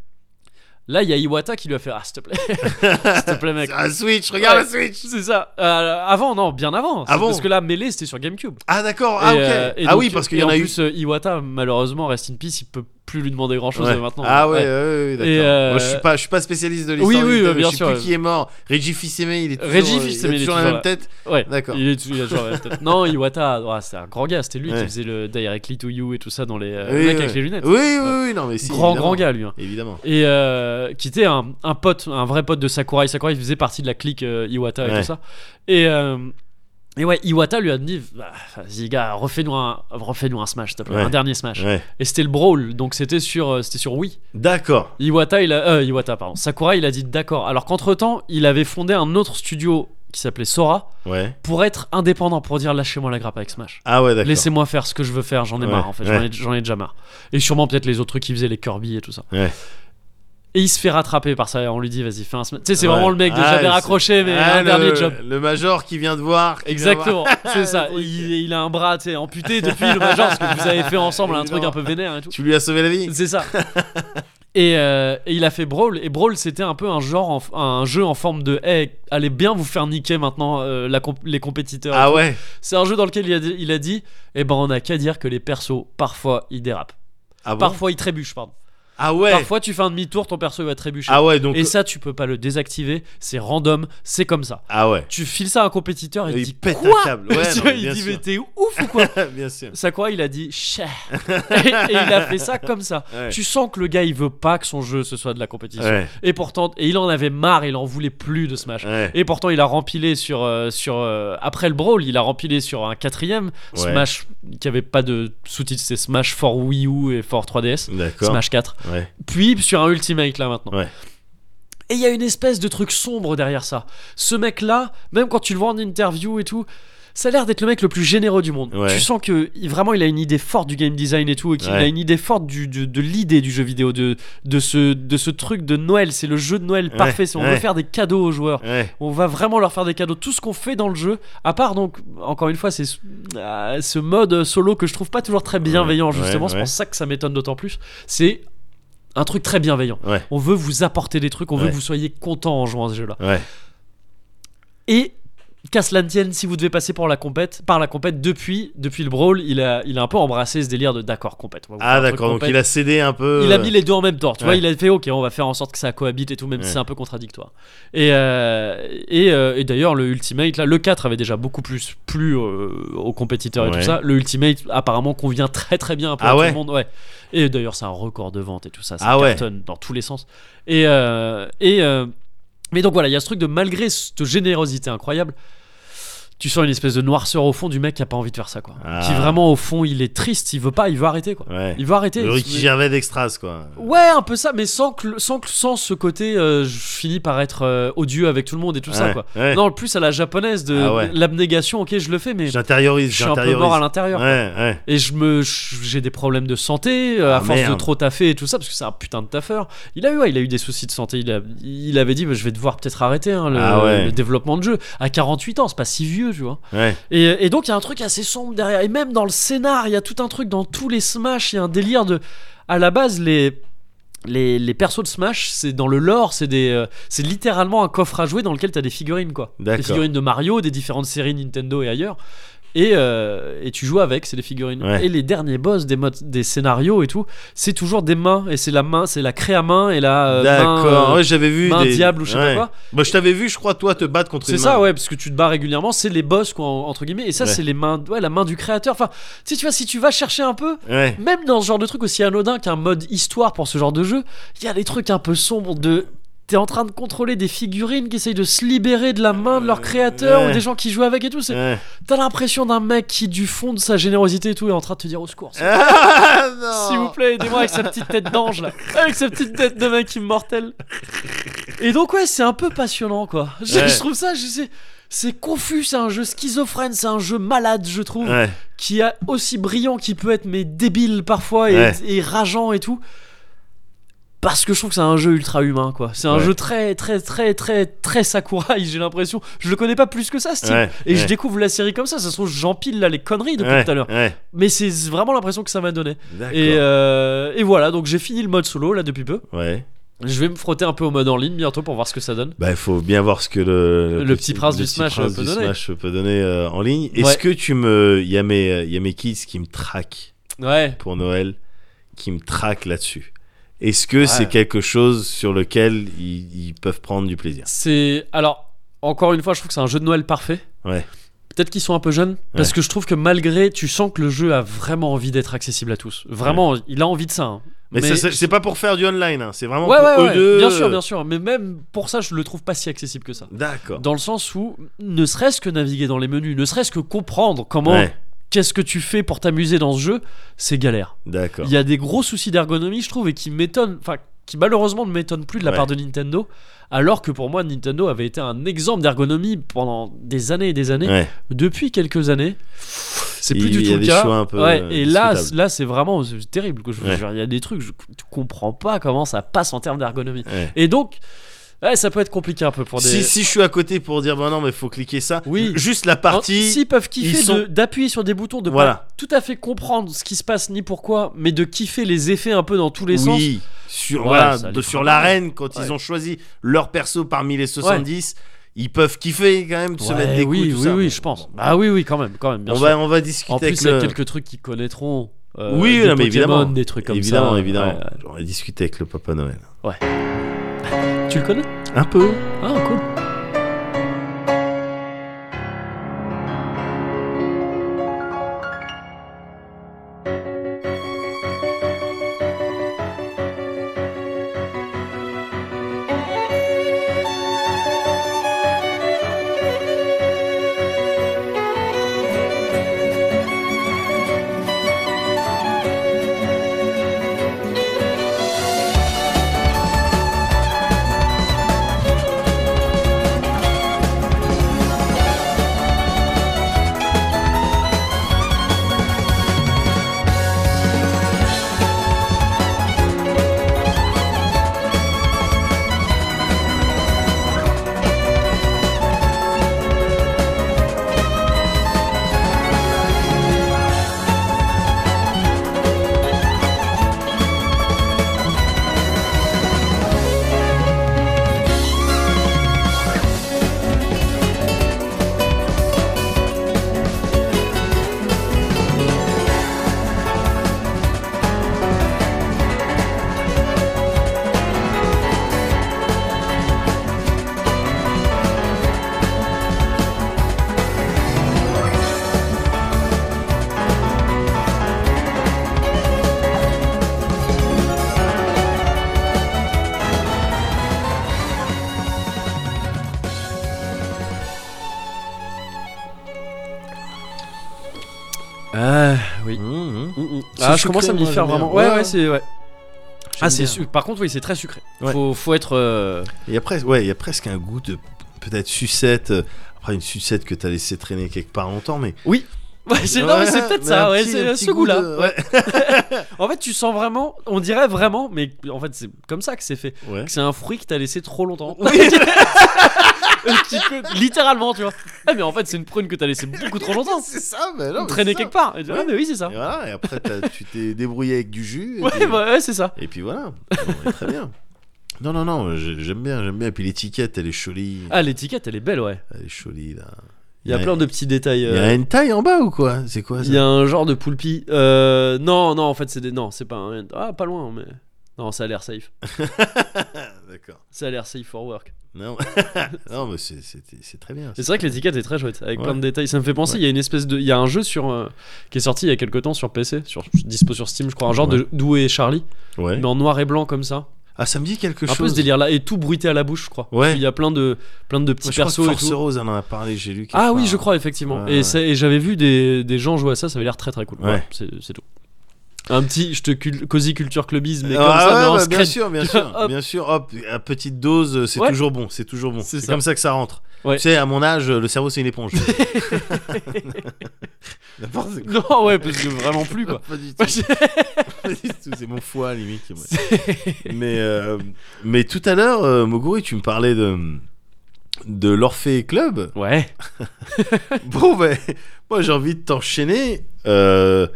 Là, il y a Iwata qui lui a fait ah s'il te plaît, s'il te plaît mec.
C'est un Switch, regarde
Ouais.
la Switch.
C'est ça. Euh, avant, non, bien avant. C'est
Avant.
Parce que là, Melee, c'était sur GameCube.
Ah d'accord, ah
Et,
ok.
euh, et
ah
donc-
oui, parce qu'il
et
y en a eu.
plus, euh, Iwata, malheureusement, reste in peace, il peut plus lui demander grand chose
Ouais.
maintenant.
Ah ouais,
Ouais.
ouais, ouais, ouais, d'accord.
Et, euh,
Moi, je suis pas, je suis pas spécialiste de l'histoire.
oui,
de
oui,
Nintendo,
bien
Je sais
sûr,
plus
ouais.
qui est mort. Reggie Fils-Aimé, il est toujours,
Reggie
il a
Fils-Aimé, il est
toujours la
toujours
même
là.
tête.
Ouais,
D'accord.
Il est, il a toujours la même tête. Non, Iwata, ouais, c'est un grand gars. C'était lui
Ouais.
qui faisait le Directly to You et tout ça dans les. euh,
Oui,
le mec
ouais.
avec les lunettes.
Oui, oui, oui, non mais si.
grand,
évidemment.
grand gars, lui. hein.
Évidemment.
Et euh, qui était un, un pote, un vrai pote de Sakurai. Sakurai faisait partie de la clique euh, Iwata et
Ouais.
tout ça. Et. euh, et ouais, Iwata lui a dit bah, Vas-y, gars, refais-nous un, refais un Smash, s'il te plaît,
Ouais.
un dernier Smash.
Ouais.
Et c'était le Brawl, donc c'était sur, euh, c'était sur Wii.
D'accord.
Iwata, il a, euh, Iwata, pardon. Sakura, il a dit d'accord. Alors qu'entre temps, il avait fondé un autre studio qui s'appelait Sora
Ouais.
pour être indépendant, pour dire lâchez-moi la grappe avec Smash.
Ah ouais, d'accord.
Laissez-moi faire ce que je veux faire, j'en ai
Ouais,
marre en fait, j'en
ouais.
ai, j'en ai déjà marre. Et sûrement peut-être les autres trucs qui faisaient les Kirby et tout ça.
Ouais.
Et il se fait rattraper par ça, on lui dit vas-y fais un Smash. Tu sais, c'est
Ouais.
vraiment le mec de
Ah,
j'avais
c'est-
raccroché, mais
Ah,
un
le,
dernier job.
Le major qui vient de voir. qui vient
Exactement, c'est ça. Il, il a un bras tu sais, amputé depuis le major, parce que vous avez fait ensemble un truc un peu vénère et tout.
voir. Tu lui as sauvé la vie.
C'est ça. et, euh, et il a fait Brawl. Et Brawl, c'était un peu un genre, en- un jeu en forme de hey, allez bien vous faire niquer maintenant euh, la comp- les compétiteurs.
Ah ouais.
C'est un jeu dans lequel il a, dit- il a dit eh ben on n'a qu'à dire que les persos parfois ils dérapent,
Ah bon.
parfois ils trébuchent, pardon.
Ah ouais.
Parfois tu fais un demi-tour, ton perso il va trébucher.
Ah ouais. Donc.
et ça tu peux pas le désactiver, c'est random, c'est comme ça.
Ah ouais.
Tu files ça à un compétiteur et il,
Il
dit
pète un
quoi
câble. Ouais, non, mais
il
bien
dit
sûr.
mais t'es ouf ou quoi
Bien sûr.
Sakura il a dit Chah. et, et il a fait ça comme ça.
Ouais.
Tu sens que le gars il veut pas que son jeu ce soit de la compétition.
Ouais.
Et pourtant, et il en avait marre, il en voulait plus de Smash.
Ouais.
Et pourtant, il a rempilé sur euh, sur euh, après le brawl, il a rempilé sur un quatrième
Ouais.
Smash qui avait pas de sous-titre, c'est Smash for Wii U et for 3DS,
D'accord.
Smash 4.
Ouais.
Puis sur un Ultimate là maintenant.
Ouais.
Et il y a une espèce de truc sombre derrière ça. Ce mec-là, même quand tu le vois en interview et tout, ça a l'air d'être le mec le plus généreux du monde.
Ouais.
Tu sens que il- vraiment il a une idée forte du game design et tout, et qu'il
Ouais.
a une idée forte du, du- de l'idée du jeu vidéo, de, de, ce, de ce truc de Noël. C'est le jeu de Noël parfait. c'est- On
ouais.
veut faire des cadeaux aux joueurs.
Ouais.
On va vraiment leur faire des cadeaux. Tout ce qu'on fait dans le jeu, à part donc, encore une fois, c'est ce- euh, ce mode solo que je trouve pas toujours très bienveillant,
Ouais,
justement.
ouais,
c'est
ouais.
pour ça que ça m'étonne d'autant plus. C'est un truc très bienveillant.
Ouais.
On veut vous apporter des trucs, on veut
Ouais.
que vous soyez content en jouant à ce jeu-là.
Ouais.
Et qu'à cela ne tienne, si vous devez passer pour la compète, par la compète depuis, depuis le brawl, il a, il a un peu embrassé ce délire de d'accord compète. on va vous faire
Ah
un truc
d'accord. Donc
compète.
il a cédé un peu.
Il a mis les deux en même temps, tu vois.
Ouais.
Il a fait, ok, on va faire en sorte que ça cohabite et tout, même si
Ouais.
c'est un peu contradictoire. Et, euh, et, euh, et d'ailleurs, le Ultimate, là, le 4 avait déjà beaucoup plus plu euh, aux compétiteurs et
Ouais.
tout ça. Le Ultimate, apparemment, convient très très bien un peu
Ah
à
ouais
tout le monde. Ouais. Et d'ailleurs, c'est un record de vente et tout ça. Ça
Ah ouais.
cartonne dans tous les sens. Et. euh, et euh, mais donc voilà, il y a ce truc de malgré cette générosité incroyable, tu sens une espèce de noirceur au fond du mec qui a pas envie de faire ça quoi.
Ah.
Qui vraiment au fond, il est triste, il veut pas, il veut arrêter quoi.
euh, Ouais.
Il veut arrêter.
Le
Il-
Ricky Gervais d'Extras quoi.
Ouais, un peu ça, mais sans, que, le- sans, que- sans ce côté, euh, je finis par être euh, odieux avec tout le monde et tout ça,
Ouais,
quoi.
ouais.
Non, le plus à la japonaise de
Ah ouais.
de l'abnégation, ok, je le fais, mais je
J'intériorise.
suis un peu
j'intériorise.
mort à l'intérieur.
Ouais. Ouais.
Et je me, je- j'ai des problèmes de santé euh, à
Ah,
force
merde.
de trop taffer et tout ça, parce que c'est un putain de taffeur. Il a eu, ouais, il a eu des soucis de santé. Il, a- il avait dit, bah, je vais devoir peut-être arrêter hein, le,
Ah ouais.
le développement de jeu. À 48 ans, c'est pas si vieux, tu vois.
Ouais.
Et, et donc il y a un truc assez sombre derrière. Et même dans le scénar, il y a tout un truc dans tous les Smash, il y a un délire de. À la base, les. les, les persos de Smash, c'est dans le lore, c'est des, euh, c'est littéralement un coffre à jouer dans lequel t'as des figurines quoi. Des
D'accord.
figurines de Mario, des différentes séries Nintendo et ailleurs. Et, euh, et tu joues avec, c'est des figurines.
Ouais.
Et les derniers boss des modes, des scénarios et tout, c'est toujours des mains. Et c'est la main, c'est la crée à main et la euh, main,
D'accord,
euh,
ouais, j'avais vu.
main
des...
diable ou je sais
ouais.
pas quoi.
Bah, je t'avais vu, je crois, toi, te battre contre une
C'est ça,
main.
ouais, parce que tu te bats régulièrement, c'est les boss, quoi, en- entre guillemets, et ça,
Ouais.
c'est les mains, ouais, la main du créateur. Enfin, tu sais, tu vois, si tu vas chercher un peu,
Ouais.
même dans ce genre de truc aussi anodin qu'un mode histoire pour ce genre de jeu, il y a des trucs un peu sombres de. T'es en train de contrôler des figurines qui essayent de se libérer de la main de leur créateur
ouais.
ou des gens qui jouent avec et tout. c'est-
Ouais.
T'as l'impression d'un mec qui, du fond de sa générosité et tout, est en train de te dire au secours. s'il-
Ah, non.
S'il vous plaît, aidez-moi avec sa petite tête d'ange là. Avec sa petite tête de mec immortel. Et donc, ouais, c'est un peu passionnant quoi. Je,
Ouais.
je trouve ça, je sais. C'est confus, c'est un jeu schizophrène, c'est un jeu malade, je trouve
Ouais.
qui a aussi brillant qu'il peut être, mais débile parfois et,
Ouais.
et rageant et tout. Parce que je trouve que c'est un jeu ultra humain, quoi. C'est un
Ouais.
jeu très, très, très, très, très Sakurai, j'ai l'impression. Je le connais pas plus que ça, ce type.
Ouais,
Et je
ouais.
découvre la série comme ça. Ça se trouve, j'empile là les conneries depuis
Ouais,
tout à l'heure.
ouais.
Mais c'est vraiment l'impression que ça m'a donné.
D'accord.
Et, euh, et voilà, donc j'ai fini le mode solo là depuis peu.
Ouais.
Je vais me frotter un peu au mode en ligne bientôt pour voir ce que ça donne.
Bah, il faut bien voir ce que le,
Le petit prince du Smash euh,
prince
peut
du
donner.
Smash peut donner euh, en ligne. Est-ce
Ouais.
que tu me. Il y, a mes- euh, y a mes kids qui me traquent
Ouais.
pour Noël, qui me traquent là-dessus. Est-ce que c'est quelque chose sur lequel ils, ils peuvent prendre du plaisir
C'est alors encore une fois, je trouve que c'est un jeu de Noël parfait.
Ouais.
Peut-être qu'ils sont un peu jeunes parce que je trouve que malgré, tu sens que le jeu a vraiment envie d'être accessible à tous. Vraiment, il a envie de ça. hein.
Mais, ça, c'est- c'est pas pour faire du online, hein. c'est vraiment
ouais,
pour
ouais,
eux
ouais.
deux.
Bien sûr, bien sûr. Mais même pour ça, je le trouve pas si accessible que ça.
D'accord.
Dans le sens où, ne serait-ce que naviguer dans les menus, ne serait-ce que comprendre comment,
Ouais,
qu'est-ce que tu fais pour t'amuser dans ce jeu, c'est galère.
d'accord.
Il y a des gros soucis d'ergonomie, je trouve, et qui m'étonnent, enfin, qui malheureusement ne m'étonnent plus de la
Ouais.
part de Nintendo, alors que pour moi, Nintendo avait été un exemple d'ergonomie pendant des années et des années.
Ouais.
Depuis quelques années, c'est plus
Il-
du
il
tout
y a
le
des
cas.
choix un peu,
Ouais,
euh,
et là,
discutables.
là, c'est vraiment c'est terrible. que je veux
Ouais.
dire. Il y a des trucs, je tu comprends pas comment ça passe en termes d'ergonomie.
Ouais.
Et donc, ouais, ça peut être compliqué un peu pour des.
Si, si je suis à côté pour dire, bon non, mais faut cliquer ça.
Oui.
Juste la partie.
Hein, S'ils peuvent kiffer
ils sont-
de- d'appuyer sur des boutons, de
Voilà.
pas tout à fait comprendre ce qui se passe ni pourquoi, mais de kiffer les effets un peu dans tous les sens.
Oui, sur,
Voilà,
voilà,
ça
de-
les
sur
prend.
l'arène, quand
Ouais.
ils ont choisi leur perso parmi les 70, ils peuvent kiffer quand même de se
Ouais,
mettre des
oui,
coups. tout
oui,
ça.
oui,
Bon,
je pense.
bon.
Ah oui, oui, quand même, quand même. bien
on,
sûr.
va, on va discuter
en plus,
avec
il y a
le.
quelques trucs qu'ils connaîtront. euh,
oui,
des
non, mais
Pokémon,
évidemment.
des trucs comme
évidemment,
ça.
Évidemment,
Ouais, ouais.
On va discuter avec le Papa Noël.
Tu le connais
Un peu.
Ah, cool. Ah, oui.
Mhm.
Ah,
C'est
je commence à
sucré,
m'y
moi,
faire
j'aime bien.
vraiment. Ouais,
Ouais.
ouais, c'est. Ouais. Ah, c'est
bien.
su- Par contre, oui, c'est très sucré.
Ouais.
Faut, faut être. euh,
Il y a presque, ouais, il y a presque un goût de peut-être sucette. euh, Après une sucette que t'as laissé traîner quelque part longtemps, mais.
Ouais, c'est non, mais c'est
Ouais,
peut-être
mais
ça.
un
Ouais,
petit-
c'est
un
à
petit
ce
goût
goût-là.
de- Ouais.
En fait, tu sens vraiment. On dirait vraiment, mais en fait, c'est comme ça que c'est fait.
Ouais.
Que C'est un fruit que t'as laissé trop longtemps. Un petit peu, littéralement, tu vois. Ah, mais en fait, c'est une prune que t'as laissée beaucoup trop longtemps.
C'est ça, mais non. mais
Traîner
c'est ça.
quelque part. Et tu dis,
Ouais.
ah, mais oui, c'est ça.
Et voilà, et après, t'as- tu t'es débrouillé avec du jus. et
Ouais,
puis- euh,
bah, ouais, c'est ça.
Et puis voilà, Bon, mais très bien. Non, non, non, j'ai- j'aime bien, j'aime bien. Et puis l'étiquette, elle est jolie.
Ah, l'étiquette, elle est belle, ouais.
Elle est jolie, là.
Il y a
Ouais.
plein de petits détails.
Il y
euh,
a une taille en bas ou quoi C'est quoi ça
Il y a un genre de poulpi. Euh, non, non, en fait, c'est des. Non, c'est pas un. Ah, pas loin, mais. Non, ça a l'air safe.
D'accord.
Ça a l'air safe for work.
Non, non mais c'est- c'est c'est très bien.
Et c'est vrai que l'étiquette est très chouette, avec
Ouais.
plein de détails. Ça me fait penser, il
Ouais.
y a une espèce de. Il y a un jeu sur, euh, qui est sorti il y a quelques temps sur PC, sur, dispo sur Steam, je crois, un genre de Doué et Charlie,
Ouais.
mais en noir et blanc comme ça.
Ah, ça me dit quelque
un
chose.
peu ce délire là, et tout bruité à la bouche, je crois.
Ouais.
Il y a plein de, plein de petits
Moi, je crois que
persos et
Force
tout.
Rose, elle en a parlé, j'ai lu. quelque
Ah oui,
part.
je crois, effectivement.
Ouais,
et
ouais.
ça- et j'avais vu des, des gens jouer à ça, ça avait l'air très très cool.
Ouais.
Voilà, c'est c'est tout. Un petit, je te cul- Cozy Culture Clubisme, mais
Ah
comme ça,
ouais,
mais en
bah, bien
scred.
sûr, bien
Tu
sûr,
vois, hop.
bien sûr. Hop, à petite dose, c'est
Ouais.
toujours bon, c'est toujours bon.
C'est
C'est
ça.
comme ça que ça rentre.
Ouais.
Tu sais, à mon âge, le cerveau c'est une éponge. N'importe quoi.
Non, ouais, parce que vraiment plus quoi.
Pas du tout. Pas du tout, c'est mon foie à la limite. moi. Mais euh, mais tout à l'heure, euh, Moguri, tu me parlais de de l'Orphée Club.
Ouais.
Bon ben, moi j'ai envie de t'enchaîner euh,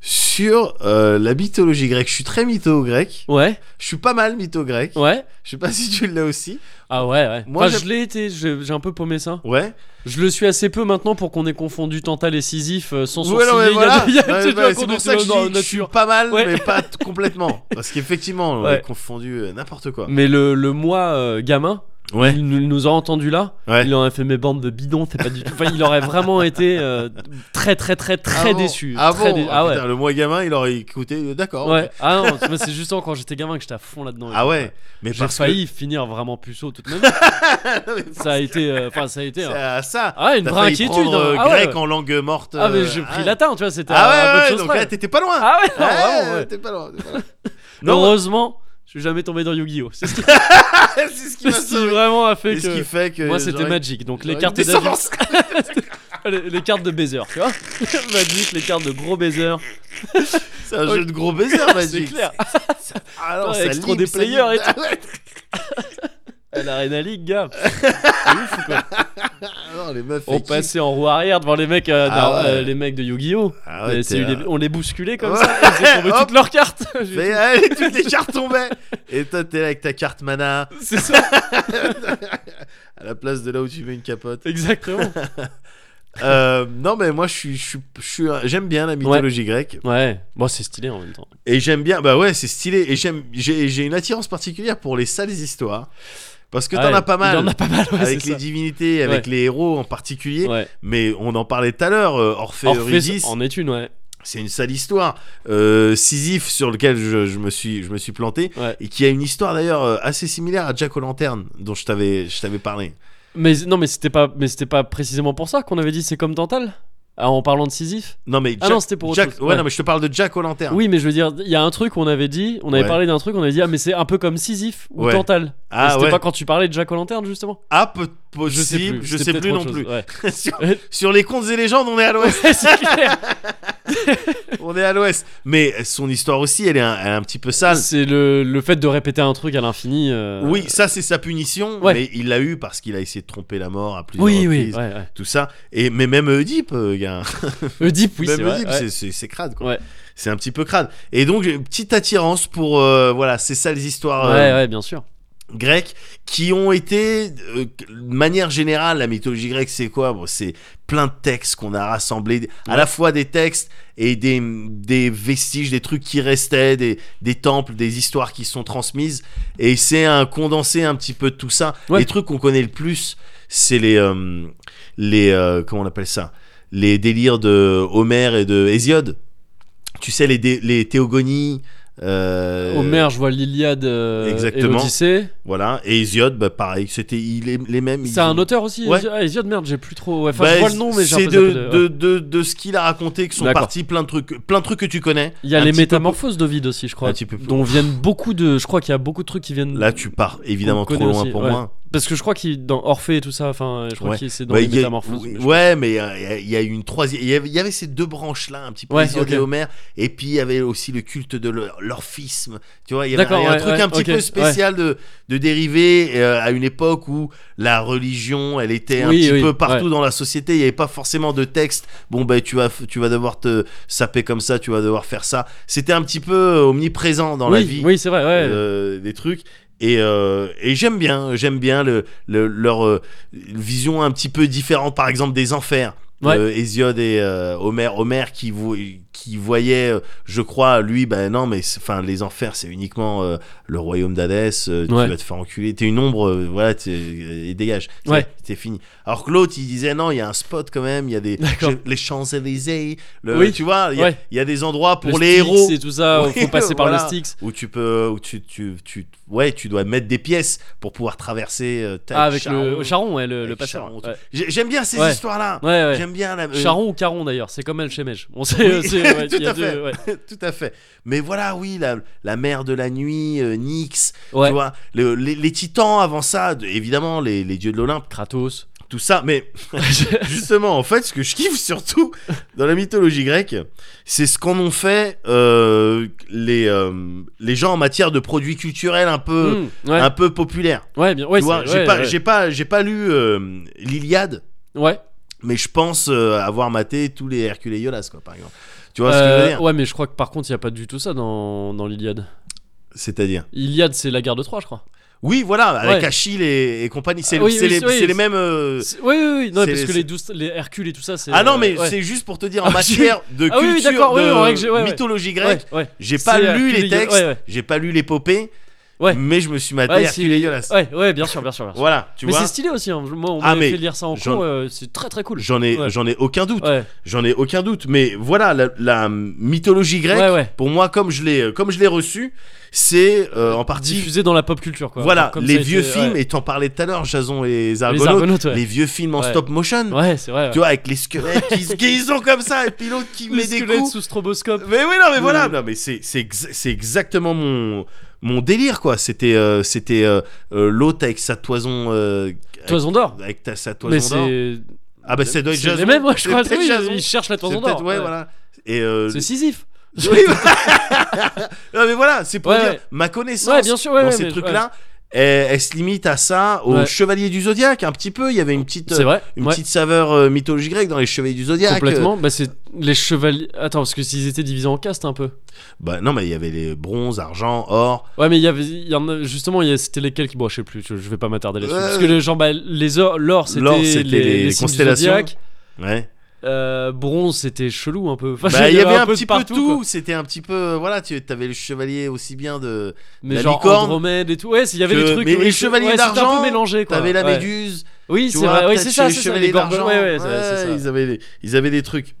sur euh, la mythologie grecque. Je suis très mytho-grec.
Ouais,
Je suis pas mal mytho-grec.
ouais.
Je sais pas si tu l'as aussi.
Ah ouais, ouais.
Moi,
Moi,
j'aime-
je l'ai été, je- j'ai un peu paumé ça.
Ouais.
Je le suis assez peu maintenant pour qu'on ait confondu Tantal et Sisyphe euh, sans
Ouais,
sourciller.
non, mais
Il y a-
voilà.
il y a-
Ouais,
tu
bah,
vois, qu'on
c'est
est
pour ça que je,
dans la
dis que je suis
nature.
pas mal,
Ouais.
mais pas t- complètement. Parce qu'effectivement, on
Ouais. Mm.
a confondu euh, n'importe quoi.
Mais le, le moi euh, gamin,
Ouais,
il nous, il nous a entendu là,
ouais.
il aurait fait mes bandes de bidon, c'est pas du tout. Enfin, il aurait vraiment été euh, très très très très
Ah bon.
déçu.
Ah
très
bon
dé-
Ah
ouais.
putain, le mois gamin, il aurait écouté. euh, D'accord.
Ouais. Ah non, c'est- moi, c'est juste quand j'étais gamin que j'étais à fond là-dedans.
Ah ouais. Mais
J'ai
parce
failli finir vraiment puceau toute ma vie. ça a été, euh, enfin ça a été.
que.
euh,
Ah, ça.
Ah une
T'as
vraie
failli
inquiétude.
prendre, euh,
hein. Ah, ouais.
grec en langue morte.
Ah mais
euh,
j'ai pris
ouais.
latin, tu vois, c'était à
Ah
peu de
ouais, ouais,
choses
donc
près.
là, t'étais pas loin.
Ah ouais, non,
Ouais,
vraiment, ouais.
T'es pas loin. t'es pas loin.
Heureusement, je suis jamais tombé dans Yu-Gi-Oh. C'est ce qui,
C'est ce qui
c'est
m'a
ce qui
sauvé.
vraiment a
Et
fait
ce qui
que
fait que.
moi c'était
j'aurais-
Magic. Donc les
j'aurais
cartes
une
d'adulte-
descendance.
les, les cartes de baiser, tu vois. Magic, les cartes de gros baiser.
C'est un
Ok.
jeu de gros baisers, Magic.
clair.
Ah non,
Ouais,
ça
avec trop
ligue,
des
ça Ah
players
ligue.
et L'Arena League, gars.
Ah non, les meufs.
On
et qui-
passait en roue arrière devant les mecs, euh,
Ah
dans,
ouais.
euh, les mecs de Yu-Gi-Oh.
Ah ouais,
Et
t'es
c'est eu
là.
les- on les bousculait comme
Ouais.
ça. Ils faisaient tomber
Hop.
toutes leurs cartes.
Mais allez, toutes les cartes tombaient. Et toi, t'es là avec ta carte mana
C'est ça,
à la place de là où tu mets une capote.
exactement.
Euh, non, mais moi, je suis, je suis, je suis, j'aime bien la mythologie grecque.
Ouais, bon, c'est stylé en même temps.
Et j'aime bien, bah ouais, c'est stylé. Et j'aime, j'ai, j'ai une attirance particulière pour les sales histoires. Parce que t'en
Ah Ouais,
as pas mal.
Il y en a pas mal, ouais,
avec
c'est
les
ça.
divinités, avec
Ouais.
les héros en particulier.
Ouais.
Mais on en parlait tout à l'heure. euh, Orphée,
Orphée
Eurydice,
en est une, ouais.
c'est une sale histoire. Euh, Sisyphe, sur lequel je, je me, suis, je me suis planté.
Ouais.
Et qui a une histoire d'ailleurs euh, assez similaire à Jack O'Lantern, dont je t'avais, je t'avais parlé.
Mais non, mais c'était pas, mais c'était pas précisément pour ça qu'on avait dit c'est comme Tantal Ah, en parlant de Sisyphe.
Non mais Jack,
Ah non, c'était pour autre
Jack-
chose.
Ouais,
Ouais.
non mais je te parle de Jack O'Lantern.
Oui, mais je veux dire, il y a un truc on avait dit, on avait
Ouais.
parlé d'un truc, on avait dit ah mais c'est un peu comme Sisyphe ou
Ouais.
Tantal. Mais
Ah
c'était
ouais.
pas quand tu parlais de Jack O'Lantern justement.
Ah peut- possible, je
c'était
sais
peut-être
plus non
autre
plus.
chose, ouais.
sur, sur les contes et légendes, on est à l'ouest.
Ouais, c'est clair.
on est à l'ouest. Mais son histoire aussi, elle est un, elle est un petit peu sale.
C'est le, le fait de répéter un truc à l'infini. euh,
Oui, ça c'est sa punition,
Ouais.
mais il l'a eu parce qu'il a essayé de tromper la mort à plusieurs
Oui, oui,
reprises.
ouais, ouais.
Tout ça. Et mais même Oedipe, euh, gars.
Oedipe, oui, c'est
même
vrai.
Oedipe,
ouais.
c'est- c'est c'est crade quoi.
Ouais.
C'est un petit peu crade. Et donc j'ai une petite attirance pour euh, voilà ces sales histoires. euh,
Ouais, ouais, bien sûr.
grecs qui ont été euh, de manière générale la mythologie grecque c'est quoi bon, c'est plein de textes qu'on a rassemblés à la fois des textes et des, des vestiges des trucs qui restaient des, des temples des histoires qui sont transmises et c'est un condensé un petit peu de tout ça
Ouais.
les trucs qu'on connaît le plus c'est les euh, les euh, comment on appelle ça les délires de Homère et de Hésiode tu sais les, dé- les théogonies euh,
Homer, je vois l'Iliade euh, et
exactement.
l'Odyssée.
voilà, et Hésiode, bah pareil, c'était il est- les mêmes.
C'est
ils-
un auteur aussi.
Ouais.
Hési- Ah, Hésiode, merde, j'ai plus trop. ouais, Enfin,
Bah,
je vois le nom, mais j'ai un
c'est
peu-
de,
ouais.
de, de, de ce qu'il a raconté que sont
D'accord.
partis plein de trucs, plein de trucs que tu connais.
Il y a
Un
les
petit peu
métamorphoses d'Ovide aussi, je crois.
Un petit peu plus-
Dont viennent beaucoup de. Je crois qu'il y a beaucoup de trucs qui
pour-
viennent.
Là, tu pars évidemment
On
trop
connaît
loin
aussi,
pour
ouais.
moi.
Parce que je crois qu'il dans Orphée et tout ça. Enfin, je crois
Ouais.
que c'est dans
Bah,
les
il y a-
métamorphoses.
oui,
mais je-
ouais, mais euh, il y a- il y, a eu une troisième. Il y avait- il y avait ces deux branches-là, un petit peu
Ouais,
Hésiode
ok.
et Homère, et puis il y avait aussi le culte de l'O- l'orphisme. Tu vois, il y avait un,
D'accord,
il y a un
ouais,
truc
ouais,
un petit
ok,
peu spécial de, de dérivé euh, à une époque où la religion, elle était un
Oui,
petit
oui,
peu partout dans la société. Il n'y avait pas forcément de texte. Bon, ben, tu vas, f- tu vas devoir te saper comme ça, tu vas devoir faire ça. C'était un petit peu omniprésent dans
oui,
la vie
oui, c'est vrai, ouais.
euh, des trucs. Et, euh, et j'aime bien, j'aime bien le, le- leur euh, vision un petit peu différente, par exemple des enfers.
Ouais.
Euh, Hésiode et euh, Homère, Homère qui, vo- qui voyait, euh, je crois, lui, ben non, mais c'est- enfin les enfers, c'est uniquement euh, le royaume d'Hadès, euh,
Ouais.
tu vas te faire enculer, t'es une ombre, euh, voilà, t'es- euh, et dégage, C'est-
Ouais.
c'est fini. Alors que l'autre, il disait non, il y a un spot quand même, il y a des
D'accord.
les Champs-Élysées, le-
Oui.
tu vois, il y a-
Ouais.
il y, a des endroits pour
Le
les
Styx
héros
et tout ça,
Oui,
faut passer par
voilà.
le Styx.
où tu peux où tu, tu, tu ouais tu dois mettre des pièces pour pouvoir traverser euh, ta-
Ah, avec
Charon,
le Charon, ouais, le,
avec
le passeur.
Charon, tout.
Ouais,
J'ai- j'aime bien ces
Ouais.
histoires là
ouais. ouais.
j'aime bien la euh,
Charon ou Caron d'ailleurs, c'est comme Alchemège. On sait, euh,
Oui,
c'est- ouais,
tout
il y a
à fait.
deux. Ouais.
tout à fait mais voilà oui la, la mère de la nuit euh, Nyx
Ouais.
tu vois le- les, les titans avant ça de- évidemment les, les dieux de l'Olympe
Kratos.
tout ça mais justement en fait ce que je kiffe surtout dans la mythologie grecque c'est ce qu'en ont fait euh, les euh, les gens en matière de produits culturels un peu
Hmm, ouais.
un peu populaires
ouais, bien. Ouais,
Euh, ah, tu vois,
c'est-
j'ai
ouais,
pas,
ouais.
j'ai pas, j'ai pas lu euh, l'Iliade,
Ouais.
mais je pense euh, avoir maté tous les Hercule et Iolas, quoi, par exemple. Tu vois ce que je veux
Euh,
dire
ouais, mais je crois que par contre, il n'y a pas du tout ça dans, dans l'Iliade.
C'est-à-dire
Iliade, c'est la guerre de Troie, je crois.
Oui, voilà, avec
Ouais.
Achille et, et compagnie, c'est
Ah, oui,
c'est
oui,
les,
c'est- oui,
c'est les
c'est-
mêmes. euh,
C'est- Oui, oui, oui. Non,
c'est-
parce que
c'est-
les, douze- les Hercule et tout ça, c'est. euh,
Ah non, mais
ouais.
c'est juste pour te dire en
Ah,
matière de
Ah oui, oui,
culture,
d'accord, oui, oui, en règle
de
gé- ouais, ouais.
mythologie
Ouais,
grecque.
ouais.
J'ai pas
C'est euh,
lu
Hercule et
les
Iolas,
textes,
ouais, ouais.
j'ai pas lu l'épopée,
Ouais.
mais je me suis maté
Ouais,
Hercule et Iolas.
Ouais, ouais, bien sûr, bien sûr. bien sûr.
Voilà, tu
mais
vois.
c'est stylé aussi. hein. Moi, on
Ah,
m'avait
mais
fait lire ça en
j'en-
cours. euh, c'est très très cool.
J'en ai,
Ouais.
j'en ai aucun doute.
Ouais,
J'en ai aucun doute. Mais voilà, la, la mythologie grecque,
ouais, ouais.
pour moi, comme je l'ai, euh, comme je l'ai reçu, c'est euh, en partie.
Diffusé dans la pop culture, quoi.
voilà,
Comme
les
ça a
vieux
été-
films,
ouais.
et t'en parlais tout à l'heure, Jason et les
les
Argonautes,
Argonautes, ouais.
les vieux films en
Ouais.
stop motion,
Ouais, c'est vrai. ouais.
tu vois, avec les squelettes qui, se- qui sont comme ça, et puis l'autre qui
Les
met des
squelettes
coups.
sous stroboscope.
Mais oui, non, mais
Le-
voilà, non, mais c'est, c'est, exa- c'est exactement mon, mon délire, quoi. C'était, euh, c'était euh, euh, l'autre avec sa toison. euh,
Toison d'or.
avec- Avec ta, sa toison
Mais
d'or.
c'est.
Ah, bah, c'est doit être
C'est
Jason.
les mêmes, moi, je
C'est
crois.
peut-être
oui,
Jason.
Ils cherchent la
C'est
toison
peut-être-
d'or.
ouais, voilà. Et euh,
C'est Sisyphe.
Oui, voilà. non, mais voilà, c'est pour
Ouais,
dire
ouais.
ma connaissance
Ouais, bien sûr, ouais,
dans
ouais,
ces
mais-
trucs-là. Elle, elle se limite à ça, aux
Ouais.
chevaliers du zodiaque, un petit peu. Il y avait une petite,
C'est vrai.
une
ouais,
petite euh. saveur euh, mythologie grecque dans les chevaliers du zodiaque.
Complètement. Bah, c'est les chevaliers. Attends, parce que s'ils étaient divisés en castes un peu.
Euh, Bah non, mais il y avait les bronzes, argent, or.
Ouais, mais il y avait. il y en a- Justement, il y a- c'était lesquels qui. Bon, je sais plus, je, je vais pas m'attarder là-dessus.
Ouais.
Parce que les gens, bah, les or- l'or, c'était
Euh, L'or,
les,
c'était les
les signes du
constellations.
zodiaque.
Ouais.
Euh, bronze, c'était chelou un peu. Enfin,
Bah, il y avait un, petit
de
peu
partout,
tout.
quoi.
C'était un petit peu. euh, Voilà, tu avais le chevalier aussi bien de.
Mais
La
genre
licorne.
Andromède et tout. Ouais, il y avait
Que-
des trucs.
mais
ouais,
les
c'est-
chevaliers
ouais, c'était un
d'argent,
peu mélangé quoi.
T'avais la
Ouais.
méduse.
Oui,
Tu
c'est
vois,
vrai. Ouais,
peut-être
c'est
chez
ça,
les
c'est ça.
chevaliers
Les gorgones.
d'argent.
Ouais, ouais, c'est-
Ouais,
c'est
Ils, avaient des, ils avaient des trucs.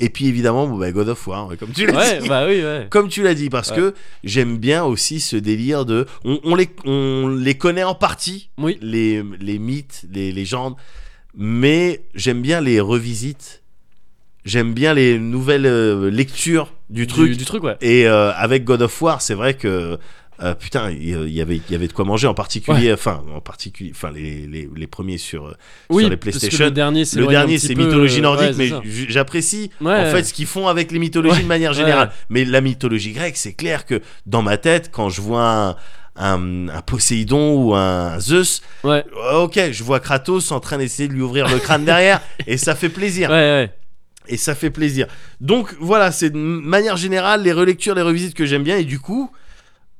Et puis évidemment, bon, bah, God of War, ouais, comme tu l'as
ça. Ouais,
dit.
bah oui, ouais.
Comme tu l'as dit, parce
Ouais.
que j'aime bien aussi ce délire de. On, on les, on les connaît en partie,
Oui.
les, les mythes, les légendes, mais j'aime bien les revisites. J'aime bien les nouvelles euh, lectures du truc.
Du truc, ouais.
Et euh, avec God of War, c'est vrai que euh, putain, il y- il y avait il y avait de quoi manger en particulier, enfin en particulier, enfin les, les, les premiers sur euh,
Oui,
sur les
parce que
PlayStation.
le dernier,
le
s'éloigne un
dernier
petit
c'est
peu,
mythologie
euh,
nordique,
ouais, c'est
mais
ça.
j- j'apprécie
Ouais,
en
ouais.
fait ce qu'ils font avec les mythologies
Ouais,
de manière
ouais.
générale. Mais la mythologie grecque, c'est clair que dans ma tête, quand je vois un, un, un Poséidon ou un Zeus, euh,
Ouais.
ok, je vois Kratos en train d'essayer de lui ouvrir le crâne derrière, et ça fait plaisir
Ouais, ouais.
et ça fait plaisir. Donc voilà, c'est de manière générale les relectures, les revisites que j'aime bien et du coup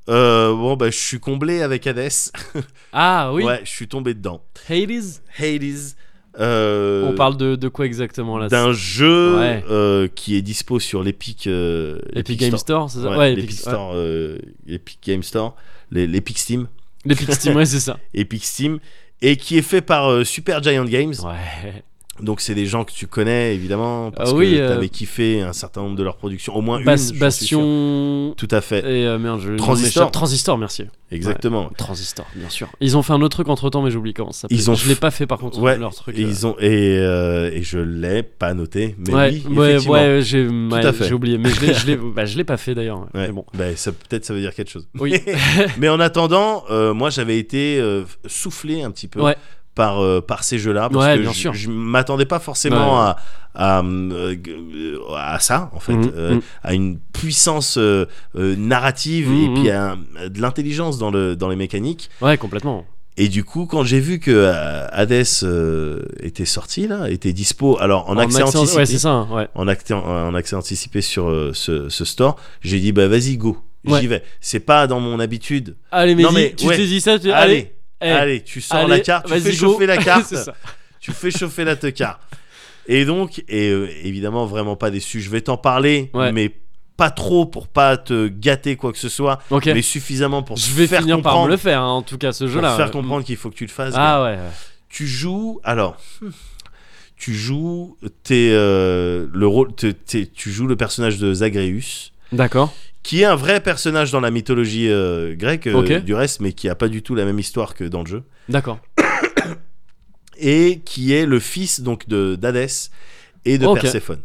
euh, bon bah je suis comblé avec Hades.
Ah oui,
Ouais, je suis tombé dedans.
Hades.
Hades euh,
On parle de, de quoi exactement là
d'un jeu
Ouais.
euh, qui est dispo sur l'Epic euh,
Epic Game Store, c'est ça
Ouais,
Ouais,
l'Epic
Epic ouais.
Store euh, Epic Game Store, les- l'Epic Steam,
L'Epic Steam, ouais, c'est ça.
Epic Steam et qui est fait par euh, Super Giant Games.
Ouais.
Donc c'est des gens que tu connais évidemment parce
Ah oui,
que
euh,
t'avais kiffé un certain nombre de leurs productions, au moins une.
Bas-
j'en suis sûr.
Bastion.
Tout à fait.
Et euh, merde, je. le nom
Transistor.
m'échappe. Transistor, merci.
Exactement.
Transistor, bien sûr. Ils ont fait un autre truc entre temps, mais j'oublie comment ça s'appelle.
Ils ont
Je l'ai
f-
pas fait par contre,
Ouais,
leur truc.
et
euh.
ils ont et, euh, et je l'ai pas noté, mais
ouais,
oui,
ouais,
effectivement.
ouais, j'ai ouais,
à fait.
j'ai oublié. Mais je l'ai- je l'ai bah, je l'ai pas fait d'ailleurs. ouais.
Ouais,
Mais bon.
bah, ça peut-être ça veut dire quelque chose.
Oui.
mais en attendant, euh, moi j'avais été euh, soufflé un petit peu
Ouais.
par, euh, par ces jeux-là. Parce
Ouais,
que
bien
je-
sûr.
Je m'attendais pas forcément à, à, euh, à ça, en fait.
Mhm,
euh,
mhm.
À une puissance euh, euh, narrative et
Mhm,
puis à, à de l'intelligence dans, le, dans les mécaniques.
Ouais, complètement.
Et du coup, quand j'ai vu que euh, Hades euh, était sorti, là, était dispo, alors en, accès, anticipé,
Ouais, c'est ça, hein, ouais.
en, acte- en accès anticipé sur euh, ce, ce store, j'ai dit bah vas-y go,
Ouais.
j'y vais. C'est pas dans mon habitude.
Allez, mais,
Non, mais,
tu
ouais.
t'es dit ça, tu...
Allez,
eh,
allez, tu sors
allez,
la carte, tu
vas-y,
fais
go.
chauffer la carte,
c'est ça.
tu fais chauffer la tecard. Et donc, et euh, évidemment vraiment pas déçu. Je vais t'en parler,
Ouais.
mais pas trop pour pas te gâter quoi que ce soit,
Ok.
mais suffisamment pour
Je
te
vais
faire
finir par me
comprendre,
le faire, hein, en tout cas, ce
pour
jeu-là.
te faire
ouais.
comprendre qu'il faut que tu le fasses. gars
Ah ouais. ouais.
tu joues alors tu joues t'es, euh, le rôle t'es- t'es- tu joues le personnage de Zagreus
D'accord.
qui est un vrai personnage dans la mythologie euh, grecque euh,
Ok.
du reste mais qui a pas du tout la même histoire que dans le jeu
D'accord.
et qui est le fils donc de d'Hadès et de
Ok.
Perséphone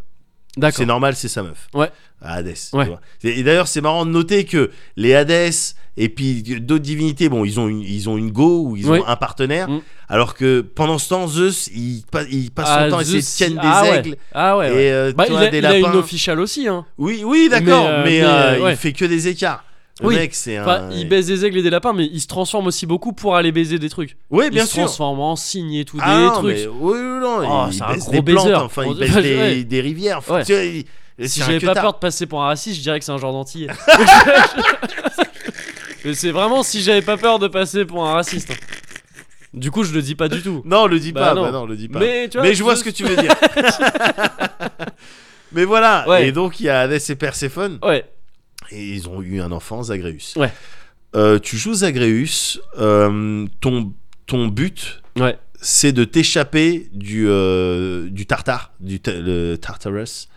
D'accord.
c'est normal c'est sa meuf
Ouais.
À Hadès tu
Ouais.
vois. et et d'ailleurs c'est marrant de noter que les Hadès et puis d'autres divinités bon ils ont une, ils ont une go ou ils
Ouais.
ont un partenaire
Mm.
alors que pendant ce temps Zeus il, pa- il passe son
Ah,
temps à essayer de
Zeus,
tienne des
ah ouais.
aigles
Ah ouais. ouais.
Et euh,
Bah, il,
toi,
a,
des
il a une
lapins.
officiale aussi, hein.
Oui, oui, d'accord,
Mais, euh,
mais,
mais,
euh,
euh, ouais.
il fait que des écarts. Le
Oui.
mec, c'est
Enfin,
un.
il baise des aigles et des lapins, mais il se transforme aussi beaucoup pour aller baiser des trucs.
Oui,
il
bien
se
sûr.
transforme en cygne et tout,
Ah
des
non,
trucs.
mais oui, oui, non,
Oh,
il
c'est un
baisse
gros
des plantes,
baiser.
enfin, il
Ouais.
baisse des, des rivières. Enfin,
Ouais.
tu vois, il-
Si
c'est un
j'avais pas
queutard.
peur de passer pour un raciste, je dirais que c'est un genre d'antillais. Mais c'est vraiment si j'avais pas peur de passer pour un raciste. Du coup, je le dis pas du tout.
Non, le dis
Bah,
pas,
non.
bah non, le dis pas.
Mais tu vois,
Mais je vois ce que tu veux dire. Mais voilà,
Ouais.
et donc il y a Hadès et Perséphone,
Ouais,
et ils ont eu un enfant, Zagreus.
Ouais.
Euh, tu joues Zagreus, euh, ton, ton but,
ouais,
c'est de t'échapper du, euh, du tartare, du ta- le Tartarus.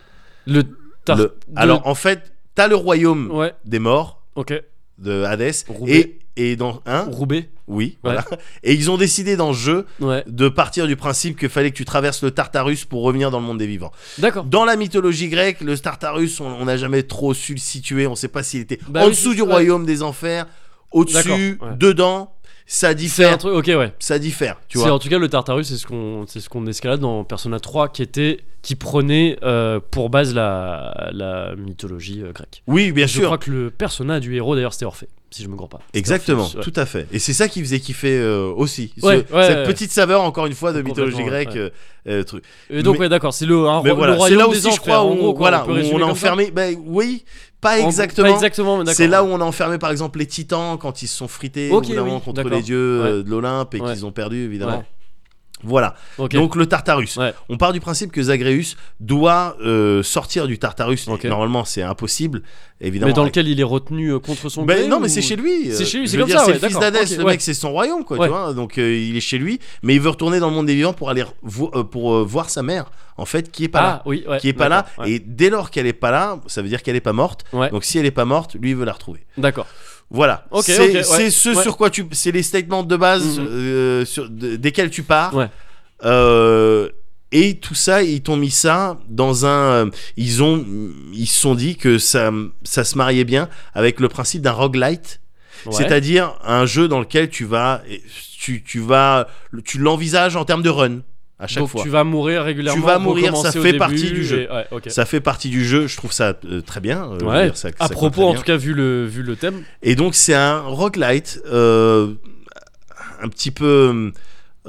le tar-
Le-
de-
Alors en fait, t'as le royaume
ouais,
des morts
ok,
de Hadès
Roubaix.
et, et dans un
Roubaix,
oui voilà et ils ont décidé dans le jeu
ouais,
de partir du principe que fallait que tu traverses le Tartarus pour revenir dans le monde des vivants.
d'accord.
Dans la mythologie grecque, le Tartarus on on n'a jamais trop su le situer, on sait pas s'il était
Bah
en
oui,
dessous
c'est-
du
ouais.
royaume des enfers, au-dessus,
D'accord, ouais.
dedans,
C'est
ça
un
diffère,
truc, ok, ouais.
ça diffère, tu
C'est
vois.
en tout cas le Tartarus, c'est ce qu'on, c'est ce qu'on escalade dans Persona 3, qui était, qui prenait euh, pour base la, la mythologie euh, grecque.
Oui, bien
Je
sûr.
crois que le persona du héros d'ailleurs c'était Orphée, si je me gourre pas. C'était
Exactement,
Orpheus, ouais.
tout à fait. Et c'est ça qui faisait kiffer euh, aussi. Ce-
Ouais, ouais,
cette
ouais.
petite saveur, encore une fois, de
Complètement,
mythologie grecque.
ouais.
euh, euh, truc.
Et donc
Mais-
ouais d'accord, c'est le, un,
Mais
ro-
voilà,
le
c'est
royaume
là
des
aussi, je
enfers,
crois,
en
où,
gros, quoi,
voilà,
on, peut
où
résumer
on a
comme ça.
enfermé. Ben oui, pas
En gros,
exactement.
Pas exactement, mais d'accord.
C'est là où on a enfermé, par exemple, les titans quand ils se sont frités au
Ok,
bout d'un
oui,
moment, contre
d'accord.
les dieux euh,
Ouais.
de l'Olympe et
Ouais.
qu'ils ont perdu, évidemment.
Ouais.
Voilà.
Ok.
Donc le Tartarus.
Ouais.
On part du principe que Zagreus doit euh, sortir du Tartarus.
Ok.
Normalement, c'est impossible, évidemment.
mais dans
avec-
lequel il est retenu euh, contre son
Ben
gré,
non, mais
ou-
c'est chez lui.
C'est chez lui,
Je
c'est
veux
comme
dire,
ça,
C'est
ouais,
le fils
d'accord,
d'Hadès,
ok,
le
ouais.
mec, c'est son royaume, quoi,
Ouais.
tu vois. Donc euh, il est chez lui, mais il veut retourner dans le monde des vivants pour aller revo- euh, pour euh, voir sa mère, en fait, qui est pas là.
Ah oui, ouais,
Qui est pas là.
d'accord, ouais.
Et dès lors qu'elle est pas là, ça veut dire qu'elle est pas morte.
Ouais.
Donc si elle est pas morte, lui il veut la retrouver.
D'accord.
Voilà.
Ok,
c'est
ok, ouais.
c'est ce
Ouais.
sur quoi tu. C'est les statements de base
Mhm.
euh, sur- de- desquels tu pars.
Ouais.
Euh, et tout ça, ils t'ont mis ça dans un. euh, Ils ont, ils se sont dit que ça, ça se mariait bien avec le principe d'un roguelite.
Ouais.
C'est-à-dire un jeu dans lequel tu vas, tu, tu vas, tu l'envisages en termes de run à chaque
donc
fois.
tu vas mourir régulièrement.
Tu vas mourir,
recommencer
ça
au
fait
début,
partie du
et-
jeu.
ouais, ok.
Ça fait partie du jeu, je trouve ça euh, très bien. euh, je veux
Ouais.
dire, ça-
à
ça
propos,
colle
en
très
tout cas, vu le, vu le thème.
bien. Et donc c'est un roguelite, euh, un petit peu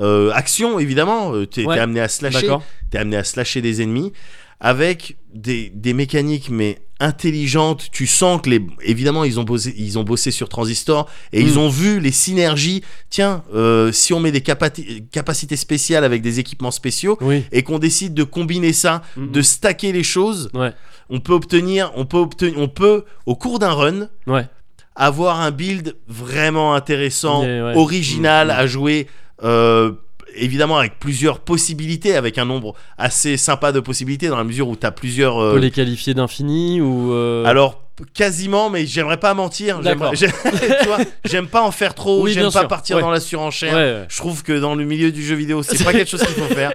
euh, action évidemment. Euh, T'es
Ouais.
t'es amené à slasher,
D'accord.
t'es amené à slasher des ennemis avec des, des mécaniques mais intelligentes tu sens que les évidemment ils ont bossé ils ont bossé sur transistor et
Mm.
ils ont vu les synergies tiens euh, si on met des capati- capacités spéciales avec des équipements spéciaux
Oui.
et qu'on décide de combiner ça
Mm.
de stacker les choses
Ouais.
on peut obtenir on peut obtenir on peut au cours d'un run
Ouais.
avoir un build vraiment intéressant,
Yeah, ouais.
original
Mm, mm.
à jouer. euh, évidemment avec plusieurs possibilités, avec un nombre assez sympa de possibilités dans la mesure où tu as plusieurs... euh,
On peut les qualifier d'infini ou. euh,
alors p- quasiment, mais j'aimerais pas mentir.
D'accord.
j'aimerais- j'ai- tu vois, J'aime pas en faire trop,
Oui, bien
j'aime pas
sûr,
partir
ouais.
dans la
Ouais,
surenchère.
ouais.
Je trouve que dans le milieu du jeu vidéo, c'est pas quelque chose qu'il faut faire.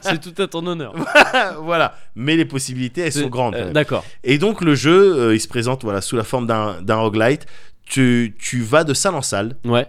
c'est tout à ton honneur.
voilà. Mais les possibilités, elles sont
C'est-
grandes.
euh,
quand même.
D'accord.
Et donc le jeu, euh, il se présente voilà, sous la forme d'un d'un roguelite. Tu, tu vas de salle en salle.
Ouais.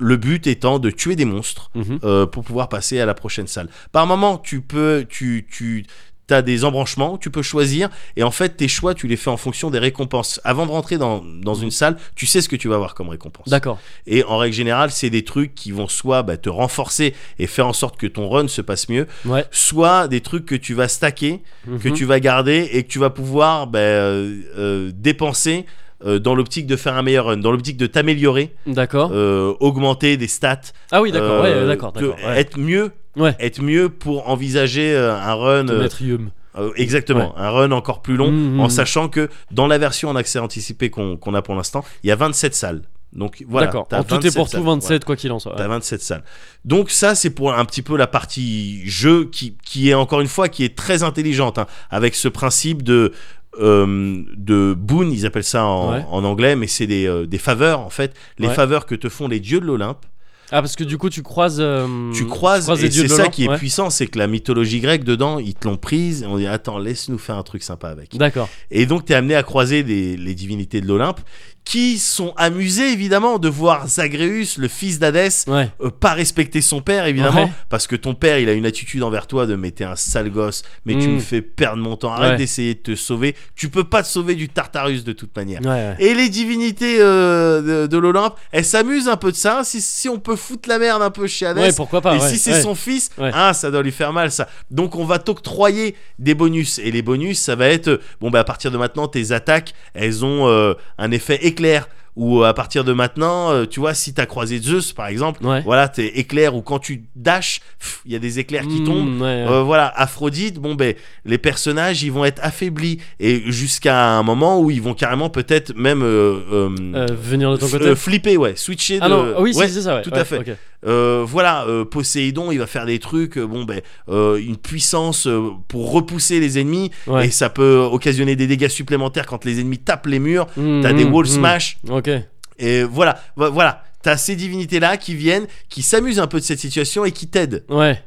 le but étant de tuer des monstres
Mhm.
euh, pour pouvoir passer à la prochaine salle. Par moment, tu peux, tu, tu as des embranchements, tu peux choisir, et en fait, tes choix, tu les fais en fonction des récompenses. Avant de rentrer dans, dans une salle, tu sais ce que tu vas avoir comme récompense.
D'accord.
Et en règle générale, c'est des trucs qui vont soit bah, te renforcer et faire en sorte que ton run se passe mieux,
Ouais.
soit des trucs que tu vas stacker, que
Mhm.
tu vas garder et que tu vas pouvoir bah, euh, euh, dépenser euh, dans l'optique de faire un meilleur run, dans l'optique de t'améliorer,
D'accord.
euh, augmenter des stats,
ah oui, d'accord. ouais,
euh,
ouais, d'accord.
te-
D'accord. Ouais.
Être mieux,
Ouais.
être mieux pour envisager euh, un run, euh,
Maîtrium.
euh, exactement, un run encore plus long,
Mhm,
en
mhm.
sachant que dans la version en accès anticipé qu'on qu'on a pour l'instant, il y a 27 salles. Donc voilà,
D'accord.
t'as
En tout et
27
pour
salles.
tout, 27, quoi qu'il en soit.
Voilà, T'as 27 salles. Donc ça, c'est pour un petit peu la partie jeu qui, qui est encore une fois qui est très intelligente, hein, avec ce principe de euh, de boon, ils appellent ça en,
Ouais.
en anglais, mais c'est des, euh, des faveurs en fait, les
Ouais.
faveurs que te font les dieux de l'Olympe.
Ah, parce que du coup, tu croises. euh,
tu croises,
croises les
et
dieux
c'est
de
ça
l'Olympe,
qui est
ouais.
puissant c'est que la mythologie grecque dedans ils te l'ont prise et on dit attends laisse nous faire un truc sympa avec
D'accord.
et donc t'es amené à croiser des- les divinités de l'Olympe qui sont amusés évidemment de voir Zagreus le fils d'Hadès
Ouais.
euh, pas respecter son père évidemment
Ouais.
parce que ton père il a une attitude envers toi de mais t'es un sale gosse mais tu
Mm.
me fais perdre mon temps arrête
Ouais.
d'essayer de te sauver tu peux pas te sauver du Tartarus de toute manière
Ouais. ouais.
et les divinités euh, de, de l'Olympe, elles s'amusent un peu de ça. hein. Si, si on peut foutre la merde un peu chez Hadès,
Ouais, pourquoi pas.
et
ouais,
si c'est
ouais.
son fils,
Ouais.
hein, ça doit lui faire mal ça. Donc on va t'octroyer des bonus et les bonus ça va être euh, bon bah à partir de maintenant tes attaques elles ont euh, un effet éclair ou euh, à partir de maintenant euh, tu vois si t'as croisé Zeus par exemple
Ouais.
voilà t'es éclair ou quand tu dashes pff, il y a des éclairs qui
Mm,
tombent
ouais, ouais.
euh, voilà, Aphrodite, bon ben les personnages ils vont être affaiblis et jusqu'à un moment où ils vont carrément peut-être même euh, euh,
Euh, venir de ton
f-
côté.
euh, flipper ouais, switcher
ah
de
non, ah oui, si,
ouais,
c'est ça, ouais.
tout
ouais,
à fait.
ok.
euh, voilà, euh, Poséidon, il va faire des trucs, euh, bon ben, euh, une puissance euh, pour repousser les ennemis,
Ouais.
et ça peut occasionner des dégâts supplémentaires quand les ennemis tapent les murs.
Mm,
T'as des
mm,
wall
mm.
smash,
Ok.
et voilà, vo- voilà, t'as ces divinités là qui viennent, qui s'amusent un peu de cette situation et qui t'aident.
Ouais.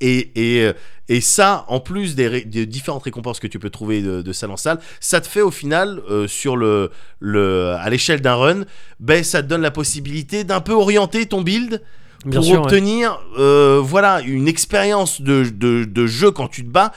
Et, et, euh, et ça, en plus des, ré- des différentes récompenses que tu peux trouver de, de salle en salle, ça te fait au final, euh, sur le, le, à l'échelle d'un run, ben ça te donne la possibilité d'un peu orienter ton build
Bien
pour
sûr. ouais.
obtenir euh, voilà une expérience de, de, de jeu quand tu te bats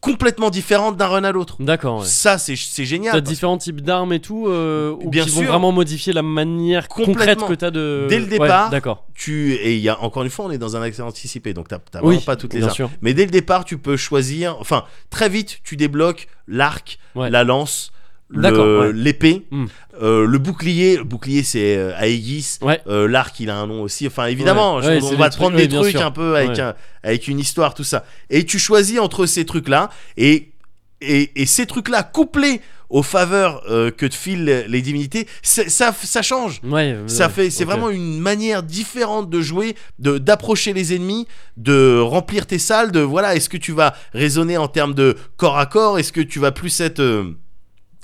complètement différente d'un run à l'autre.
D'accord. Ouais.
Ça c'est c'est
T'as
génial. parce
différents types d'armes et tout, euh, ou
Bien
qui
sûr.
vont vraiment modifier la manière concrète
Complètement.
que t'as de.
Dès le
Ouais,
départ,
D'accord.
que tu et il y a encore une fois on est dans un accès anticipé donc t'as t'as
Oui.
vraiment pas toutes les
bien
armes.
sûr.
Mais dès le départ tu peux choisir enfin très vite tu débloques l'arc,
Ouais.
la lance, le-
D'accord, ouais.
l'épée,
Hmm.
euh, le bouclier. Le bouclier c'est euh, Aegis.
Ouais.
Euh, l'arc il a un nom aussi enfin évidemment
Ouais,
je-
ouais,
on
c'est
va
des
te
trucs,
prendre des
ouais, bien
trucs
sûr.
un peu avec,
Ouais.
un- avec une histoire tout ça et tu choisis entre ces trucs là et, et, et ces trucs là couplés aux faveurs euh, que te filent les divinités c'est- ça, ça change
Ouais. ouais,
ça fait, c'est
ok.
vraiment une manière différente de jouer, de d'approcher les ennemis, de remplir tes salles, de voilà, est-ce que tu vas raisonner en termes de corps à corps, est-ce que tu vas plus être euh,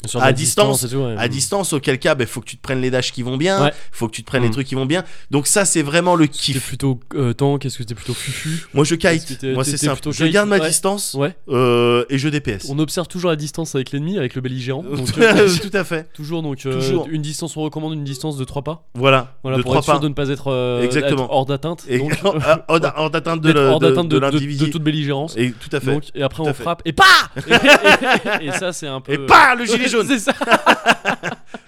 Sur
à
la
distance,
et tout, ouais.
à
Mm.
distance, auquel cas, il faut que tu te prennes les dashs qui vont bien,
Ouais.
faut que tu te prennes
Mm.
les trucs qui vont bien. Donc ça, c'est vraiment le
T'es
kiff.
plutôt euh, tank, est-ce que t'es plutôt fufu
Moi, je
Est-ce
kite.
que t'es-
Moi,
t'es-
c'est
t'es
simple.
plutôt
Je
kite,
garde ma
ouais.
distance
Ouais.
euh, et je DPS.
On observe toujours la distance avec l'ennemi, avec le belligérant. Donc, euh,
Tout à fait.
toujours donc euh,
Toujours.
une distance, on recommande une distance de 3 pas.
Voilà.
Voilà
de
pour
trois
être sûr
pas.
de ne pas être, euh,
Exactement.
être hors d'atteinte.
Et
donc, euh,
hors hors d'atteinte de
d'être
le-
hors
de-
d'atteinte
de
de, de- de
l'individu.
toute belligérance.
Et tout à fait.
Donc, et après
Tout à
on
fait.
frappe et pas et, et- et ça c'est un peu.
Et pas le gilet jaune.
C'est ça,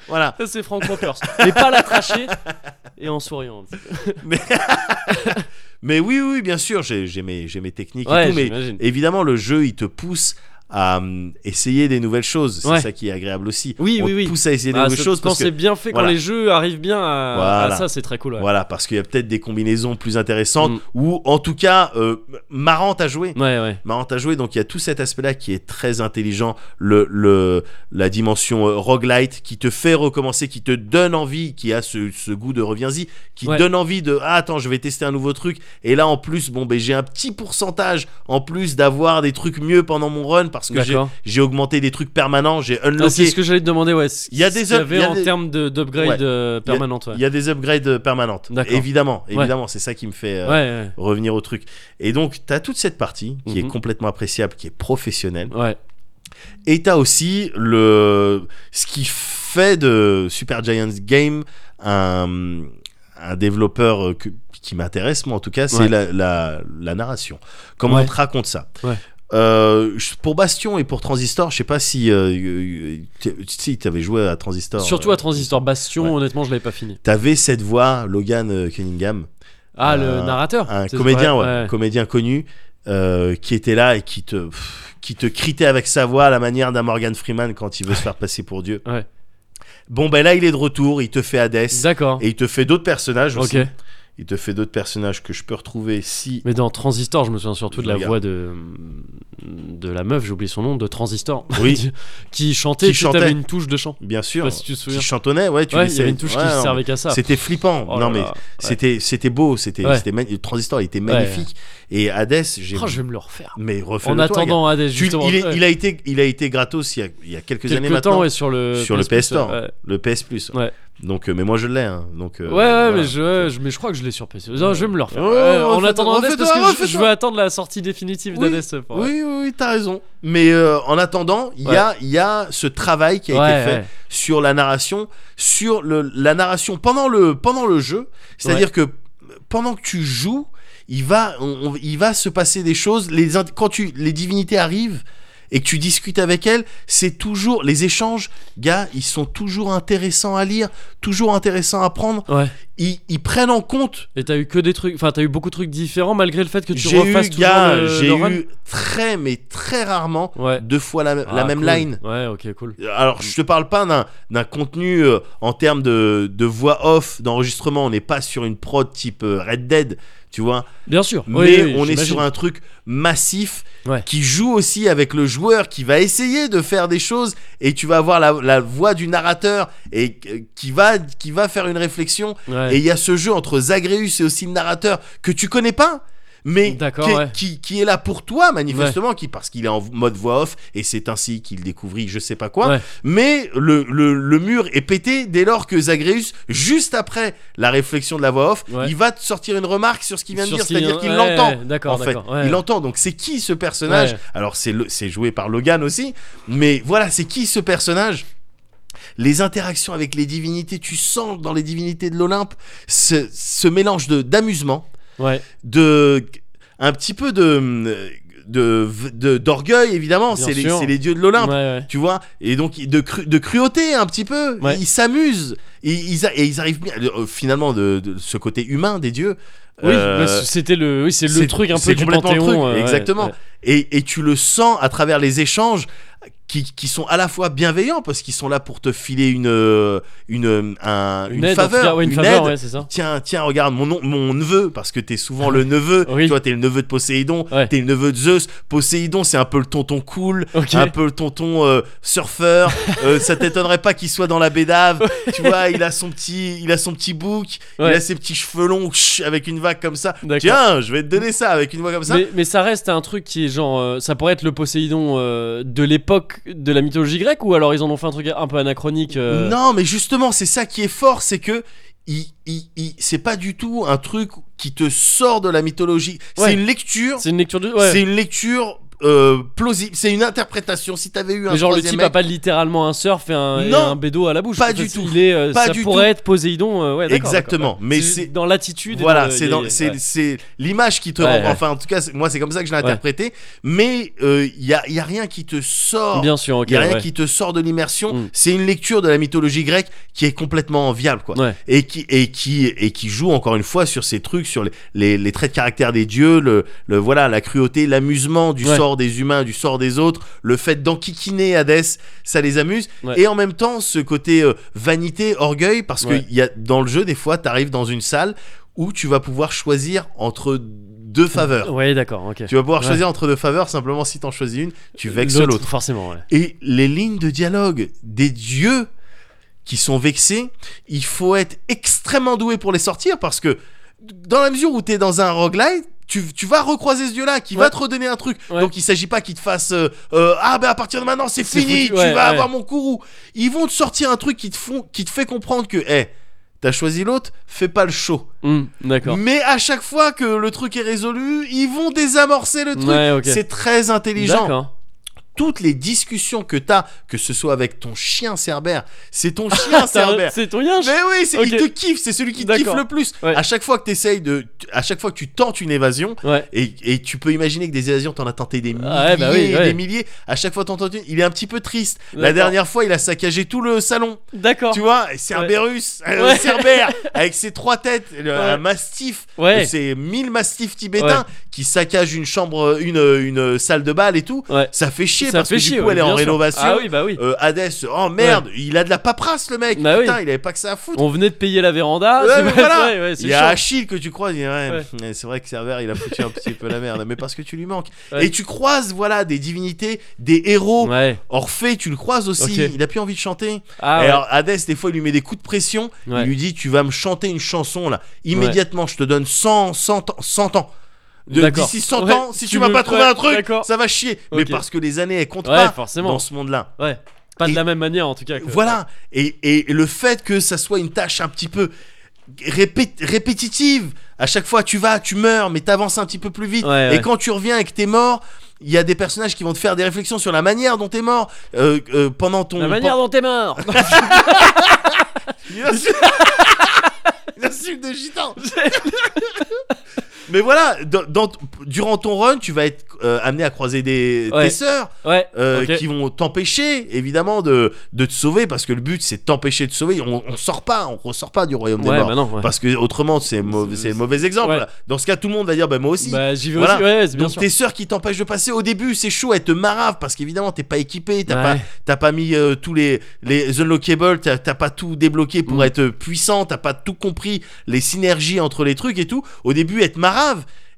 Voilà.
ça, euh, c'est Frank Walkers. Et pas la tracher et en souriant.
Mais oui, oui, bien sûr, j'ai j'ai mes, j'ai mes techniques et
Ouais,
tout, mais
j'imagine.
évidemment, le jeu, il te pousse à hum, essayer des nouvelles choses. C'est
Ouais.
ça qui est agréable aussi.
Oui,
On
oui,
te
oui.
pousse à essayer des
Ah,
nouvelles
c'est-
choses
quand
parce
c'est
que.
bien fait,
voilà.
quand les jeux arrivent bien à,
Voilà.
à ça, c'est très cool. Ouais.
Voilà, parce qu'il y a peut-être des combinaisons plus intéressantes
Mm.
ou en tout cas euh, marrantes à jouer.
Ouais, ouais.
Marrantes à jouer, donc il y a tout cet aspect-là qui est très intelligent. Le, le, la dimension euh, roguelite qui te fait recommencer, qui te donne envie, qui a ce, ce goût de reviens-y, qui
Ouais.
donne envie de ah, attends, je vais tester un nouveau truc. Et là, en plus, bon, ben, j'ai un petit pourcentage en plus d'avoir des trucs mieux pendant mon run parce que j'ai-
D'accord.
j'ai augmenté des trucs permanents, j'ai
Ah, c'est
unlocké.
ce que j'allais te demander, ouais. ce-
Il y a
ce
des
qu'il
up- il y
avait
a
en
des-
termes de- d'upgrade
Ouais.
euh,
Il y a-
permanente, ouais.
Il y a des upgrades euh, permanentes.
D'accord.
Évidemment,
Ouais.
évidemment, c'est ça qui me fait. euh,
Ouais,
Revenir au truc. Et donc, tu as toute cette partie qui est
Mhm.
complètement appréciable, qui est professionnelle.
ouais. ouais.
Et t'as aussi le ce qui fait de Super Giant Game un, un développeur euh, que- qui m'intéresse, moi en tout cas, c'est
Ouais.
la, la- la narration. Comment
Ouais.
on te raconte ça
Ouais.
Euh, je- pour Bastion et pour Transistor, je sais pas si euh, euh, si t'avais joué à Transistor.
Surtout
euh,
à Transistor Bastion,
ouais.
honnêtement, je l'avais pas fini.
T'avais cette voix, Logan euh, Cunningham,
Ah,
Euh,
le narrateur
un
c'est-
comédien, ouais, un comédien connu, euh, qui était là et qui te, pff, qui te critait avec sa voix à la manière d'un Morgan Freeman quand il veut se faire passer pour Dieu.
Ouais.
Bon, ben là, il est de retour, il te fait Hades
D'accord.
et il te fait d'autres personnages
Ok.
aussi. Il te fait d'autres personnages que je peux retrouver si.
Mais dans Transistor, je me souviens surtout de la
Regarde.
voix de de la meuf, j'ai oublié son nom, de Transistor,
Oui.
qui chantait.
Qui
tu
chantait.
avais une touche de chant.
Bien
Je sais
sûr.
pas si tu te souviens.
Qui chantonnait, ouais, tu
ouais,
les
il y avait
sais-
une touche
ouais,
qui
on-
servait qu'à ça.
C'était flippant.
Oh
non
là
mais
là, ouais.
c'était c'était beau, c'était
Ouais.
c'était magn- le transistor il était
Ouais.
magnifique et Hades, j'ai
Oh, je vais me le refaire.
mais refais
En attendant, Hades, justement.
il, est-
ouais.
il a été il a été gratos il y a, il y a quelques, années
Quelque
maintenant
temps, ouais, sur le
sur le PS Store,
ouais.
le PS Plus.
Ouais.
Donc euh, mais moi je l'ai hein, donc euh,
Ouais, ouais,
voilà.
mais je, je- mais je crois que je l'ai sur PC. Non, je vais me le refaire.
Ouais,
Euh, en
refais-toi,
attendant Hades, parce
refais-toi,
que je- je,
refais-toi.
veux attendre la sortie définitive E
Oui,
d'Hades. pour-
Oui, oui, oui, t'as raison. Mais euh, en attendant, il y, a, il y a ce travail qui a
Ouais,
été fait
ouais.
sur la narration, sur le, la narration pendant le, pendant le jeu. C'est-à-dire que pendant que tu joues, il va, on- on- il va se passer des choses. Les, int- quand tu, les divinités arrivent et que tu discutes avec elles, c'est toujours les échanges, gars, ils sont toujours intéressants à lire, toujours intéressants à prendre.
Ouais.
Ils, ils prennent en compte
Et t'as eu que des trucs, enfin t'as eu beaucoup de trucs différents malgré le fait que tu
j'ai eu,
refasses toujours
gars,
le, le
j'ai
run.
eu très mais très rarement
Ouais.
deux fois la, la
Ah,
même
cool.
line.
Ouais, ok, cool.
Alors je te parle pas d'un, d'un contenu euh, en termes de, de voix off, d'enregistrement. On n'est pas sur une prod type euh, Red Dead, tu vois.
Bien sûr. Oui,
mais
oui,
on est
j'imagine.
sur un truc massif
Ouais.
qui joue aussi avec le joueur, qui va essayer de faire des choses et tu vas avoir la, la voix du narrateur et euh, qui va qui va faire une réflexion.
Ouais.
Et il y a ce jeu entre Zagreus et aussi le narrateur que tu connais pas, mais
D'accord,
qui, est-
ouais.
qui, qui est là pour toi, manifestement, qui, parce qu'il est en mode voix off, et c'est ainsi qu'il découvrit je sais pas quoi.
Ouais.
Mais le, le, le mur est pété dès lors que Zagreus, juste après la réflexion de la voix off,
Ouais.
il va te sortir une remarque sur ce qu'il vient
Sur
de
ce
dire,
qu'il
c'est-à-dire
vient-
qu'il
ouais,
l'entend.
ouais, d'accord,
en fait,
d'accord, ouais.
il l'entend. Donc c'est qui ce personnage
Ouais.
Alors c'est le- c'est joué par Logan aussi, mais voilà, c'est qui ce personnage les interactions avec les divinités, tu sens dans les divinités de l'Olympe ce, ce mélange de d'amusement,
Ouais.
de un petit peu de de de- d'orgueil évidemment,
Bien
c'est les,
sûr.
c'est les dieux de l'Olympe.
Ouais, ouais.
Tu vois, et donc de, cru- de cruauté un petit peu.
Ouais.
Ils s'amusent. Et ils, a- et ils arrivent bien, euh, finalement, de, de ce côté humain des dieux.
Oui,
Euh,
bah, c- c'était le, oui, c'est le truc un
c'est
peu du
complètement le
panthéon.
truc,
euh, ouais,
exactement.
ouais.
Et, et tu le sens à travers les échanges qui, qui sont à la fois bienveillants parce qu'ils sont là pour te filer une, euh, une, euh, un- une
aide, en tout
faveur.
cas, ouais, une,
une
faveur,
aide.
ouais, c'est ça.
Tiens, tiens, regarde mon, nom- mon neveu, parce que t'es souvent le neveu.
Oui.
Tu vois, t'es le neveu de Poséidon,
Ouais.
t'es le neveu de Zeus. Poséidon, c'est un peu le tonton cool,
Ok.
un peu le tonton euh, surfeur. Euh, ça t'étonnerait pas qu'il soit dans la bédave. Tu vois, il a son petit, il a son petit bouc,
Ouais.
il a ses petits cheveux longs chut, avec une vague comme ça.
D'accord.
Tiens, je vais te donner ça avec une voix comme ça.
Mais, mais ça reste un truc qui est genre. euh, ça pourrait être le Poséidon euh, de l'époque de la mythologie grecque ou alors ils en ont fait un truc un peu anachronique euh,
Non, mais justement, c'est ça qui est fort, c'est que il, il- il- c'est pas du tout un truc qui te sort de la mythologie.
Ouais.
C'est une lecture.
C'est une lecture de. Ouais.
C'est une lecture euh, plausible. C'est une interprétation. Si t'avais eu un
Mais genre le
troisième
type
mec-
a pas littéralement un surf et un, et
Non.
un bédo à la bouche.
Pas
En fait,
du tout.
Il est, euh,
Pas
ça
du
pourrait
tout.
être Poséidon. euh, ouais, d'accord,
Exactement.
d'accord.
Mais c'est-
dans l'attitude. et dans
Voilà,
le-
c'est
les-
dans-
ouais.
c'est c'est l'image qui te
Ouais,
rend-
ouais.
Enfin, en tout cas, c'est- moi, c'est comme ça que je l'ai interprété. Mais euh, il y, a, y a rien qui te sort.
Bien sûr. ok
Il y a rien
ouais.
qui te sort de l'immersion.
Mm.
C'est une lecture de la mythologie grecque qui est complètement viable, quoi.
Ouais.
Et qui et qui et qui joue encore une fois sur ces trucs, sur les, les, les traits de caractère des dieux, le, le voilà, la cruauté, l'amusement du
Ouais.
sort des humains, du sort des autres, le fait d'enquiquiner Hadès, ça les amuse.
Ouais.
Et en même temps, ce côté euh, vanité, orgueil, parce
Ouais.
que il y a dans le jeu des fois, t'arrives dans une salle où tu vas pouvoir choisir entre deux faveurs.
Ouais, d'accord. Ok.
Tu vas pouvoir
Ouais.
choisir entre deux faveurs, simplement si t'en choisis une, tu vexes
L'autre,
l'autre
Forcément. Ouais.
et les lignes de dialogue des dieux qui sont vexés, il faut être extrêmement doué pour les sortir parce que dans la mesure où tu es dans un roguelite, tu, tu vas recroiser ce dieu-là qui va
Ouais.
te redonner un truc.
Ouais.
Donc il s'agit pas qu'il te fasse euh, euh, ah ben à partir de maintenant c'est
C'est
fini,
foutu,
tu
ouais,
vas
ouais.
avoir mon courroux. Ils vont te sortir un truc qui te font qui te fait comprendre que eh T'as choisi l'autre, fais pas le show.
Hum, d'accord.
Mais à chaque fois que le truc est résolu, ils vont désamorcer le truc.
Ouais, ok.
C'est très intelligent
D'accord.
toutes les discussions que t'as, que ce soit avec ton chien Cerbère, c'est ton chien Cerbère.
Ah, C'est ton yinche
Mais oui, c'est- il
Ok.
te kiffe, c'est celui qui te kiffe
D'accord.
le plus.
Ouais.
À chaque fois que t'essayes de, à chaque fois que tu tentes une évasion,
Ouais.
et, et tu peux imaginer que des évasions, t'en as tenté des milliers,
Ah ouais, bah oui,
et
ouais.
des milliers. À chaque fois, t'en tentes une. Il est un petit peu triste. La
D'accord.
dernière fois, il a saccagé tout le salon.
D'accord.
Tu vois, et Cerberus, euh,
Ouais.
Cerbère, avec ses trois têtes, le- un
Ouais.
mastif.
Ouais.
C'est 1000 mastifs tibétains qui saccagent une chambre, une, une salle de bal et tout.
Ouais.
Ça fait chier
Ça
parce
fait
que
chier,
du coup,
ouais,
elle est en
bien sûr.
rénovation.
Ah oui, bah oui.
Euh, Hades, oh merde, il a de la paperasse le mec.
Bah oui.
Putain, il avait pas que ça à foutre.
On venait de payer la véranda.
Ouais,
c'est
mais
vrai,
voilà.
ouais, ouais, c'est
il y a
chiant.
Achille que tu croises, il dit, ouais, ouais, c'est vrai que Cerber il a foutu un petit peu la merde, mais parce que tu lui manques.
Ouais.
Et tu croises voilà des divinités, des héros.
Ouais.
Orphée, tu le croises aussi,
Ok.
il a plus envie de chanter.
Ah,
Et
ouais.
Alors Hadès, des fois, il lui met des coups de pression,
Ouais.
il lui dit Tu vas me chanter une chanson là, immédiatement, je te donne 100, 100 ans. 100 ans. De-
D'accord.
D'ici 100
Ouais,
ans, si
tu
tu m'as
me-
pas trouvé
ouais,
un truc,
d'accord.
ça va chier. Mais
Ok.
parce que les années, elles comptent
Ouais,
pas
forcément.
dans ce monde-là.
Ouais. Pas de
Et-
la même manière en tout cas. que-
Euh, Voilà. Et, et le fait que ça soit une tâche un petit peu répé- répétitive, à chaque fois tu vas, tu meurs, mais t'avances un petit peu plus vite.
Ouais,
Et
ouais.
quand tu reviens et que t'es mort, il y a des personnages qui vont te faire des réflexions sur la manière dont t'es mort euh, euh, pendant ton.
La manière dont t'es mort.
Une insulte- Une insulte de gitan. Mais voilà, dans- dans- durant ton run, tu vas être euh, amené à croiser des,
Ouais.
tes sœurs
ouais.
euh,
ok.
qui vont t'empêcher évidemment de, de te sauver parce que le but c'est de t'empêcher de te sauver. On, on sort pas, on ressort pas du royaume des
Ouais,
morts.
bah non. ouais.
Parce que autrement c'est mauvais, c'est mauvais exemple.
Ouais.
là. Dans ce cas, tout le monde va dire bah moi aussi.
Bah, j'y vais
Voilà.
aussi. Ouais, c'est bien
Donc
sûr.
tes sœurs qui t'empêchent de passer au début, c'est chaud, elles te maravent parce qu'évidemment t'es pas équipé, t'as
Ouais.
pas t'as pas mis euh, tous les les unlockables, t'as t'as pas tout débloqué pour
Mm.
être puissant, t'as pas tout compris les synergies entre les trucs et tout. Au début elles te maravent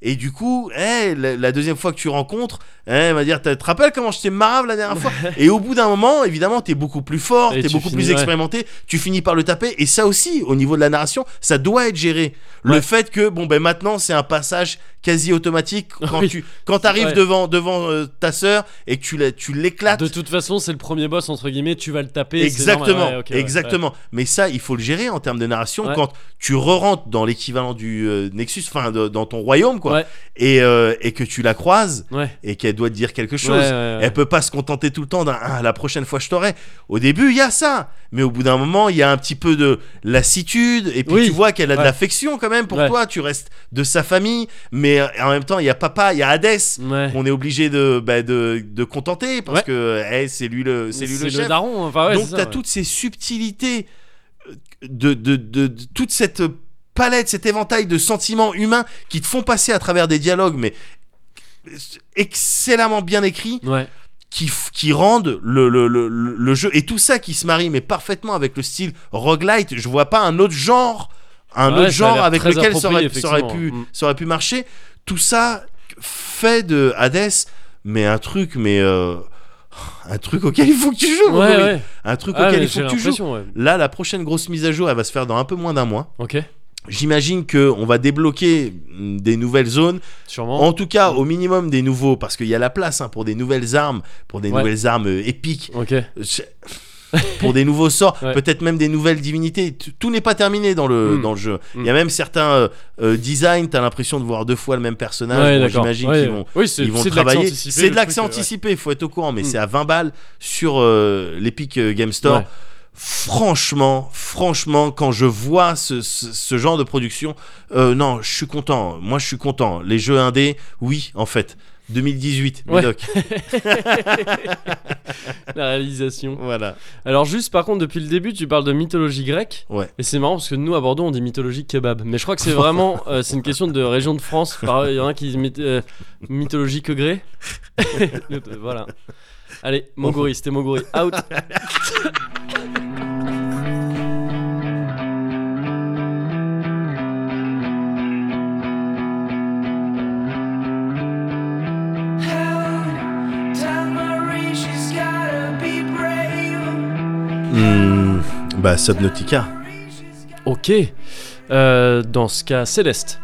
et du coup, eh, la, la deuxième fois que tu rencontres, eh, elle va dire, tu te rappelles comment je t'ai marave la dernière fois Et au bout d'un moment, évidemment, t'es beaucoup plus fort,
Et
t'es
tu
beaucoup
finis,
plus
ouais.
expérimenté, tu finis par le taper. Et ça aussi, au niveau de la narration, ça doit être géré. Le
Ouais.
fait que, bon, ben maintenant, c'est un passage quasi automatique quand
Oui.
tu quand arrives
Ouais.
devant devant euh, ta sœur et que tu la- tu l'éclates.
De toute façon, c'est le premier boss entre guillemets. Tu vas le taper. c'est normal.
Exactement,
Ouais, ok, ouais, ouais.
exactement. Mais ça, il faut le gérer en termes de narration
Ouais.
quand tu re-rentres dans l'équivalent du euh, Nexus, enfin de- dans ton royaume, quoi,
Ouais.
et, euh, et que tu la croises
Ouais.
et qu'elle doit te dire quelque chose.
Ouais, ouais, ouais.
Elle peut pas se contenter tout le temps d'un Ah, la prochaine fois je t'aurai. Au début, il y a ça, mais au bout d'un moment, il y a un petit peu de lassitude et puis
Oui.
tu vois qu'elle a de
Ouais.
l'affection quand même pour
Ouais.
toi, tu restes de sa famille, mais euh, en même temps, il y a papa, il y a Hadès.
Ouais.
qu'on est obligé de, bah, de, de contenter parce
Ouais.
que eh, c'est lui le c'est lui le chef.
daron. Enfin, ouais,
Donc
c'est ça,
t'as
ouais.
toutes ces subtilités euh, de, de, de- de- toute cette palette, cet éventail de sentiments humains qui te font passer à travers des dialogues, mais euh, excellemment bien écrits,
Ouais.
qui, f- qui rendent le, le, le, le- le jeu et tout ça qui se marie mais parfaitement avec le style roguelite. Je vois pas un autre genre, un
Ouais, ça a
autre genre
l'air
avec
très
lequel ça aurait,
approprié,
ça aurait pu
effectivement. Mm.
ça aurait pu marcher. Tout ça fait de Hades mais un truc mais euh, un truc auquel il faut que tu joues.
Ouais,
Grégory
ouais.
un truc
Ah,
auquel
mais
il faut
j'ai
que tu joues.
l'impression, ouais.
Là, la prochaine grosse mise à jour, elle va se faire dans un peu moins d'un mois.
Ok.
J'imagine que on va débloquer mm, des nouvelles zones,
Sûrement.
en tout cas au minimum des nouveaux, parce qu'il y a la place hein, pour des nouvelles armes, pour des
Ouais.
nouvelles armes euh, épiques,
Ok.
euh, c'est- pour des nouveaux sorts,
Ouais.
peut-être même des nouvelles divinités. T- Tout n'est pas terminé dans le,
Mm.
dans le jeu. Il
Mm.
y a même certains euh, euh, designs, t'as l'impression de voir deux fois le même personnage.
Ouais,
Bon,
d'accord.
J'imagine
Ouais,
qu'ils
ouais.
vont
Oui, c'est-
ils vont
c'est de l'accent
travailler.
anticipé,
C'est de
le
l'accent
truc, euh, ouais.
anticipé, faut être au courant, mais
Mm.
c'est à 20 balles sur euh, l'Epic euh, Game Store.
Ouais.
Franchement, franchement, quand je vois ce, ce- ce genre de production, euh, non, je suis content. Moi, je suis content. Les jeux indés, oui, en fait. 2018,
Ouais.
Médoc.
La réalisation.
voilà.
Alors juste par contre depuis le début tu parles de mythologie grecque
Ouais.
et c'est marrant parce que nous à Bordeaux on dit mythologie kebab mais je crois que c'est vraiment euh, c'est une question de région de France Par- il y en a un qui dit myth- euh, mythologie que gré L'autre, voilà allez Mogori c'était Mogori out
bah, Subnautica.
ok Euh, dans ce cas Céleste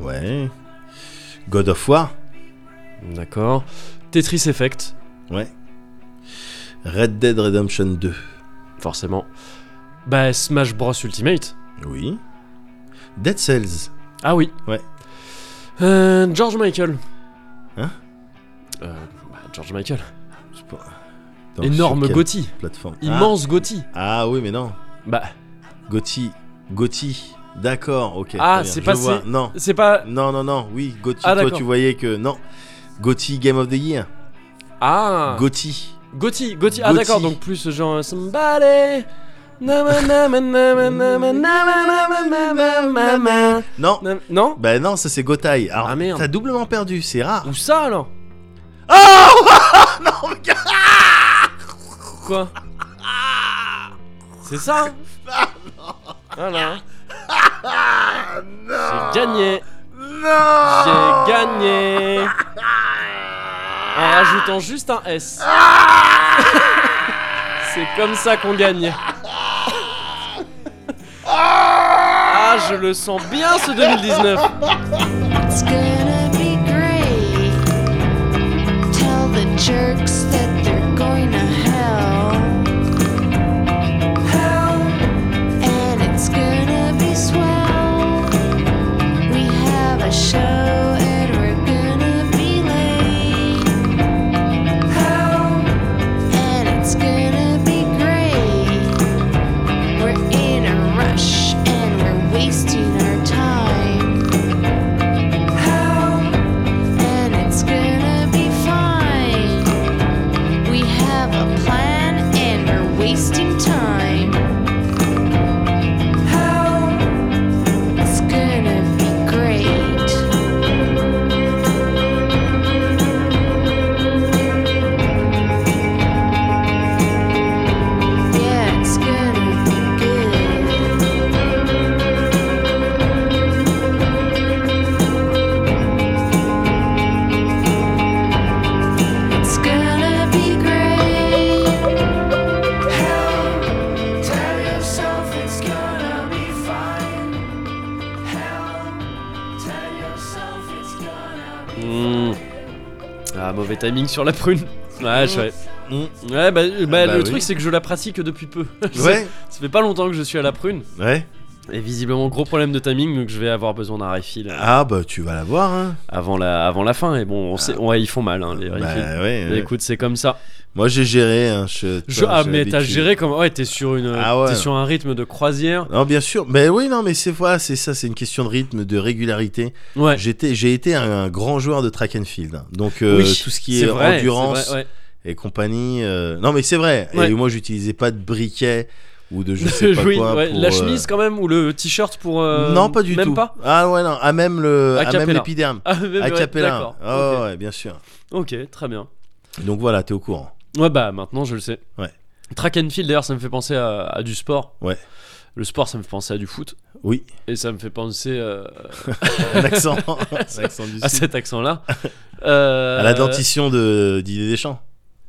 Ouais. God of War.
d'accord Tetris Effect
Ouais. Red Dead Redemption 2.
forcément bah Smash Bros Ultimate
Oui. Dead Cells.
ah oui
Ouais.
Euh, George Michael
Hein
Euh, bah, George Michael
C'est pas- Attends,
Énorme
sur quelle
Gotti.
plateforme Ah.
Immense Gotti.
Ah, oui, mais non.
Bah,
Gotti. Gotti. D'accord, ok.
Ah,
très bien,
c'est
je
passé.
vois. Non.
c'est pas.
Non, non, non. Oui, Gotti.
Ah,
toi,
d'accord.
tu voyais que. Non. Gotti Game of the Year.
Ah
Gotti.
Gotti, Gotti. Ah,
Gotti.
d'accord, donc plus genre. euh, Somebody. na ma na ma na ma na ma na ma na ma na ma ma ma.
Non.
Na- Non
Bah non, ça c'est Gotai. Alors,
Ah, merde.
t'as doublement perdu, c'est rare.
Ou ça alors
Ah Non, mais gars,
Quoi
Ah
C'est ça hein Voilà.
Ah,
J'ai gagné J'ai gagné
Ah.
En rajoutant juste un S. C'est comme ça qu'on gagne. Ah, je le sens bien ce 2019
It's gonna be great. Tell the jerks that they're going to hell. Hell. And it's gonna be swell. We have a show and we're gonna be late. Hell. And it's gonna be great. We're in a rush and we're wasting our time. And it's gonna be fine. We have a plan and we're wasting time. It's gonna be great. Yeah, it's gonna be good. It's gonna be great. Hell, tell yourself it's gonna be fine. Hell, tell yourself it's gonna be
Hmm. Ah, mauvais timing sur la prune. Ouais, je- ouais.
Mm.
Ouais, bah, euh, bah,
Bah
le
oui.
truc, c'est que je la pratique depuis peu.
Ouais,
Ça fait pas longtemps que je suis à la prune.
ouais.
Et visiblement, gros problème de timing, donc je vais avoir besoin d'un refill euh,
Ah bah tu vas la voir. Hein.
avant la, avant la fin. Et bon, on sait, ouais, ils font mal, hein, les
Bah
refills.
ouais.
Mais
ouais.
Écoute, c'est comme ça.
Moi j'ai géré. Hein, je,
Je- ah,
j'ai
mais t'as
l'habitude.
géré comme. Ouais, t'es sur, une,
Ah ouais.
t'es sur un rythme de croisière.
Non bien sûr. Mais oui non mais c'est voilà, c'est ça, c'est une question de rythme, de régularité.
Ouais.
J'étais, j'ai été un, un grand joueur de track and field. hein. Donc euh,
Oui,
tout ce qui
c'est
est,
vrai,
endurance
c'est vrai, ouais.
et compagnie. euh, Non mais c'est vrai.
Ouais.
Et moi j'utilisais pas de briquet ou de je sais pas
Oui,
quoi.
ouais,
pour,
La
euh,
chemise, quand même, ou le t-shirt pour. euh,
non pas du
même
tout.
Pas
ah ouais non. À même le,
A
à même
cappella.
l'épiderme.
ah, même
A
ouais,
cappella.
D'accord.
Ah ouais,
ok.
ouais, bien sûr.
ok, très bien.
Donc voilà, t'es au courant.
Ouais, bah maintenant je le sais.
Ouais.
Track and field d'ailleurs, ça me fait penser à, à du sport.
Ouais.
Le sport, ça me fait penser à du foot.
Oui,
Et ça me fait penser euh,
un accent.
Ah,
Un accent du
à
sud.
cet accent-là. Euh,
À la dentition de Didier Deschamps.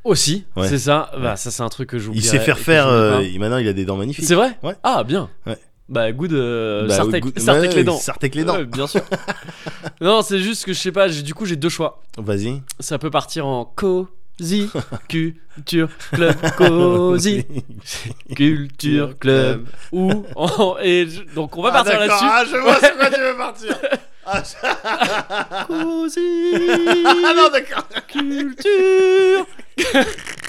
Aussi,
Ouais.
c'est ça. Bah,
Ouais.
ça, c'est un truc que j'oublie.
Il sait faire faire. euh, il- maintenant, il a des dents magnifiques.
C'est vrai
Ouais.
Ah, bien.
Ouais.
Bah, good. Euh,
Bah,
Sartek,
goût-
Sartek
ouais,
les dents.
Sartek les dents.
Ouais, bien sûr. non, c'est juste que je sais pas, j'ai- du coup, j'ai deux choix.
Vas-y.
Ça peut partir en cozy culture club. Cozy culture club. ou en- et je- donc on va
Ah,
partir
d'accord.
là-dessus.
Ah, je vois sur quoi tu veux partir. Ah, je- ah
Cozy
non, d'accord.
culture.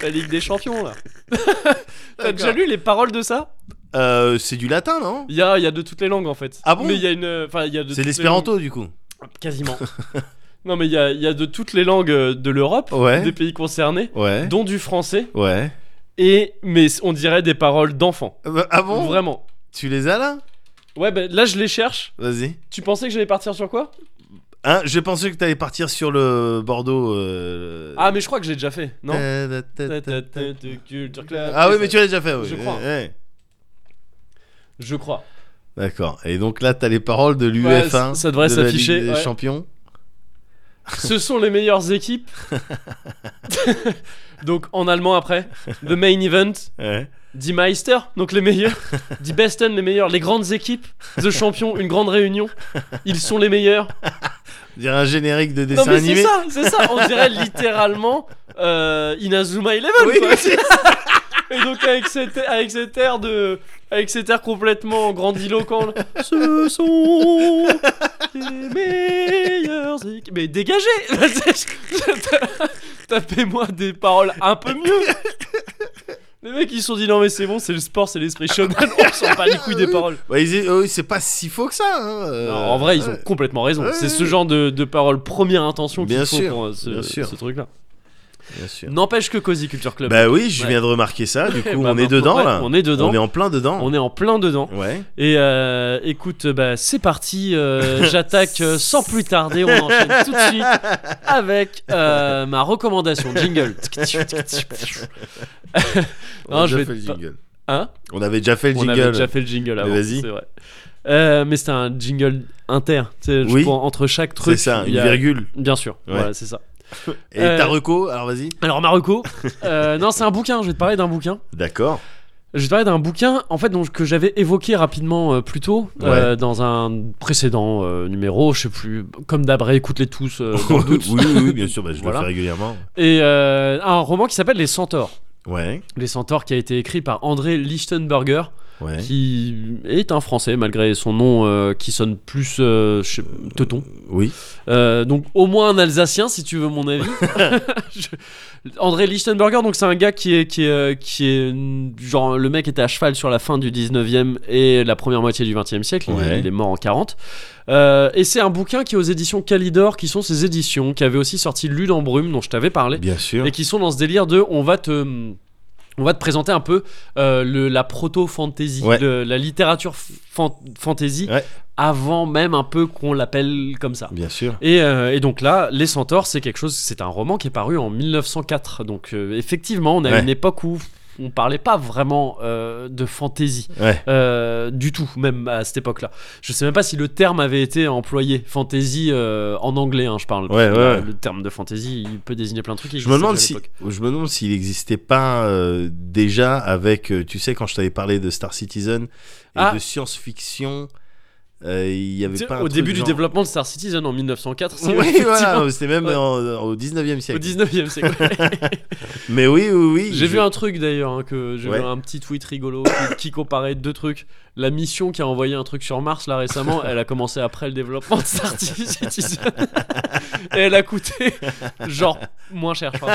La Ligue des Champions là. T'as
D'accord.
déjà lu les paroles de ça
Euh, c'est du latin, non
Il y a, il y a de toutes les langues en fait.
Ah bon
Mais il y a une, enfin il y a de.
C'est
toutes
de
les
l'espéranto, du coup.
langues. Quasiment. non mais il y a, il y a de toutes les langues euh, de l'Europe,
Ouais.
des pays concernés,
Ouais.
dont du français.
Ouais.
Et mais on dirait des paroles d'enfants.
Euh, bah, ah bon
Vraiment.
Tu les as là
Ouais bah, là je les cherche.
Vas-y.
Tu pensais que j'allais partir sur quoi
Hein, je pensais que t'allais partir sur le Bordeaux. euh,
Ah mais je crois que j'ai déjà fait. Non.
ta- ta- ta- ta- ta-
Culture club.
Ah oui, mais tu l'as déjà fait, oui.
Je crois.
Ouais, ouais.
Je crois.
D'accord. Et donc là, t'as les paroles de
Ouais,
l'UF1.
ça- ça devrait s'afficher, ouais.
Champion.
Ce sont les meilleures équipes. Donc en allemand après, the main event,
Ouais.
die Meister, donc les meilleurs, die Besten, les meilleurs, les grandes équipes, the champion, une grande réunion, ils sont les meilleurs.
On dirait un générique de
Non
dessin
mais c'est
animé.
ça, c'est ça, on dirait littéralement euh, Inazuma Eleven.
Oui,
quoi.
oui, c'est
Et donc avec cet, avec cet air de, avec cet air complètement grandiloquent, là, ce sont les meilleurs équipes. Mais dégagez T'as- tapez-moi des paroles un peu mieux. Les mecs ils se sont dit non mais c'est bon c'est le sport c'est l'esprit shonen on s'en bat les couilles des paroles.
Bah, ils- euh, c'est pas si faux que ça. hein, euh,
Non, en vrai ils ont
ouais.
complètement raison
ouais,
c'est ce
ouais.
genre de, de paroles première intention
Bien
qu'il faut
sûr,
pour euh, ce,
bien sûr.
truc là.
Bien sûr.
N'empêche que Cozy Culture Club.
Bah oui, je
Ouais.
viens de remarquer ça. Du
Ouais,
coup,
bah,
on est
maintenant,
dedans
ouais,
là.
On est dedans.
On est en plein dedans.
en plein dedans.
Ouais.
Et euh, écoute, bah, c'est parti. euh, J'attaque euh, sans plus tarder. On enchaîne tout de suite avec euh, ma recommandation. Jingle.
On
Non,
a
je
déjà
vais
fait le
pas-
jingle.
Hein
On avait déjà fait le
On avait
jingle.
déjà fait le jingle avant.
Mais vas-y.
c'est vrai. Euh, mais c'était un jingle inter. tu sais, je
Oui.
prends entre chaque truc.
C'est ça,
il
une
y a-
virgule.
Bien sûr.
Ouais.
Voilà, c'est ça.
Et
Euh,
ta reco, alors vas-y.
Alors Marocco. euh, non, c'est un bouquin. Je vais te parler d'un bouquin.
D'accord.
Je vais te parler d'un bouquin en fait donc, que j'avais évoqué rapidement euh, plus tôt euh, dans un précédent euh, numéro, je sais plus, comme d'hab, écoute-les tous. euh, dans le
oui,
doute.
oui, oui, bien sûr, bah, je
Voilà.
le fais régulièrement.
Et euh, un roman qui s'appelle Les Centaures.
Ouais,
Les Centaures qui a été écrit par André Lichtenberger,
ouais.
qui est un Français malgré son nom euh, qui sonne plus euh, je sais- teuton.
Oui.
Euh, donc au moins un Alsacien si tu veux mon avis. Je- André Lichtenberger donc c'est un gars qui est qui est euh, qui est mm, genre le mec était à cheval sur la fin du 19e et la première moitié du 20e siècle, Il-
Ouais.
il est mort en 40. Euh, et c'est un bouquin qui est aux éditions Calidor qui sont ses éditions qui avait aussi sorti Lune en brume dont je t'avais parlé
Bien sûr.
et qui sont dans ce délire de on va te on va te présenter un peu euh, le, la proto-fantasy,
Ouais.
le- la littérature fan- fantasy,
Ouais.
avant même un peu qu'on l'appelle comme ça.
Bien sûr.
Et, euh, et donc là, Les Centaures, c'est quelque chose, c'est un roman qui est paru en 1904. Donc euh, effectivement, on a
Ouais.
une époque où on parlait pas vraiment euh, de fantasy
Ouais.
euh, du tout, même à cette époque-là. Je sais même pas si le terme avait été employé, fantasy euh, en anglais, hein, je parle.
Ouais,
Parce que,
ouais,
euh,
ouais.
Le terme de fantasy, il peut désigner plein de trucs. qui
Je me
existaient
demande
déjà à
si,
l'époque.
je me demande s'il n'existait pas euh, déjà avec, euh, tu sais, quand je t'avais parlé de Star Citizen et
Ah.
de science-fiction, euh, il y
Tu
avait
sais,
pas. un
au
truc
début du
genre-
développement de Star Citizen en 1904, c'est
Oui,
effectivement
voilà, c'était même
Ouais.
en- au 19e
au
siècle.
19e siècle.
Mais oui, oui, oui.
J'ai
je-
vu un truc d'ailleurs, hein, que j'ai
Ouais.
vu un petit tweet rigolo qui, qui comparait deux trucs. La mission qui a envoyé un truc sur Mars là récemment, elle a commencé après le développement de Star Citizen. Et elle a coûté genre moins cher, je crois.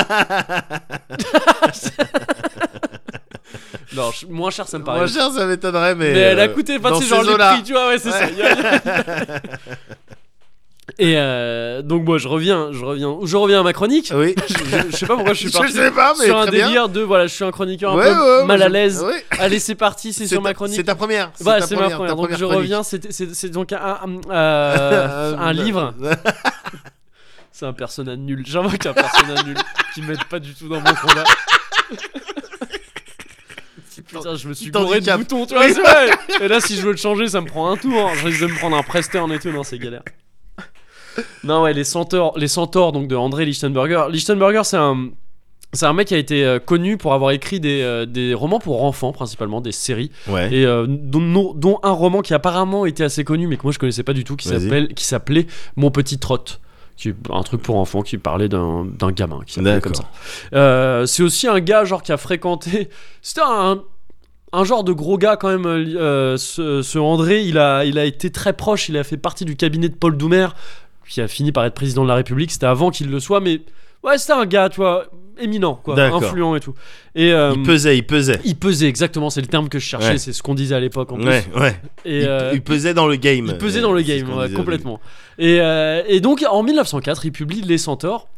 non, je- moins cher ça me paraît.
Moins cher, ça m'étonnerait, mais.
mais elle a
euh,
coûté pas
dans
tu sais,
ces
genre les
eaux-là.
prix tu vois ouais c'est ça Y a- y a- et euh, donc moi je reviens je reviens je reviens à ma chronique
Ah Oui.
je, je- je sais pas pourquoi je suis
Je
parti
sais pas, Ah, mais.
sur un
très bien.
délire de voilà je suis un chroniqueur un
Ouais,
peu
ouais, ouais,
mal à
je-
l'aise
ouais.
allez c'est parti c'est
C'est
sur ma
ta- C'est
chronique
ta première.
voilà
ta
c'est ma première
ta
donc je
chronique.
reviens c'est c'est- c'est donc un, un- euh, un livre c'est un personnage nul j'invoque un personnage nul qui m'aide pas du tout dans mon combat Putain, je me suis gouré de
Handicap.
boutons, tu vois, c'est vrai. Et là, si je veux le changer, ça me prend un tour. hein. Je risque de me prendre un Prestern et tout, non, c'est galère. Non, ouais, les centaures, les centaures donc de André Lichtenberger. Lichtenberger, c'est un. C'est un mec qui a été euh, connu pour avoir écrit des, euh, des romans pour enfants, principalement des séries,
Ouais.
et euh, dont, no- dont un roman qui apparemment était assez connu, mais que moi je connaissais pas du tout, qui
Vas-y.
s'appelle, qui s'appelait Mon petit trotte, qui est un truc pour enfants qui parlait d'un d'un gamin qui s'appelait comme ça.
D'accord.
Euh, c'est aussi un gars genre qui a fréquenté. C'était un, un genre de gros gars quand même. euh, ce, ce André, il a, il a été très proche. Il a fait partie du cabinet de Paul Doumer, qui a fini par être président de la République. C'était avant qu'il le soit, mais ouais, c'était un gars, tu vois, éminent, quoi,
D'accord.
influent et tout. Et euh,
Il pesait, il pesait.
il pesait exactement. C'est le terme que je cherchais.
Ouais.
C'est ce qu'on disait à l'époque en
Ouais,
plus.
ouais.
Et,
Il,
euh,
il pesait dans le game.
il pesait dans le
C'est ce
game,
qu'on
ouais,
disait au
complètement. Et, euh, et donc en 1904, il publie Les Centaures.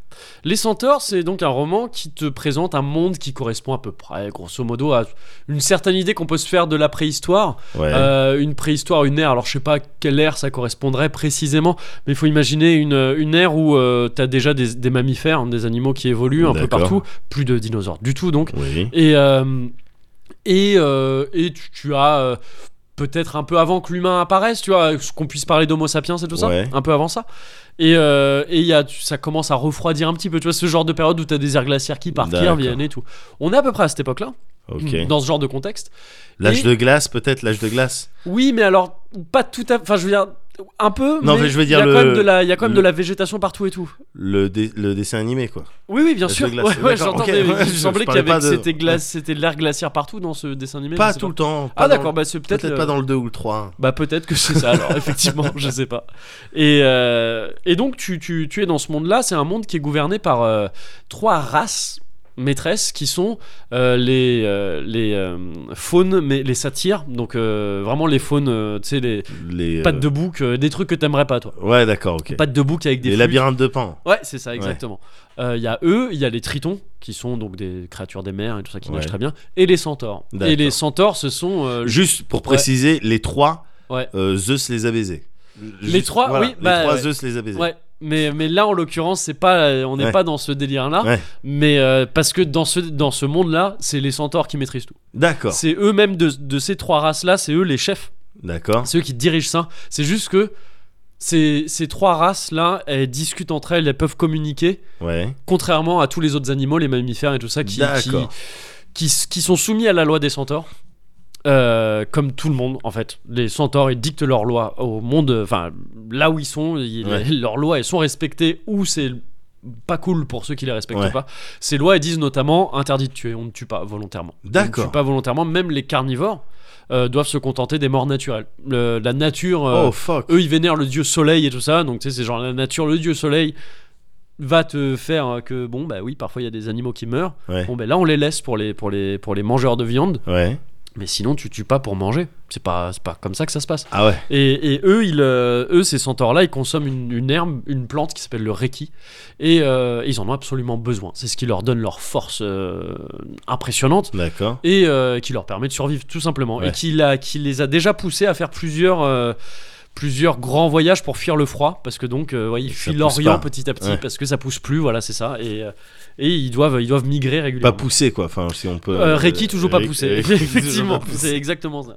Les Centaures, c'est donc un roman qui te présente un monde qui correspond à peu près, grosso modo, à une certaine idée qu'on peut se faire de la préhistoire.
début. Ouais.
Euh, une préhistoire, une ère, alors je sais pas à quelle ère ça correspondrait précisément, mais il faut imaginer une, une ère où tu as déjà des, des mammifères, hein, des animaux qui évoluent un peu
D'accord.
partout, plus de dinosaures du tout donc.
Oui.
Et, euh, et, euh, et tu, tu as euh, peut-être un peu avant que l'humain apparaisse, tu vois, qu'on puisse parler d'Homo sapiens et tout ça,
Ouais.
un peu avant ça. Et, euh, et il y a, tu- ça commence à refroidir un petit peu, tu vois, ce genre de période où tu as des aires glaciaires qui partent, qui
D'accord.
reviennent et tout. On est à peu près à cette époque-là, mm,
Ok.
dans ce genre de contexte.
L'âge
Et-
de glace, peut-être l'âge de glace.
Oui, mais alors, pas tout à fait. Enfin, je veux dire, Un peu.
Non, mais je veux dire
il y a
le-
quand même de la, il y a quand même
le-
de la végétation partout et tout.
Le, dé- le dessin animé, quoi.
Oui, oui, bien
Avec
sûr.
de glace.
Ouais, ouais,
D'accord,
j'entendais.
ok.
Il
Je-
me semblait
je
qu'il y avait,
parlais pas de-
c'était glace, c'était l'air glaciaire partout dans ce dessin animé.
pas
je sais
tout le temps. pas
Ah
dans-
d'accord, bah c'est peut-être.
Peut-être
le-
pas dans le 2 ou le 3. hein.
Bah peut-être que c'est ça alors, effectivement, je sais pas. Et, euh, et donc tu, tu, tu es dans ce monde-là, c'est un monde qui est gouverné par euh, trois races maîtresses qui sont euh, les, euh, les euh, faunes, mais les satyres, donc euh, vraiment les faunes, euh, tu sais, les
Les, euh,
pattes de bouc, euh, des trucs que t'aimerais pas toi.
Ouais, d'accord, ok.
Pattes de bouc avec des
Les
flûtes.
labyrinthes de Pan.
Ouais, c'est ça, exactement. Euh, Il y a eux, il y a les tritons, qui sont donc des créatures des mers et tout ça qui
Ouais.
nagent très bien, et les centaures. Et
D'accord.
les centaures, ce sont. euh,
Juste pour préciser, les trois,
Ouais.
euh, Zeus les a baisés.
Les trois, oui,
les
bah,
trois
ouais.
Zeus les a baisés.
Ouais, mais, mais là en l'occurrence, c'est pas, on n'est
Ouais.
pas dans ce délire-là.
Ouais.
Mais euh, parce que dans ce, dans ce monde-là, c'est les centaures qui maîtrisent tout.
D'accord,
C'est eux-mêmes de, de ces trois races-là, c'est eux les chefs.
d'accord.
C'est eux qui dirigent ça. C'est juste que ces, ces trois races-là, elles discutent entre elles, elles peuvent communiquer.
Ouais,
Contrairement à tous les autres animaux, les mammifères et tout ça, qui, qui,
d'accord.
qui, s- qui sont soumis à la loi des centaures. Euh, comme tout le monde en fait les centaures ils dictent leurs lois au monde enfin là où ils sont ils-
Ouais.
leurs lois elles sont respectées ou c'est pas cool pour ceux qui les respectent
Ouais.
pas ces lois elles disent notamment interdit de tuer on ne tue pas volontairement on ne
D'accord.
tue pas volontairement même les carnivores euh, doivent se contenter des morts naturelles Le- la nature euh,
Oh fuck.
eux ils vénèrent le dieu soleil et tout ça donc tu sais c'est genre la nature le dieu soleil va te faire euh, que bon bah oui parfois il y a des animaux qui meurent
Ouais.
bon ben là on les laisse pour les pour les pour les mangeurs de viande
Ouais.
mais sinon tu tues pas pour manger c'est pas c'est pas comme ça que ça se passe
Ah ouais.
et, et eux ils euh, eux ces centaures là ils consomment une, une herbe une plante qui s'appelle le reiki et euh, ils en ont absolument besoin c'est ce qui leur donne leur force euh, impressionnante
D'accord.
et euh, qui leur permet de survivre tout simplement
Ouais.
et qui, l'a- qui les a déjà poussés à faire plusieurs euh, plusieurs grands voyages pour fuir le froid parce que donc euh, ouais, ils
Ça
fuient
pousse
l'Orient
pas.
petit à petit
Ouais.
parce que ça pousse plus voilà c'est ça et, euh, et ils doivent ils doivent migrer
Pas
régulièrement
poussé quoi. Enfin, si on peut.
Euh, Reiki toujours pas
Reiki-
poussé
Reiki toujours pas
effectivement
poussé.
c'est exactement ça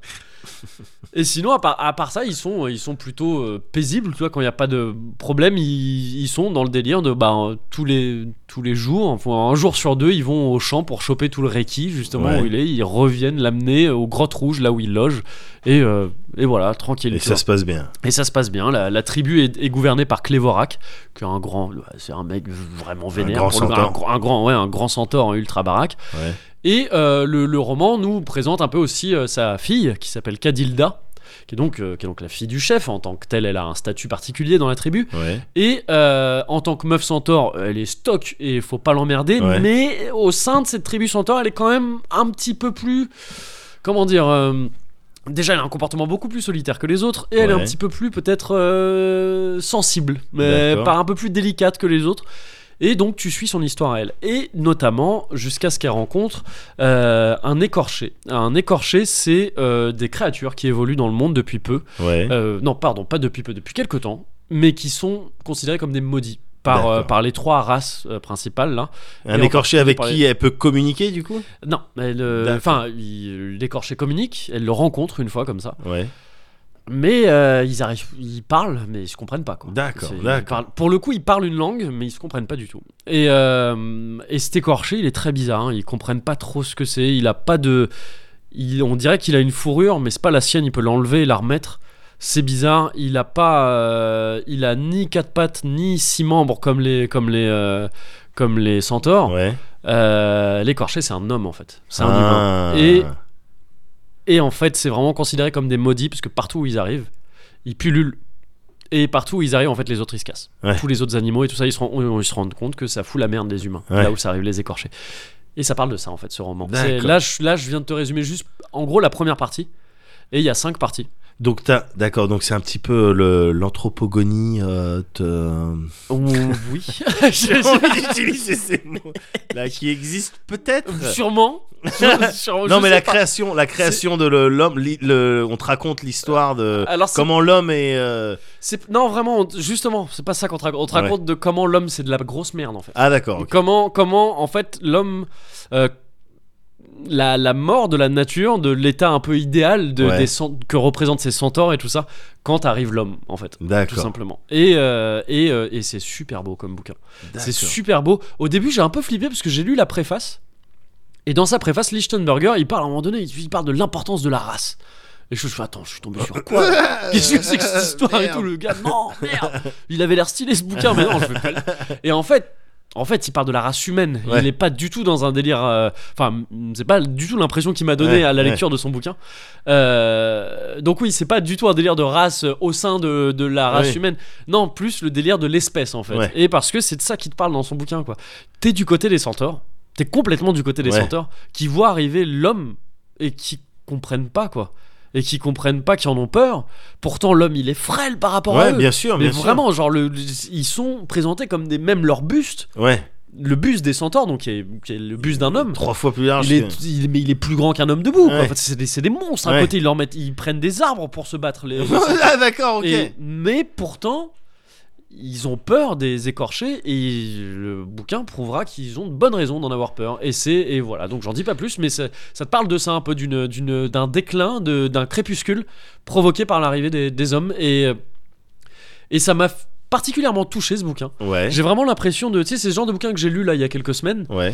et sinon à part, à part ça ils sont ils sont plutôt euh, paisibles tu vois quand il n'y a pas de problème ils, ils sont dans le délire de bah, euh, tous les tous les jours enfin, un jour sur deux ils vont au champ pour choper tout le Reiki justement
Ouais.
où il est ils reviennent l'amener euh, aux grottes rouges là où il loge et, euh, et voilà tranquille
Et
tu
ça
vois.
se passe bien.
Et ça se passe bien. La, la tribu est, est gouvernée par Clévorac, qui est un grand, c'est un mec vraiment vénère,
grand
pour le-
centaure.
un, gr- un grand, ouais, un grand centaure, un ultra baraque.
Ouais.
Et euh, le, le roman nous présente un peu aussi euh, sa fille, qui s'appelle Cadilda, qui est donc euh, qui est donc la fille du chef en tant que telle. Elle a un statut particulier dans la tribu.
Ouais.
Et euh, en tant que meuf centaure, elle est stock et faut pas l'emmerder.
Ouais.
Mais au sein de cette tribu centaure, elle est quand même un petit peu plus. Comment dire euh, Déjà, elle a un comportement beaucoup plus solitaire que les autres. Et elle est
Ouais.
un petit peu plus, peut-être, euh, sensible. Mais
D'accord.
par un peu plus délicate que les autres. Et donc, tu suis son histoire à elle. Et notamment, jusqu'à ce qu'elle rencontre euh, un écorché. Un écorché, c'est euh, des créatures qui évoluent dans le monde depuis peu.
Ouais.
Euh, non, pardon, pas depuis peu, depuis quelques temps, mais qui sont considérés comme des maudits par,
D'accord.
euh, par les trois races euh, principales là.
Un
et
écorché
on-
avec
on parlait-
qui elle peut communiquer du coup.
Non, elle, euh,
D'accord.
enfin, il- l'écorché communique, elle le rencontre une fois comme ça,
Ouais.
mais euh, ils arrivent, ils parlent, mais ils se comprennent pas quoi.
D'accord,
C'est- ils
d'accord.
parlent- Pour le coup, ils parlent une langue, mais ils se comprennent pas du tout. Et, euh, et cet écorché, il est très bizarre. hein, Ils comprennent pas trop ce que c'est. Il a pas de, il- on dirait qu'il a une fourrure, mais c'est pas la sienne. Il peut l'enlever et la remettre. C'est bizarre. Il a pas, euh, il a ni quatre pattes ni six membres comme les, comme les, euh, comme les centaures.
Ouais.
Euh, l'écorché, c'est un homme en fait. C'est un humain.
Ah.
Et- Et en fait, c'est vraiment considéré comme des maudits parce que partout où ils arrivent, ils pullulent. Et partout où ils arrivent, en fait, les autres ils se cassent.
Ouais.
Tous les autres animaux et tout ça, ils se, rendent, ils se rendent compte que ça fout la merde des humains.
Ouais.
Là où ça arrive, les écorchés. Et ça parle de ça, en fait, ce roman. C'est-
D'accord.
Là je, là, je viens de te résumer juste, en gros, la première partie. Et il y a cinq parties.
Donc t'as d'accord. Donc c'est un petit peu le l'anthropogonie. euh, te-
oui.
J'ai envie d'utiliser ces mots là qui existent peut-être.
Sûrement. Sûre- sûre-
Non
je
mais
sais
la
pas.
création, la création de le- l'homme, li- le- on te raconte l'histoire de
Alors, Ah, c'est-
comment l'homme est. euh,
C'est- Non, vraiment, on- justement, c'est pas ça qu'on te raconte. On te
Ouais.
raconte de comment l'homme, c'est de la grosse merde, en fait.
Ah d'accord.
Et
ok.
Comment, comment, en fait, l'homme. euh, la, la mort de la nature, de l'état un peu idéal de,
Ouais.
des cent- que représentent ces centaures et tout ça, quand arrive l'homme, en fait. Tout
D'accord.
simplement. Et, euh, et, euh, et c'est super beau comme bouquin. C'est
D'accord.
super beau. Au début, j'ai un peu flippé parce que j'ai lu la préface. Et dans sa préface, Lichtenberger, il parle à un moment donné, il il parle de l'importance de la race. Et je fais, attends, je suis tombé sur quoi là Qu'est-ce que c'est que cette histoire et
Merde.
tout Le gars, non, merde Il avait l'air stylé ce bouquin, mais non, je vais pas le- Et en fait. En fait, il parle de la race humaine.
Ouais.
Il n'est pas du tout dans un délire. euh, Enfin, mm, c'est pas du tout l'impression qu'il m'a donné
Ouais,
à la
ouais.
lecture de son bouquin. Euh, donc oui, c'est pas du tout un délire de race euh, au sein de, de la race
Oui.
humaine. Non, plus le délire de l'espèce en fait.
Ouais.
Et parce que c'est de ça qu'il te parle dans son bouquin quoi. T'es du côté des centaures. T'es complètement du côté des
Ouais.
centaures qui voient arriver l'homme et qui comprennent pas quoi. Et qui comprennent pas, qui en ont peur. Pourtant, l'homme, il est frêle par rapport à
Ouais,
eux.
bien sûr,
Mais
bien sûr.
vraiment, genre, le, ils sont présentés comme des même leur buste,
Ouais,
le buste des centaures, donc qui est, qui est le buste d'un homme.
trois fois plus large.
Il est,
que-
il- mais il est plus grand qu'un homme debout. quoi.
Ouais.
Enfin, c'est des, c'est des monstres. À
Ouais.
côté, ils, leur mettent, ils prennent des arbres pour se battre. Les,
ah, d'accord, ok.
et- mais pourtant, ils ont peur des écorchés et le bouquin prouvera qu'ils ont de bonnes raisons d'en avoir peur. Et c'est et voilà. Donc j'en dis pas plus, mais ça, ça te parle de ça un peu d'une d'une d'un déclin de d'un crépuscule provoqué par l'arrivée des, des hommes et et ça m'a f- particulièrement touché ce bouquin.
Ouais.
J'ai vraiment l'impression de tu sais c'est ce genre de bouquin que j'ai lu là il y a quelques semaines
Ouais.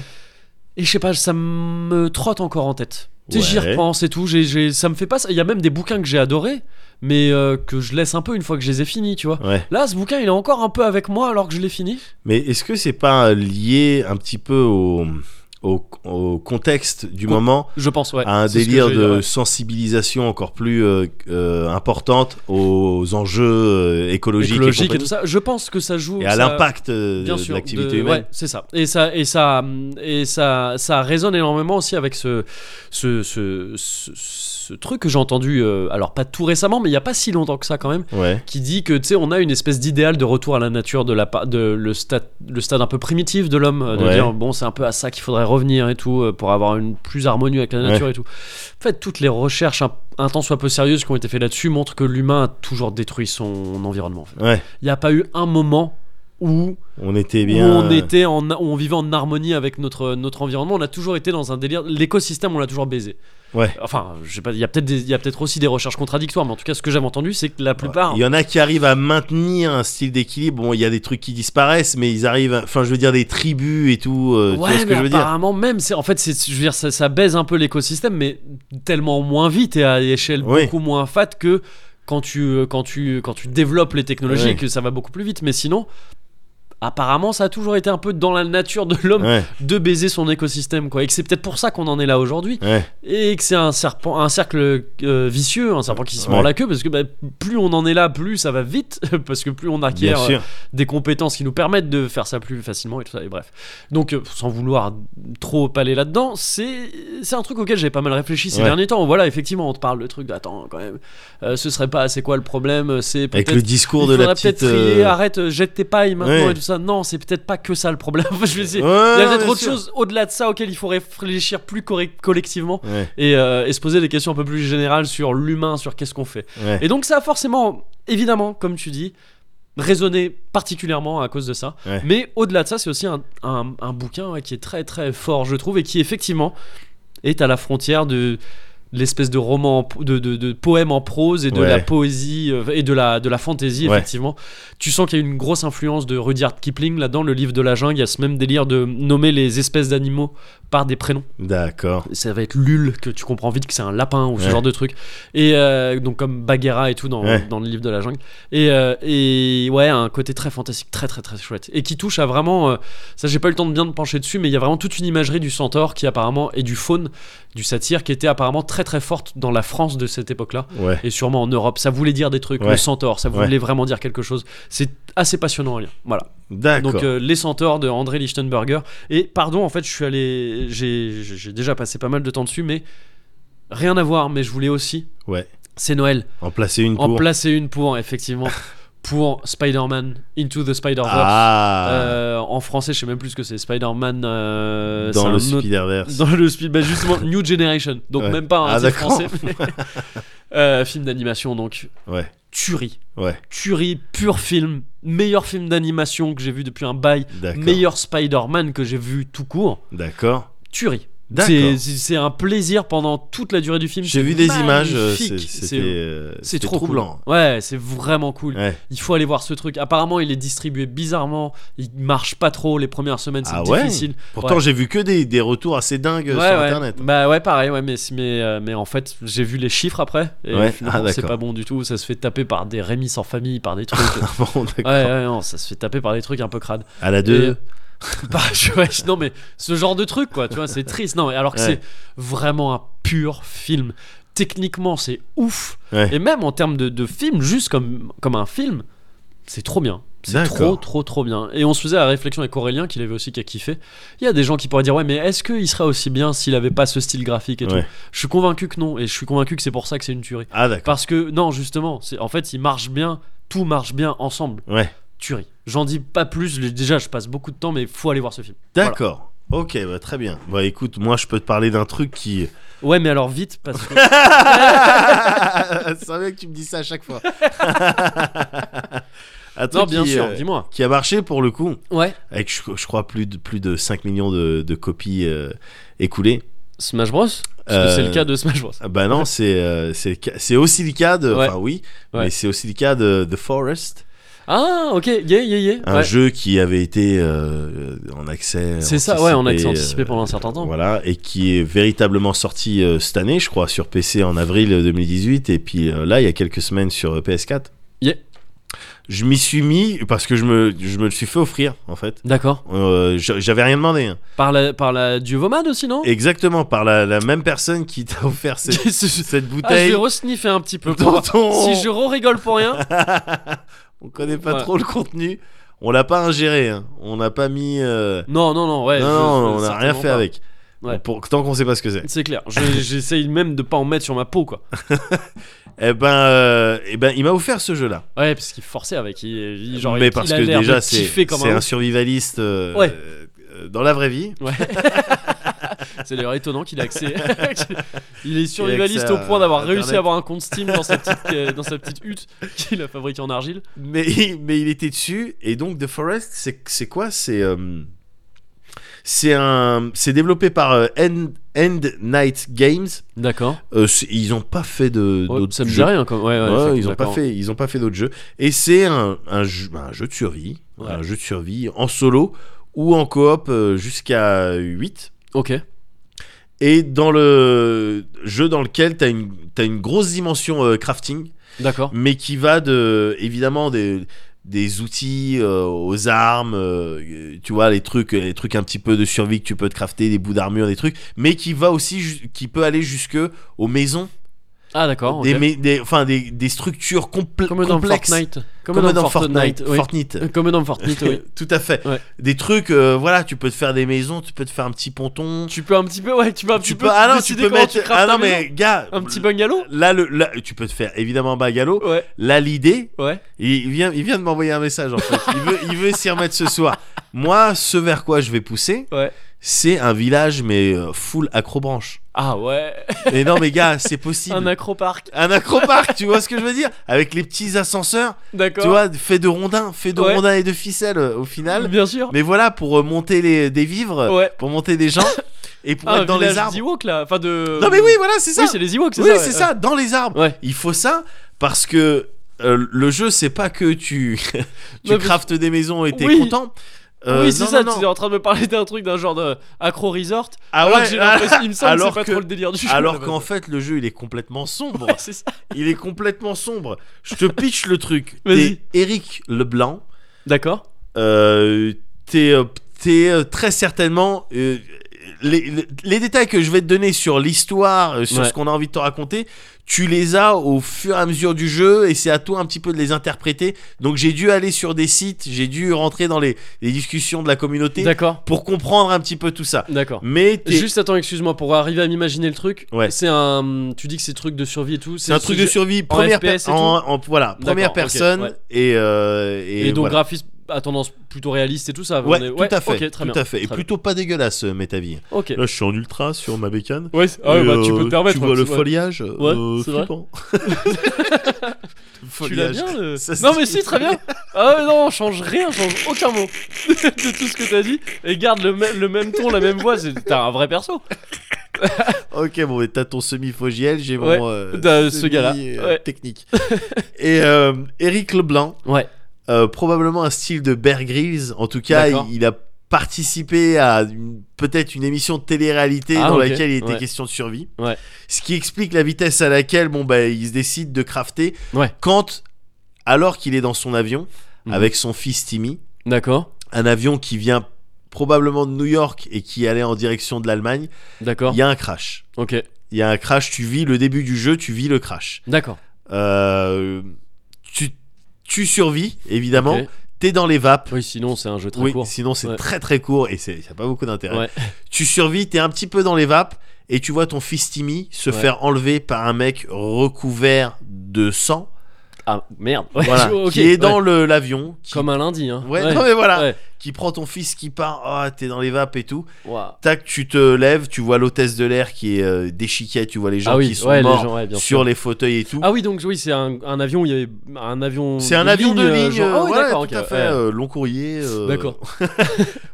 et je sais pas, ça me trotte encore en tête. Tu sais, j'y
Ouais.
repense et tout. j'ai- j'ai- ça me fait pas. ça. Il y a même des bouquins que j'ai adorés, mais euh, que je laisse un peu une fois que je les ai finis, tu vois.
Ouais.
Là, ce bouquin, il est encore un peu avec moi alors que je l'ai fini.
Mais est-ce que c'est pas lié un petit peu au, au, au contexte du
Con-
moment
Je pense, ouais.
à un
C'est ce que
délire
je veux
de
dire, ouais.
sensibilisation encore plus euh, euh, importante aux enjeux euh, écologiques
écologique et,
compagnie,
tout ça. Je pense que ça joue.
et à
ça-
l'impact euh,
bien
de,
sûr,
l'activité
de-
humaine.
Ouais, c'est ça. Et ça, et ça, et ça, ça résonne énormément aussi avec ce, ce, ce, ce- ce truc que j'ai entendu. euh, alors pas tout récemment, mais il y a pas si longtemps que ça quand même.
Ouais.
qui dit que tu sais on a une espèce d'idéal de retour à la nature de la pa- de le stade le stade un peu primitif de l'homme euh, de
Ouais.
dire bon c'est un peu à ça qu'il faudrait revenir et tout euh, pour avoir une plus harmonie avec la nature et tout en fait toutes les recherches un, un tant soit peu sérieuses qui ont été faites là-dessus montrent que l'humain a toujours détruit son environnement en fait.
Ouais.
il n'y a pas eu un moment où,
On était
où
Eh bien. euh,
on était en où on vivait en harmonie avec notre notre environnement on a toujours été dans un délire l'écosystème on l'a toujours baisé
Ouais.
enfin je sais pas il y a peut-être des- il y a peut-être aussi des recherches contradictoires mais en tout cas ce que j'avais entendu c'est que la plupart
Il y en a qui arrivent à maintenir un style d'équilibre. Bon, il y a des trucs qui disparaissent, mais ils arrivent. à- Enfin, je veux dire, des tribus et tout. euh, tu vois ce que
mais
je veux dire
apparemment même c'est en fait c'est je veux dire ça, ça baise un peu l'écosystème mais tellement moins vite et à échelle
Oui.
beaucoup moins fat que quand tu euh, quand tu quand tu développes les technologies
Oui.
que ça va beaucoup plus vite mais sinon apparemment ça a toujours été un peu dans la nature de l'homme
Ouais,
de baiser son écosystème quoi et que c'est peut-être pour ça qu'on en est là aujourd'hui
ouais,
et que c'est un serpent un cercle euh, vicieux un serpent qui se mord
Ouais.
la queue parce que bah, plus on en est là plus ça va vite parce que plus on acquiert
bien
euh,
sûr.
des compétences qui nous permettent de faire ça plus facilement et tout ça et bref donc euh, sans vouloir trop aller là-dedans c'est c'est un truc auquel j'avais pas mal réfléchi ces
Ouais.
derniers temps voilà effectivement on te parle le truc d'attends quand même euh, ce serait pas c'est quoi le problème c'est
Avec
peut-être
le
il
discours de
faudrait
la
peut-être
petite.
trier
euh,
arrête euh, jette tes pailles maintenant
Ouais.
et tout ça non c'est peut-être pas que ça le problème Enfin, je veux dire
ouais,
il y a
ouais,
peut-être
bien
autre
sûr.
chose au-delà de ça auquel il faut réfléchir plus correct- collectivement
Ouais,
et, euh, et se poser des questions un peu plus générales sur l'humain, sur qu'est-ce qu'on fait.
ouais.
Et donc ça a forcément, évidemment, comme tu dis, résonné particulièrement à cause de ça.
Ouais.
Mais au-delà de ça, c'est aussi un, un- un bouquin ouais, qui est très très fort, je trouve, et qui effectivement est à la frontière de de l'espèce de roman en pro- de, de, de poème en prose et de
Ouais.
la poésie euh, et de la de la fantaisie
Ouais.
effectivement tu sens qu'il y a une grosse influence de Rudyard Kipling là dans le livre de la jungle il y a ce même délire de nommer les espèces d'animaux par des prénoms
D'accord.
ça va être lul que tu comprends vite que c'est un lapin ou ce
Ouais.
genre de truc et euh, donc comme Bagheera et tout dans,
Ouais.
dans le livre de la jungle et, euh, et ouais un côté très fantastique très très très chouette et qui touche à vraiment euh, ça j'ai pas eu le temps de bien me pencher dessus mais il y a vraiment toute une imagerie du centaure qui apparemment et du faune du satyre qui était apparemment très très forte dans la France de cette époque là
Ouais.
et sûrement en Europe ça voulait dire des trucs le
Ouais.
centaure ça
Ouais.
voulait vraiment dire quelque chose c'est assez passionnant à lire voilà
D'accord.
donc euh, Les Centaures de André Lichtenberger. Et pardon, en fait, je suis allé, j'ai j'ai déjà passé pas mal de temps dessus, mais rien à voir. Mais je voulais aussi,
Ouais.
c'est Noël,
En placer une
en
pour.
placer une pour effectivement pour Spider-Man Into the Spider-Verse.
Ah.
Euh, en français, je sais même plus ce que c'est. Spider-Man euh, c'est
dans le
un autre-
Spider-Verse.
dans le speed bah justement New Generation donc
Ouais.
même pas un
Ah,
titre
d'accord.
français Euh, film d'animation donc
Ouais.
tuerie
Ouais.
tuerie pur film meilleur film d'animation que j'ai vu depuis un bail
D'accord.
meilleur Spider-Man que j'ai vu tout court,
D'accord.
tuerie.
D'accord.
C'est- C'est c'est un plaisir pendant toute la durée du film.
J'ai
C'est
vu des images, euh, c'est-
magnifique.
c'était
C'est-
euh,
C'est
c'était
trop
troublant.
cool. Ouais, c'est vraiment cool.
Ouais.
Il faut aller voir ce truc. Apparemment, il est distribué bizarrement. Il marche pas trop. Les premières semaines, c'est
Ah ouais
difficile.
Pourtant,
Ouais.
j'ai vu que des, des retours assez dingues
Ouais,
sur
ouais.
internet.
Bah ouais, pareil. Ouais, mais mais, euh, mais en fait, j'ai vu les chiffres après. Et
Ouais.
finalement,
Ah,
c'est
d'accord.
pas bon du tout. Ça se fait taper par des Rémi sans famille, par des trucs. ouais,
Bon, d'accord.
ouais, non, ça se fait taper par des trucs un peu crades.
À la 2.
Et- Bah, je- ouais, je- non mais ce genre de truc quoi, tu vois, c'est triste. Non, mais alors que
Ouais.
c'est vraiment un pur film. Techniquement, c'est ouf.
Ouais.
Et même en termes de, de film, juste comme, comme un film, c'est trop bien. C'est
D'accord.
trop, trop, trop bien. Et on se faisait la réflexion avec Aurélien, qu'il avait aussi qui a kiffé. Il y a des gens qui pourraient dire Ouais, mais est-ce qu'il serait aussi bien s'il avait pas ce style graphique et
Ouais.
tout Je suis convaincu que non. Et je suis convaincu que c'est pour ça que c'est une tuerie.
Ah, d'accord.
Parce que, non, justement, c'est en fait, il marche bien, tout marche bien ensemble
Ouais.
tuerie. J'en dis pas plus, je- déjà je passe beaucoup de temps, mais faut aller voir ce film.
D'accord. Ok, bah, très bien. Bah écoute, moi je peux te parler d'un truc qui.
Ouais, mais alors vite, parce que.
C'est vrai que tu me dis ça à chaque fois. Un truc
non, bien
qui,
sûr,
euh,
dis-moi.
qui a marché pour le coup,
Ouais.
avec je, je crois plus de, plus de 5 millions de, de copies euh, écoulées.
Smash Bros Parce que
Euh,
c'est le cas de Smash Bros.
Ah Bah non, c'est euh, c'est le ca- c'est aussi le cas de.
Ouais.
Enfin oui,
Ouais.
mais c'est aussi le cas de The Forest,
Ah, ok, yeah, yeah, yeah.
un
ouais.
jeu qui avait été euh, en accès.
C'est ça, ouais, en accès
euh,
anticipé pendant un certain temps.
Voilà, et qui est véritablement sorti euh, cette année, je crois, sur PC en avril euh, 2018, et puis euh, là, il y a quelques semaines sur euh, PS4.
Yeah.
Je m'y suis mis parce que je me, je me le suis fait offrir, en fait.
D'accord.
Euh, j'a- J'avais rien demandé. hein.
Par la, par la Duovomad aussi, non
Exactement, par la, la même personne qui t'a offert cette,
Ah,
cette
je
bouteille.
vais resniffer un petit peu. pour
dont
voir.
on,
Si je re-rigole pour rien,
on connaît pas
Ouais.
trop le contenu, on l'a pas ingéré. hein. On n'a pas mis. euh,
non, non, non, ouais.
non,
je-
non, on
je-
n'a rien
certainement
fait
pas.
avec.
Ouais.
Pour, tant qu'on sait pas ce que c'est.
C'est clair. Je- J'essaye même de pas en mettre sur ma peau, quoi.
Eh ben, euh, eh ben, il m'a offert ce jeu-là.
Ouais, parce qu'il forçait avec. Il, il- genre,
Mais
il-
parce
il a
que
l'air de
déjà, c'est
kiffer comme
c'est
un
un
ouf.
survivaliste euh,
Ouais.
euh, dans la vraie vie.
Ouais. c'est d'ailleurs étonnant qu'il ait accès. il est
Il
survivaliste
a accès
au
à
point d'avoir
Internet.
réussi à avoir un compte Steam dans sa petite, euh, dans sa petite hutte qu'il a fabriquée en argile.
Mais, mais il était dessus. Et donc, The Forest, c'est c'est quoi C'est euh, c'est un- c'est développé par euh, End, End Night Games.
D'accord.
Euh, c'est- ils n'ont pas fait de- d'autres
ça me dit
jeux.
rien. Comme... Ouais, ouais,
Ouais,
effectivement,
ils ont pas
d'accord.
fait, ils ont pas fait d'autres jeux. Et c'est un, un jeu, bah, un jeu de survie,
Ouais.
un jeu de survie en solo ou en coop euh, jusqu'à 8
Ok.
Et dans le jeu dans lequel t'as une t'as une grosse dimension euh, crafting,
D'accord.
mais qui va de évidemment des des outils euh, aux armes euh, tu vois les trucs les trucs un petit peu de survie que tu peux te crafter des bouts d'armure des trucs mais qui va aussi ju- qui peut aller jusque aux maisons
Ah, d'accord. ok.
des, mais- des- enfin des, des structures compl-
Comme dans
complexes
Fortnite.
comme, dans Fortnite,
oui.
Fortnite.
Euh, Comme dans Fortnite, oui.
Tout à fait.
Ouais.
Des trucs, euh, voilà, tu peux te faire des maisons, tu peux te faire un petit ponton.
Tu peux un petit peu, ouais, tu peux un petit
tu
peu.
peux, ah non, tu
décider
peux
comment
mettre,
craftes
ah
ta
non
maison.
mais gars,
Un petit bungalow
là le, là, tu peux te faire évidemment un bagalo.
Ouais,
Là l'idée,
ouais.
il vient, il vient de m'envoyer un message en fait. Il veut, il veut s'y remettre ce soir. Moi, ce vers quoi je vais pousser,
Ouais.
c'est un village mais euh, full acrobranche.
Ah, ouais.
Mais non mais gars, c'est possible.
Un acroparc.
un acroparc, tu vois ce que je veux dire Avec les petits ascenseurs,
D'accord.
tu vois, fait de rondins, fait de
Ouais.
rondins et de ficelles euh, au final.
Bien sûr.
Mais voilà, pour euh, monter les, des vivres,
Ouais.
pour monter des gens, et pour
Ah, un
être dans les
village
arbres.
d'Ewoks, là. Enfin, de.
Non mais oui, voilà, c'est ça.
Oui, c'est les Ewoks, c'est
Oui,
ça. ouais.
c'est ça, dans les arbres.
Ouais.
Il faut ça parce que euh, le jeu, c'est pas que tu, tu
Non, mais-
craftes des maisons et t'es
Oui.
content. Euh,
oui, c'est
non,
ça,
non,
tu
non.
es en train de me parler d'un truc d'un genre de accro resort.
Ah
alors
ouais,
que j'ai l'impression, il me semble, que
alors
c'est pas
que-
trop le délire du jeu.
alors
là-bas.
qu'en fait, le jeu, il est complètement sombre.
Ouais, c'est ça.
Il est complètement sombre. Je te pitch le truc.
Vas-y.
T'es Eric Leblanc.
D'accord.
Euh, t'es euh, t'es, euh, très certainement euh, les, les- les détails que je vais te donner sur l'histoire, euh, sur
Ouais.
ce qu'on a envie de te raconter, tu les as au fur et à mesure du jeu et c'est à toi un petit peu de les interpréter. Donc j'ai dû aller sur des sites, j'ai dû rentrer dans les, les discussions de la communauté
D'accord.
pour comprendre un petit peu tout ça.
D'accord.
Mais t'es-
Juste attends, excuse-moi, pour arriver à m'imaginer le truc,
Ouais.
c'est un. Tu dis que c'est truc de survie et tout.
c'est un truc de survie,
en
première,
FPS et
per- en- en- voilà, première
ok,
personne
ouais.
et, euh, et,
Et, donc
voilà.
graphisme à tendance plutôt réaliste et tout ça. on
Ouais,
est-
tout à fait,
Ok, très
tout
bien.
à fait, et
très
plutôt pas dégueulasse, euh, Metavi.
bien. Ok.
Là, je suis en ultra sur ma bécane.
Ouais, c'est- ah ouais,
Et,
bah, tu
euh,
peux te permettre.
Tu vois
ouais,
le
ouais.
foliage
Ouais,
euh,
c'est vrai.
flippant. Le
Tu l'as
foliage.
bien le-
Ça se
Non
dit.
mais si très bien Ah ouais, non on change rien, on change aucun mot de tout ce que t'as dit et garde le, mê- le même ton, la même voix, c'est- t'as un vrai perso
ok, bon, mais t'as ton semi-fogiel, j'ai
Ouais,
mon. euh,
t'as ce gars-là,
semi, euh,
ouais.
Technique. Et euh, Eric Leblanc,
Ouais.
euh, probablement un style de Bear Grylls. En tout cas, il,
D'accord.
il a participé à une- peut-être une émission de télé-réalité
Ah,
dans
ok,
laquelle il était
ouais.
question de survie.
Ouais.
Ce qui explique la vitesse à laquelle bon bah il se décide de crafter
Ouais.
quand alors qu'il est dans son avion
Mhm.
avec son fils Timmy,
D'accord.
un avion qui vient probablement de New York et qui allait en direction de l'Allemagne,
D'accord.
il y a un crash.
Ok.
Il y a un crash, tu vis le début du jeu, tu vis le crash.
D'accord.
Euh, tu, tu survis, évidemment.
Ok.
T'es dans les vapes.
Oui, sinon c'est un jeu très
oui,
court.
sinon c'est
Ouais.
très très court et c'est y a pas beaucoup d'intérêt.
Ouais.
Tu survis, t'es un petit peu dans les vapes et tu vois ton fils Timmy se
Ouais.
faire enlever par un mec recouvert de sang,
Ah merde. Ouais,
voilà,
je- ok,
qui est dans
ouais.
le l'avion, qui-
comme un lundi. Hein.
ouais, non mais voilà,
ouais.
qui prend ton fils qui part, ah t'es dans les vapes et tout.
Ouah.
Tac, tu te lèves, tu vois l'hôtesse de l'air qui est euh, déchiquée, tu vois les gens
Ah oui,
qui sont
ouais, les
morts
gens, ouais, bien
sur
sûr.
les fauteuils et tout.
Ah oui, donc oui, c'est un, un avion où il y avait un avion.
C'est un avion de
euh,
ligne,
genre- Ah oui,
ouais,
d'accord,
tout
ok,
à fait,
ouais.
euh, long courrier. euh,
D'accord.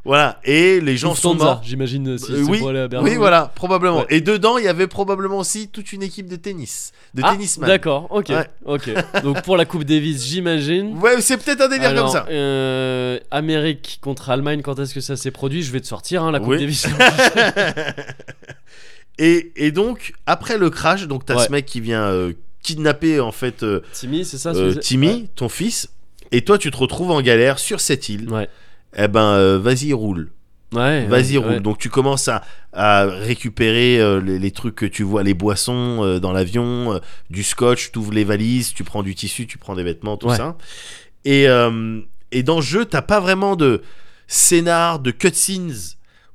Voilà, et les gens sont
Lufthansa,
morts.
J'imagine si
Euh,
c'est
oui,
pour aller à Berlin.
oui, voilà, probablement.
Ouais.
Et dedans, il y avait probablement aussi toute une équipe de tennis, de
Ah,
tennisman.
D'accord, ok,
Ouais.
ok. Donc pour la Coupe Davis, j'imagine.
Ouais, c'est peut-être un délire
Alors,
comme ça.
euh, Amérique contre Allemagne, quand est-ce que ça s'est produit Je vais te sortir hein, la Coupe
Oui.
Davis.
et, et donc, après le crash, donc t'as
Ouais.
ce mec qui vient euh, kidnapper en fait euh,
Timmy, c'est ça
euh,
c'est-
Timmy, ton fils, et toi tu te retrouves en galère sur cette île.
Ouais.
Eh ben, euh, vas-y roule,
Ouais,
vas-y
ouais,
roule. Donc tu commences à, à récupérer euh, les, les trucs que tu vois, les boissons euh, dans l'avion, euh, du scotch, tu ouvres les valises, tu prends du tissu, tu prends des vêtements, tout
Ouais.
ça. Et, euh, et dans le jeu, t'as pas vraiment de scénar, de cutscenes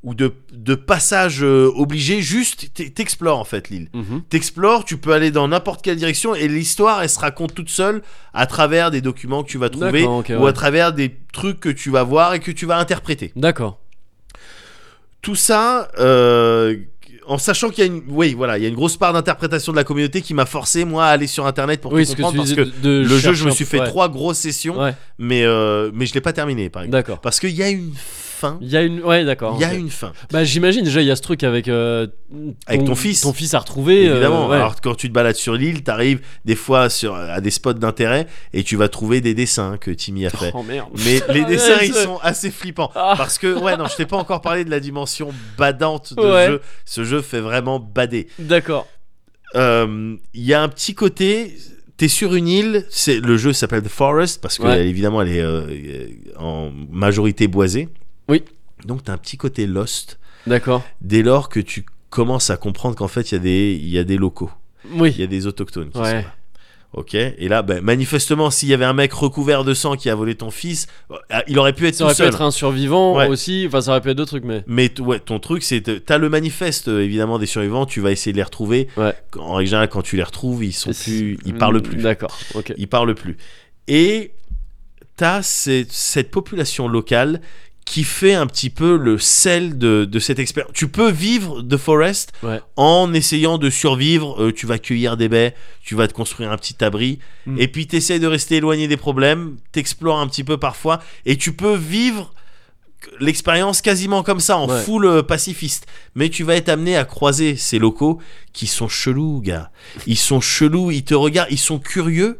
ou de, de passage euh, obligé, juste t'e- t'explores en fait l'île.
Mhm.
T'explores, tu peux aller dans n'importe quelle direction et l'histoire elle se raconte toute seule à travers des documents que tu vas trouver
D'accord, ok,
ou à
ouais.
travers des trucs que tu vas voir et que tu vas interpréter.
D'accord.
Tout ça, euh, en sachant qu'il y a une, oui voilà, il y a une grosse part d'interprétation de la communauté qui m'a forcé moi à aller sur internet pour
Oui,
tout
ce que
comprendre
tu
parce
disais
que
de- de
le jeu, je
chercher
me
un-
suis fait
ouais.
trois grosses sessions,
Ouais,
mais euh, mais je l'ai pas terminé par exemple.
d'accord.
Parce qu'il y a une fin.
Il y a une, ouais, d'accord.
Il y a
ok.
une fin.
Bah j'imagine déjà il y a ce truc avec euh, ton,
Avec ton fils.
ton fils à retrouver. euh,
Évidemment.
ouais.
Alors quand tu te balades sur l'île, t'arrives des fois sur à des spots d'intérêt et tu vas trouver des dessins que Timmy a fait.
Oh merde.
Mais les
Ah,
dessins,
ouais,
ils
ça-
sont assez flippants.
Ah.
Parce que, ouais, non, je t'ai pas encore parlé de la dimension badante de
Ouais.
jeu. Ce jeu fait vraiment bader.
D'accord.
Euh, Il y a un petit côté. T'es sur une île, c'est le jeu s'appelle The Forest parce que
Ouais.
elle, évidemment elle est euh, en majorité boisée.
Oui.
Donc t'as un petit côté lost
D'accord.
dès lors que tu commences à comprendre qu'en fait il y a des il y a des locaux, il y
Oui.
a des autochtones. Qui sont
Ouais.
là. Ok. Et là, ben, manifestement, s'il y avait un mec recouvert de sang qui a volé ton fils, euh, il aurait pu être
Ça
tout
aurait pu
seul.
être un survivant
Ouais.
aussi. Enfin ça aurait pu être d'autres trucs mais.
Mais t- ouais, ton truc, c'est te- t'as le manifeste euh, évidemment des survivants. Tu vas essayer de les retrouver.
Ouais. mm,
En règle générale, quand tu les retrouves, ils sont plus, ils parlent plus,
D'accord. Ok.
ils parlent plus. Et t'as cette, cette population locale qui fait un petit peu le sel de, de cette expérience. Tu peux vivre The Forest
Ouais.
en essayant de survivre. euh, tu vas cueillir des baies, tu vas te construire un petit abri,
Mm.
et puis t'essayes de rester éloigné des problèmes, t'explores un petit peu parfois, et tu peux vivre l'expérience quasiment comme ça, en
Ouais.
full euh, pacifiste. Mais tu vas être amené à croiser ces locaux qui sont chelous, gars. Ils sont chelous, ils te regardent, ils sont curieux.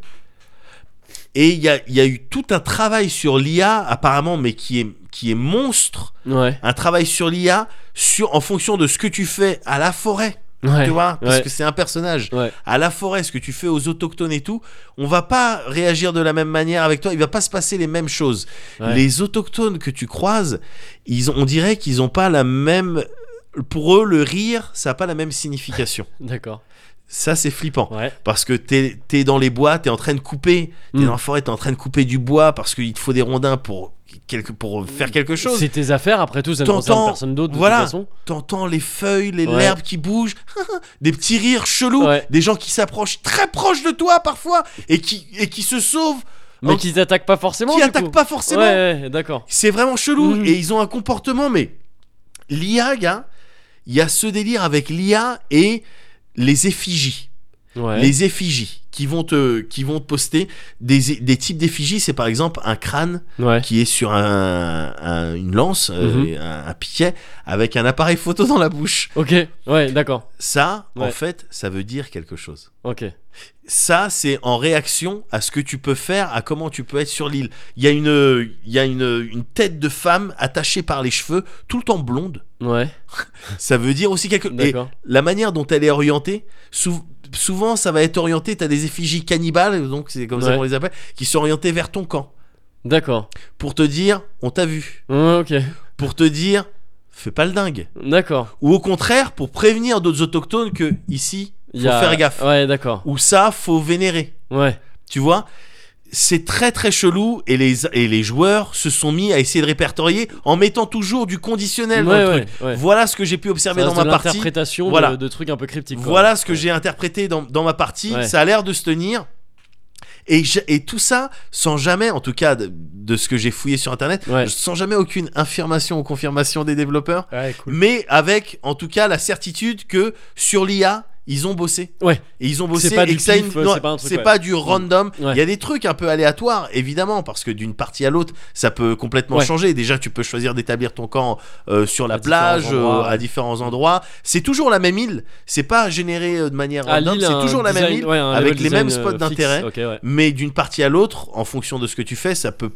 Et il y a, il y a eu tout un travail sur l'IA, apparemment, mais qui est, qui est monstre.
Ouais.
Un travail sur l'IA sur, en fonction de ce que tu fais à la forêt,
Ouais.
tu vois, parce
ouais.
que c'est un personnage.
Ouais.
À la forêt, ce que tu fais aux autochtones et tout, on va pas réagir de la même manière avec toi, il va pas se passer les mêmes choses
Ouais.
les autochtones que tu croises, ils ont- on dirait qu'ils n'ont pas la même. Pour eux, le rire, ça n'a pas la même signification.
D'accord.
Ça, c'est flippant.
Ouais.
Parce que t'es es dans les bois, t'es en train de couper. T'es
Mm.
dans la forêt, t'es en train de couper du bois parce qu'il te faut des rondins pour, quelque, pour faire quelque chose.
C'est tes affaires après tout. Ça ne concerne
T'entends-
personne d'autre de
voilà.
toute façon.
T'entends les feuilles, les
Ouais.
l'herbe qui bouge, des petits rires chelous,
Ouais.
des gens qui s'approchent très proche de toi parfois et qui, et qui se sauvent,
Mais
Donc,
qu'ils attaquent pas forcément.
qui
du
attaquent
coup.
pas forcément.
Ouais. ouais, D'accord.
C'est vraiment chelou.
Mhm.
Et ils ont un comportement, mais l'IA, gars, il y a ce délire avec l'IA et les effigies.
Ouais.
Les effigies qui vont te, qui vont te poster des, des types d'effigies. C'est par exemple un crâne
Ouais.
qui est sur un, un- une lance, euh,
Mhm.
et un, un piquet, avec un appareil photo dans la bouche.
Ok, ouais, d'accord.
Ça, en
Ouais.
fait, ça veut dire quelque chose.
Ok.
Ça, c'est en réaction à ce que tu peux faire, à comment tu peux être sur l'île. Il y a une, il y a une, une tête de femme attachée par les cheveux, tout le temps blonde.
Ouais,
Ça veut dire aussi quelque chose.
d'accord.
la manière dont elle est orientée, sou- souvent ça va être orienté, t'as des effigies cannibales, donc c'est comme ça
Ouais.
qu'on les appelle, qui sont orientées vers ton camp.
D'accord.
Pour te dire, on t'a vu.
Ouais, ok.
Pour te dire, fais pas le dingue.
D'accord.
Ou au contraire, pour prévenir d'autres autochtones que, ici, faut
Il y a-
faire gaffe.
Ouais, d'accord.
Ou ça, faut vénérer.
Ouais.
Tu vois c'est très très chelou et les, et les joueurs se sont mis à essayer de répertorier en mettant toujours du
Ouais,
conditionnel dans le
ouais,
truc.
ouais.
Voilà ce que j'ai pu observer
Ça
dans
reste de
ma partie.
l'interprétation de-
Voilà.
de, trucs un peu cryptiques. quoi.
Voilà ce que j'ai interprété dans, dans ma partie.
Ouais.
Ça a l'air de se tenir. Et, je- et tout ça sans jamais, en tout cas de, de ce que j'ai fouillé sur internet,
Ouais.
sans jamais aucune affirmation ou confirmation des développeurs,
Ouais, cool.
mais avec en tout cas la certitude que sur l'IA, ils ont bossé.
Ouais.
Et ils ont bossé.
pas
et
du
que ça a
pif,
une-
euh,
non,
c'est pas un truc,
c'est
ouais.
pas du random. Il
Ouais.
y a des trucs un peu aléatoires, évidemment, parce que d'une partie à l'autre, ça peut complètement
Ouais.
changer. Déjà, tu peux choisir d'établir ton camp euh, sur la
À différents
plage, euh,
endroits,
à
ouais.
différents endroits. C'est toujours la même île. C'est pas généré euh, de manière
À
random.
Lille,
C'est
un
toujours la même
design-
île,
ouais, un
avec
level
les mêmes
design,
spots
euh,
d'intérêt.
fixe. Ok, ouais.
Mais d'une partie à l'autre, en fonction de ce que tu fais, ça peut,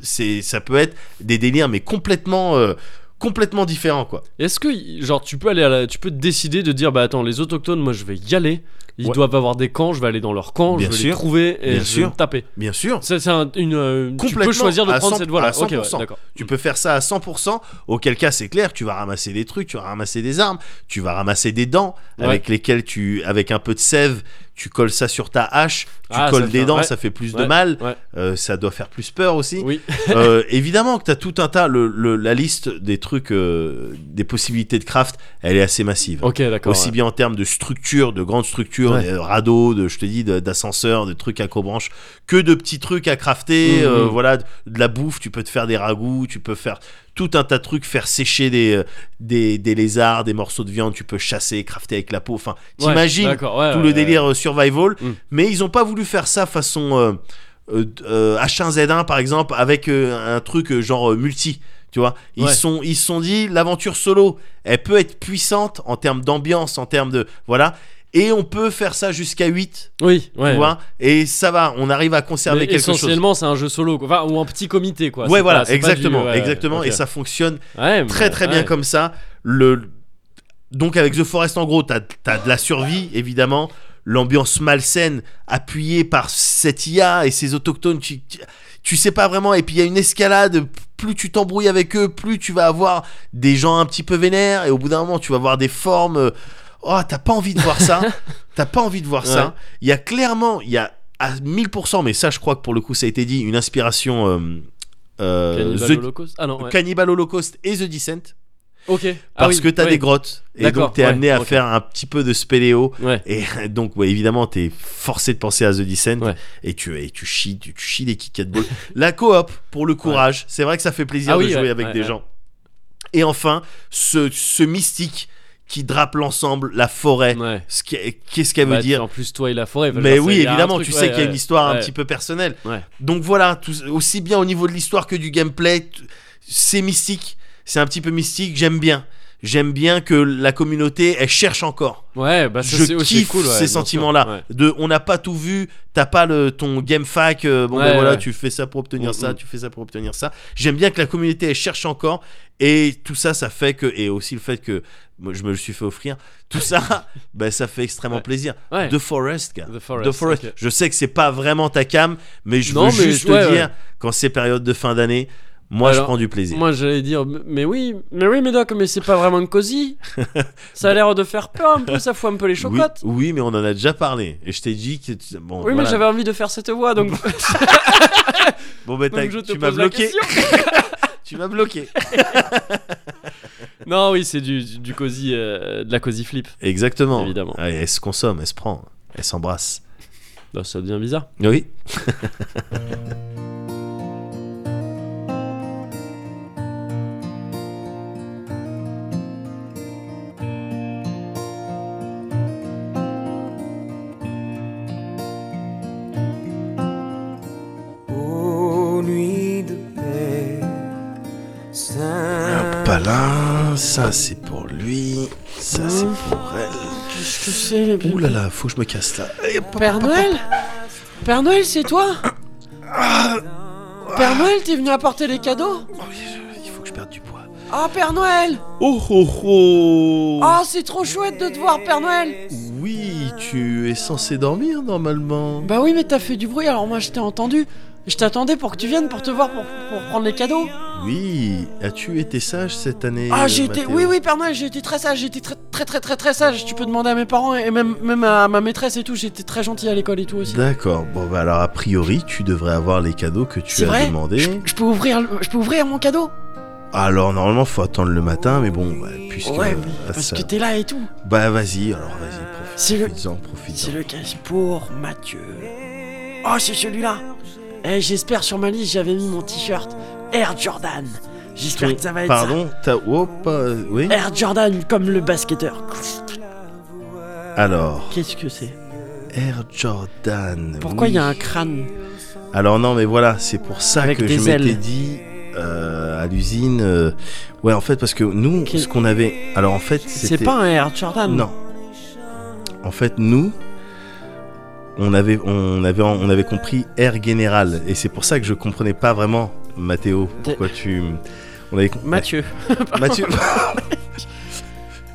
c'est, ça peut être des délires, mais complètement, euh, complètement différents, quoi.
Est-ce que genre tu peux aller à la- tu peux décider de dire bah attends les autochtones moi je vais y aller ils
Ouais.
doivent avoir des camps je vais aller dans leur camp
Bien
je vais
sûr.
les trouver et
Bien
je
sûr.
vais me taper
Bien sûr.
c'est, c'est un- une euh, tu
Complètement,
peux choisir de
à
prendre
100
cette voie là
à
ok ouais,
100%.
d'accord
Tu peux faire ça à 100%, auquel cas c'est clair, tu vas ramasser des trucs, tu vas ramasser des armes, tu vas ramasser des dents
Ouais.
avec lesquelles tu, avec un peu de sève, tu colles ça sur ta hache, tu
Ah,
colles
ça
des
fait-
dents,
ouais.
ça fait plus de
Ouais.
mal,
Ouais.
Euh, ça doit faire plus peur aussi.
oui
Euh, évidemment que tu as tout un tas, le- le- la liste des trucs, euh, des possibilités de craft, elle est assez massive.
ok d'accord
Aussi
ouais.
bien en termes de structure, de grandes structures,
Ouais.
de radeaux, de, je te dis, de- d'ascenseurs, de trucs à cobranche, que de petits trucs à crafter.
Mhm.
euh, voilà, de, de la bouffe, tu peux te faire des ragoûts, tu peux faire tout un tas de trucs, faire sécher des, euh, des, des lézards, des morceaux de viande, tu peux chasser, crafter avec la peau. Enfin,
Ouais,
t'imagines
d'accord, ouais,
tout
Ah ouais,
le
ouais.
délire euh, survival.
Mm.
Mais ils ont pas voulu faire ça façon euh, euh, euh, H1Z1 par exemple avec euh, un truc euh, genre euh, multi. Tu vois, ils
Ouais.
sont ils se sont dit l'aventure solo, elle peut être puissante en termes d'ambiance, en termes de voilà. Et on peut faire ça jusqu'à 8,
oui ouais,
tu
ouais.
vois, et ça va, on arrive à conserver
Mais
quelque chose.
essentiellement c'est un jeu solo quoi. Enfin, ou un petit comité quoi
Ouais,
C'est
voilà,
pas- c'est pas du-
exactement,
ouais,
exactement,
ok.
et ça fonctionne
Ouais, mais-
très très bien
ouais.
comme ça. Le donc avec The Forest en gros, t'as as de la survie évidemment, l'ambiance malsaine appuyée par cette IA et ces autochtones. Tu, tu- tu sais pas vraiment et puis il y a une escalade. Plus tu t'embrouilles avec eux, plus tu vas avoir des gens un petit peu vénères et au bout d'un moment tu vas avoir des formes. euh, Oh, t'as pas envie de voir ça. t'as pas envie de voir
Ouais.
ça. Il y a clairement, il y a à 1000%, mais ça je crois que pour le coup ça a été dit, une inspiration euh, euh,
Cannibal
The-
Holocaust ah non ouais.
Cannibal Holocaust et The Descent
ok Ah
parce
oui,
que t'as
ouais.
des grottes et
D'accord,
donc t'es
ouais,
amené à
ok.
faire un petit peu de spéléo
ouais
et donc ouais, évidemment t'es forcé de penser à The Descent
Ouais.
et tu et tu chies tu, tu chies des kick balls la coop pour le courage c'est vrai que ça fait plaisir
Ah
de
oui,
jouer
ouais,
avec
ouais,
des
ouais.
gens et enfin ce ce mystique qui drape l'ensemble la forêt
ouais
ce qui qu'est-ce qu'elle
Bah,
veut Eh, dire
en plus toi et la forêt enfin,
mais
genre,
oui,
c'est- il y a un
évidemment,
truc,
tu
ouais,
sais qu'il y a une
ouais.
histoire un
Ouais.
petit peu personnelle.
Ouais.
Donc voilà, tout- aussi bien au niveau de l'histoire que du gameplay, t- c'est mystique. C'est un petit peu mystique, j'aime bien. J'aime bien que la communauté, elle cherche encore.
Ouais, bah ça,
Je
c'est aussi
kiffe
cool, ouais, bien
ces
sûr,
sentiments-là.
ouais.
De, on n'a pas tout vu, t'as pas le, ton game fac, euh, bon
Ouais,
ben voilà,
ouais.
tu fais ça pour obtenir
Mm,
ça,
mm.
tu fais ça pour obtenir ça. J'aime bien que la communauté, elle cherche encore. Et tout ça, ça fait que, et aussi le fait que moi, je me le suis fait offrir, tout ça, ben, ça fait extrêmement
Ouais.
plaisir.
Ouais.
The Forest, gars.
The Forest,
The Forest.
ok.
Je sais que c'est pas vraiment ta cam, mais je
Non,
veux
mais
juste
ouais,
te
ouais.
dire qu'en ces périodes de fin d'année, moi je
Alors,
prends du plaisir.
Moi j'allais dire m- mais oui mais oui Médoc mais c'est pas vraiment cosy ça a l'air de faire peur un peu ça fout un peu les
oui,
chocottes
oui, mais on en a déjà parlé. Et je t'ai dit que. tu- Bon,
oui,
voilà.
mais j'avais envie de faire cette voix donc,
Bon, ben,
donc
t'as-
je te
tu m'as
pose la
bloqué.
question
Tu m'as bloqué.
non oui c'est du, du cosy euh, de la cosy flip
Exactement.
Évidemment.
Allez, elle se consomme, elle se prend, elle s'embrasse.
Bah, ça devient bizarre
Oui. pas là. Ça, c'est pour lui. Ça, c'est
Hein
pour elle.
Qu'est-ce que c'est les
Ouh là là, faut que je me casse là. Et hop,
Père Noël Père Noël, c'est toi Père Noël, t'es venu apporter les cadeaux
oh oui, je- il faut que je perde du poids.
Ah, Père Noël
Oh oh oh
Ah, c'est trop chouette de te voir, Père Noël
Oui, tu es censé dormir normalement.
Bah oui, mais t'as fait du bruit, alors moi je t'ai entendu. Je t'attendais pour que tu viennes pour te voir pour, pour prendre les cadeaux.
Oui, as-tu été sage cette année
Ah, j'ai été.
Mathéo
Oui, oui, Père Noël, j'ai été très sage, j'ai été très, très, très, très, très sage. Tu peux demander à mes parents et même, même à ma maîtresse et tout, j'étais très gentil à l'école et tout aussi.
D'accord. Bon bah alors a priori, tu devrais avoir les cadeaux que tu
C'est
as
vrai
demandés.
Je peux ouvrir, le- je peux ouvrir mon cadeau
Alors normalement, faut attendre le matin, mais bon, bah, puisque
Ouais,
euh,
Parce
ça-
que t'es là et tout.
bah vas-y, alors vas-y, profite.
C'est le,
Profites-en,
C'est
profites-en.
le cache pour Mathieu. Oh, c'est celui-là. Eh, j'espère sur ma liste, j'avais mis mon t-shirt Air Jordan. J'espère
Ton-
que ça va être
Pardon, t'as oh, pas- oui.
ça. Air Jordan comme le basketteur.
Alors,
Qu'est-ce que c'est
Air Jordan.
Pourquoi
oui.
il y a un crâne
Alors non, mais voilà, c'est pour ça
Avec
que je
des
m'étais
ailes.
dit euh, à l'usine. euh, Ouais, en fait, parce que nous,
Qu'est-
ce qu'on avait. Alors en fait,
C'est
c'était
pas un Air Jordan.
Non. En fait, nous, on avait, on avait, on avait compris Air Général. Et c'est pour ça que je comprenais pas vraiment, Mathéo, pourquoi tu. On avait com-
Mathieu.
Ouais, Mathieu.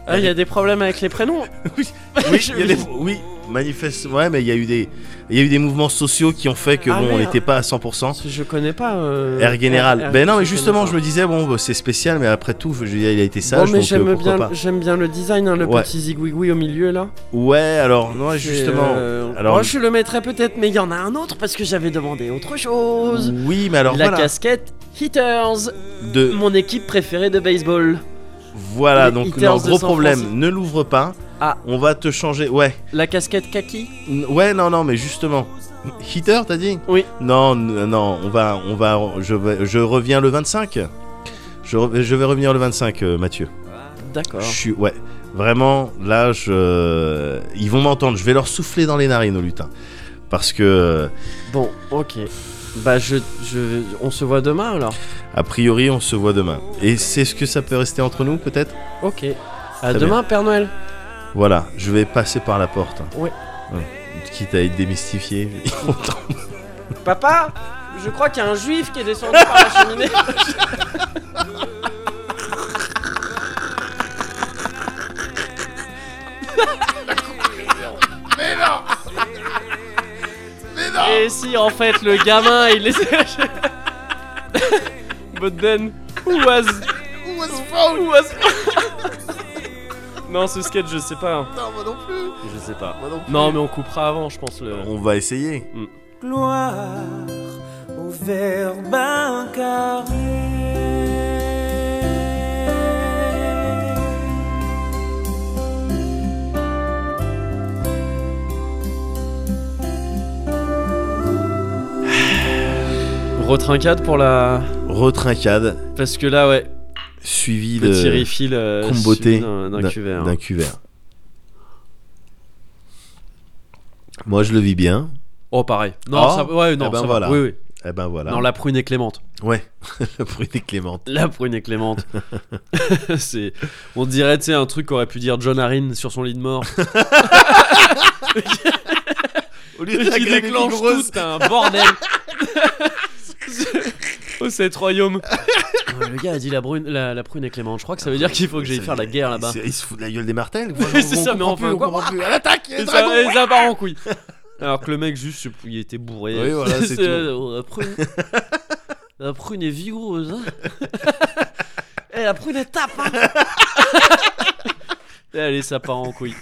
Ah, il y a des problèmes avec les prénoms.
oui, oui, il y a des- oui, manifeste. Ouais, mais il y a eu des, il y a eu des mouvements sociaux qui ont fait que
Ah,
bon, on
merde.
n'était pas à 100%.
Je connais pas. euh,
Air Général.
Air-
ben non,
je
mais justement,
connais
je me disais, bon, bah, c'est spécial, mais après tout, je, veux dire, il a été
pas. Bon,
sage,
mais
donc euh,
j'aime
pourquoi
bien,
pas.
j'aime bien le design, hein, le
Ouais.
petit zigouigoui au milieu là.
Ouais, alors, non,
C'est,
justement.
euh,
alors-
moi, je le mettrais peut-être, mais il y en a un autre parce que j'avais demandé autre chose.
Oui, mais Mm. alors
la
voilà. Euh.
casquette Hitters,
De,
mon équipe préférée de baseball.
Voilà,
Les
donc
Hitters
non,
de
gros
San
problème,
Francisco.
ne l'ouvre pas.
Ah.
On va te changer. Ouais,
La casquette Kaki
N- ouais, non, non, mais justement. Hitter, t'as dit
Oui.
Non, n- non, on va, on va, je, vais- je reviens le 25. Je, re- je vais revenir le 25, euh, Mathieu.
D'accord.
Je suis, ouais, vraiment, là, je, ils vont m'entendre. Je vais leur souffler dans les narines au lutin, parce que
Bon, ok. Bah, je, je, on se voit demain alors.
a priori, on se voit demain. Et c'est ce que ça peut rester entre nous, peut-être.
Ok. À
Très
demain, Père Noël.
Voilà, je vais passer par la porte.
Ouais.
Ouais. Quitte à être démystifié.
Papa, je crois qu'il y a un juif qui est descendu par la cheminée.
Mais non
Et si, en fait, le gamin, il laissait la cheminée. But then, who was,
Où est-ce que
who was... Non, ce sketch, je sais pas. hein.
Non, moi non plus
Je sais pas.
Moi non plus
Non, mais on coupera avant, je pense. Le...
On va essayer.
gloire au verbe incarné.
Retrincade pour la.
Retrincade,
Parce que là, ouais,
suivi
petit
de
refill euh,
comboté
suivi d'un hein. d'un cuvert.
d'un cuvert. Moi, je le vis bien.
Oh, pareil. Non,
Ah.
ça, ouais, non,
Eh ben
ça va.
voilà.
Oui, oui.
Eh ben voilà.
Non, la prune est clémente.
Ouais, la prune est clémente.
La prune est clémente. c'est, on dirait, tu sais, un truc qu'aurait pu dire John Harin sur son lit de mort.
Au lieu
qui déclenche tout un bordel. Oh, Au sept royaumes. Ouais, le gars a dit la, brune, la, la prune est clémente. Je crois que ça veut dire qu'il faut que j'aille faire la guerre là-bas.
Il se fout de la gueule des martels.
Oui, c'est ça, mais enfin, quoi.
À l'attaque,
Et ça, et ça part en couille. Alors que le mec, juste, il était bourré. Oh,
Oui, voilà, c'est tout.
La prune... la prune est vigoureuse. hein. Eh, la prune, elle tape. hein. Et Allez, ça part en couille.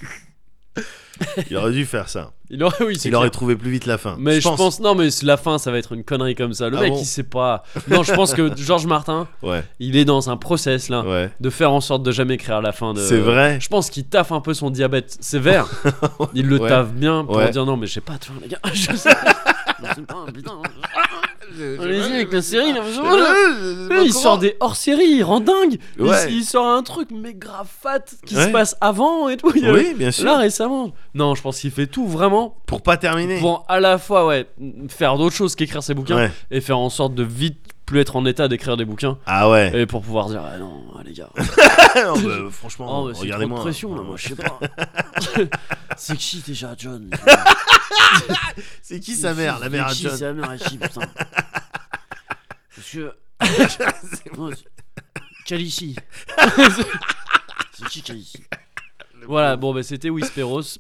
Il aurait dû faire ça.
Il aurait, oui, c'est
Il aurait
clair.
trouvé plus vite la fin.
Mais je pense. non, mais la fin, ça va être une connerie comme ça. Le
Ah
mec,
bon
il sait pas. Non, je pense que Georges Martin,
Ouais,
il est dans un process là,
ouais.
de faire en sorte de jamais écrire la fin. De...
C'est vrai.
Je pense qu'il taffe un peu son diabète sévère. Il le
Ouais.
taffe bien pour
Ouais.
dire non, mais je sais pas, tu vois, les gars. Je sais pas, je sais pas, putain. hein. Allez-y avec la série, là, je- voilà. Eh, il sort des hors-série, il rend dingue. Il-
Ouais.
Il, sort un truc méga fat qui se
Ouais.
passe avant et tout. Il y a-
Oui, bien sûr.
Là récemment. Non, je pense qu'il fait tout vraiment
Pour pas terminer.
pour à la fois ouais, faire d'autres choses qu'écrire ses bouquins
Ouais.
et faire en sorte de vite plus plus être en état d'écrire des bouquins
Ah ouais.
et pour pouvoir dire ah non ah, les gars
Non, bah, franchement,
oh, mais c'est trop de
regardez-moi.
pression là moi je sais pas c'est qui déjà John
C'est qui sa mère La
C'est
mère à
qui,
John
sa mère à qui putain parce que Non, c'est- Calici c'est qui Calici voilà bon bah c'était Whisperos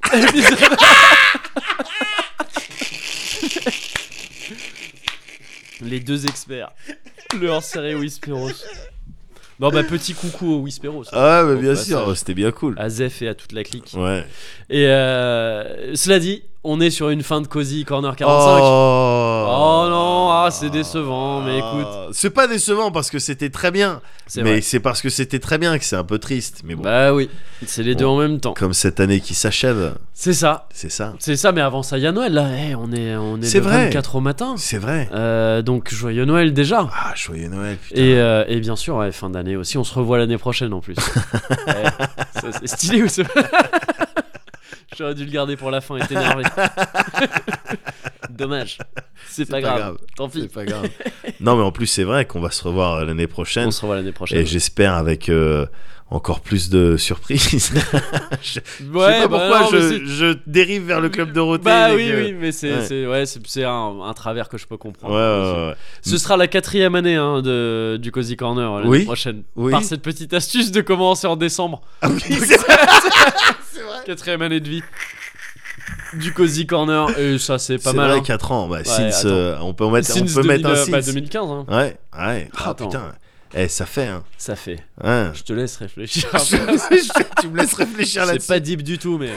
les deux experts le hors série Whisperos non bah petit coucou au Whisperos
Ah, mais
Au
bien
passage.
sûr, oh, c'était bien cool.
à Zef et à toute la clique
Ouais.
et euh, cela dit on est sur une fin de Cozy Corner 45
Oh
Oh non, ah, c'est décevant, mais écoute,
Ah, C'est pas décevant parce que c'était très bien.
c'est
Mais
vrai.
c'est parce que c'était très bien que c'est un peu triste. Mais bon.
Bah oui, c'est les deux en même temps.
Comme cette année qui s'achève,
C'est ça,
c'est ça.
c'est ça, mais avant ça, il y a Noël là, Eh, on est, on est,
C'est
le
vrai.
24 au matin.
C'est vrai.
Euh, donc joyeux Noël déjà.
Ah, joyeux Noël, putain.
Et, euh, et bien sûr, ouais, fin d'année aussi, on se revoit l'année prochaine en plus. Ouais, ça, c'est stylé ou ça J'aurais dû le garder pour la fin et t'énerver. Dommage, c'est pas,
pas
grave.
grave.
tant pis.
C'est pas grave. non, mais en plus, c'est vrai qu'on va se revoir euh, l'année prochaine.
On se revoit l'année
Et
prochaine.
j'espère avec euh, encore plus de surprises.
Ouais,
je sais
bah
pas pourquoi
non, mais c'est-
je, je dérive vers le club Dorothée.
Bah
mais
oui,
que-
oui, mais c'est
ouais.
c'est- ouais, c'est- c'est un, un travers que je peux
Ouais,
comprendre.
ouais, ouais.
Ce sera la quatrième année hein, de, du Cozy Corner l'année
Oui,
prochaine.
oui.
Par cette petite astuce de commencer en décembre.
Ah oui, c'est
Quatrième année de vie du Cozy Corner. Et ça, c'est pas mal.
Vrai,
hein.
4 ans. Bah, Sins,
attends.
euh, on peut mettre,
Since
on peut
2000,
mettre un
euh,
Sins.
bah, 2015, hein.
Ouais, ouais.
Attends.
Ah
Ah,
putain. Eh, ça fait, hein.
ça fait.
Hein.
Je te laisse réfléchir.
tu me laisses réfléchir
C'est
là-dessus.
pas deep du tout, mais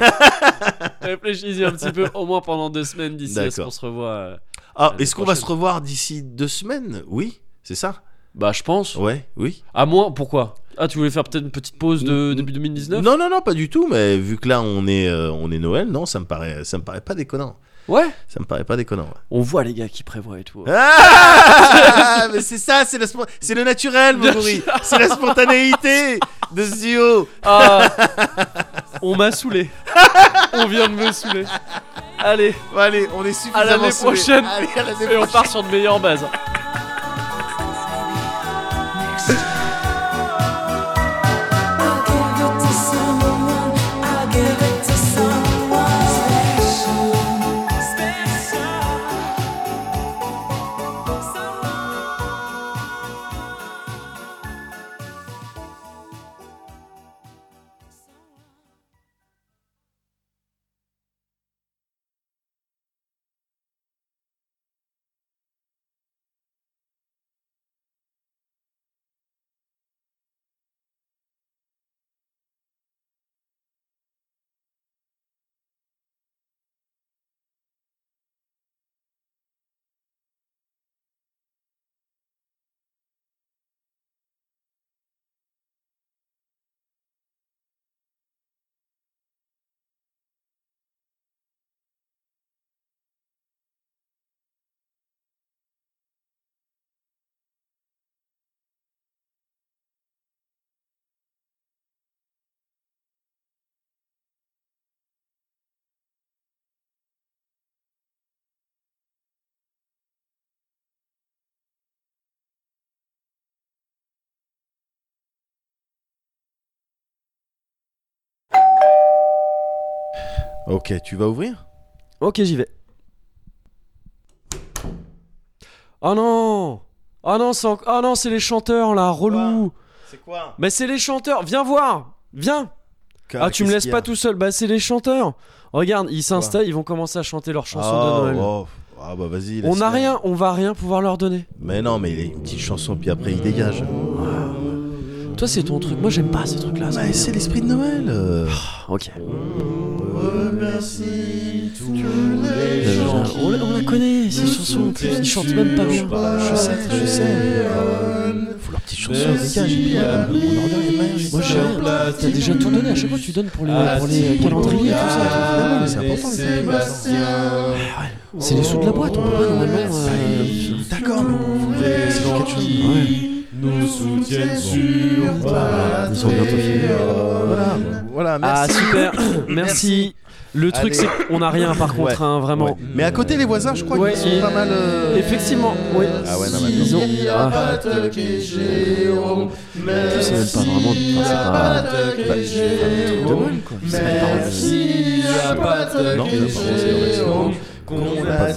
réfléchis un petit peu, au moins pendant deux semaines d'ici à ce
D'accord.
qu'on se revoit. euh.
Ah,
l'année
est-ce qu'on va se
prochaine.
revoir d'ici deux semaines Oui, c'est ça
Bah, je pense.
Ouais, oui.
À moins, pourquoi Ah, tu voulais faire peut-être une petite pause de
Mm,
début 2019
Non, non, non, pas du tout. Mais vu que là, on est, euh, on est Noël, non, ça me paraît, ça me paraît pas déconnant.
Ouais.
Ça me paraît pas déconnant. ouais.
On voit les gars qui prévoient et tout.
Ah Mais c'est ça, c'est le, spo- c'est le naturel, mon bourri. C'est la spontanéité de ce duo.
Ah, on m'a saoulé. On vient de me saouler. Allez,
Bon, allez, on est suffisamment
l'année
saoulés.
prochaine.
Allez, à l'année
et on part sur de meilleures bases.
I'll give it to someone. I'll give it to someone special. Special. Someone.
Ok, tu vas ouvrir
Ok, j'y vais. Oh non Oh non, c'est en- oh non, c'est les chanteurs là, relou.
C'est quoi
Mais c'est les chanteurs, viens voir. Viens. Ah, tu me laisses pas tout seul. Bah, c'est les chanteurs. Regarde, ils s'installent, ils vont commencer à chanter leurs chansons
ah,
de Noël.
wow. Ah bah vas-y.
On n'a
laisse-le.
rien, on va rien pouvoir leur donner.
Mais non, mais il a une petite chanson, puis après il dégage.
Toi, c'est ton truc. Moi, j'aime pas ces trucs-là. ça
Mais Eh, c'est l'esprit de Noël. euh.
Ok.
Remercie tous les
Déjà, on, la- on la connaît, ces chansons. Ils chantent même pas bien.
Euh, Je sais, je sais. Faut leur petite chanson, les gars, j'ai bien. On ordre les mariages.
Moi, j'ai T'as déjà tout donné. À chaque fois, tu donnes pour les,
Ah,
Ah, pour les calendriers et tout ça.
Évidemment, mais c'est important, les
Ouais, ouais. C'est les sous de la boîte. On peut pas normalement. euh,
D'accord, mais bon, faut c'est dans quelque chose.
Nous soutiennent sur
Voilà, ils sont bientôt finis. Voilà, voilà,
Ah,
merci.
super. Merci. Le truc,
Allez.
c'est qu'on n'a rien par contre,
Ouais.
hein, vraiment.
Ouais.
Mais à côté, les voisins, je crois
Ouais,
qu'ils sont
et-
pas mal. euh,
Effectivement, oui.
Ah ouais, non, mais
ils ont. Ah.
Plus,
c'est même pas vraiment- enfin, c'est pas-
Bah,
De mal, quoi. C'est pas grave.
Non, non, pardon, c'est vrai, c'est vrai.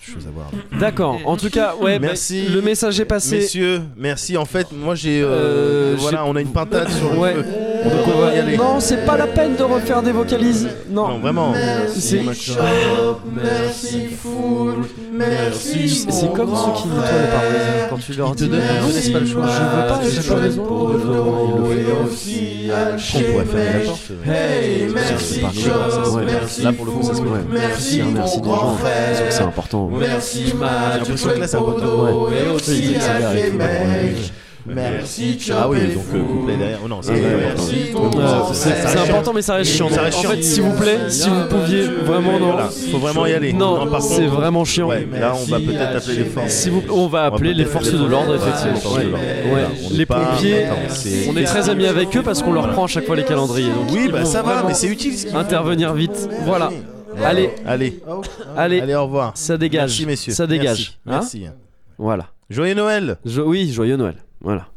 Chose à voir.
D'accord. En tout cas, ouais. bah,
Merci.
le message est passé.
Messieurs, merci. En fait, moi j'ai.
Euh,
euh,
j'ai-
voilà, on a une pintade sur le
Ouais.
feu. Donc on va y aller.
Non, c'est pas la peine de refaire des vocalises. Non.
Non, vraiment.
C'est- C'est c'est comme ceux qui nettoient les paroles quand tu leur dis.
donnent-
Non,
ils te laissent pas le choix.
Je veux pas, j'ai pas raison.
Qu'on pourrait faire une apporte, ouais.
Ça, c'est pas grave, ça, c'est-
Ouais. Là pour le coup, ça se
Ouais,
pourrait.
merci, merci des gens. Parce que c'est important.
Merci, J'ai l'impression que là, ça retombe.
Ouais. Oui, c'est vrai, il faut pas qu'on oublie.
Merci, Ah oui, donc le couplet derrière. Oh non, c'est
Ouais, ouais, Euh,
important.
c'est c'est important, mais ça reste chiant.
Ça reste
En
chiant.
fait, s'il vous plaît, si vous pouviez vraiment non.
Voilà, faut vraiment y aller.
Non,
par
c'est
contre,
vraiment chiant.
Ouais, là, on va peut-être appeler les forces.
Si vous, on va appeler les forces de l'ordre, effectivement.
Les forces de
Ouais.
l'ordre.
Ouais.
Voilà, on
Les
est pas-
pompiers,
Attends, c'est-
on est très amis avec eux parce qu'on leur
Voilà.
prend à chaque fois les calendriers. Donc
Oui,
ils
bah
vont
ça va,
vraiment
mais c'est utile ce qu'ils font.
intervenir vite. Voilà. Allez,
Allez,
allez,
allez, au revoir.
ça dégage.
Merci, messieurs.
Ça dégage. Hein
Merci. Merci.
Voilà.
Joyeux Noël
Jo- oui, joyeux Noël. Voilà.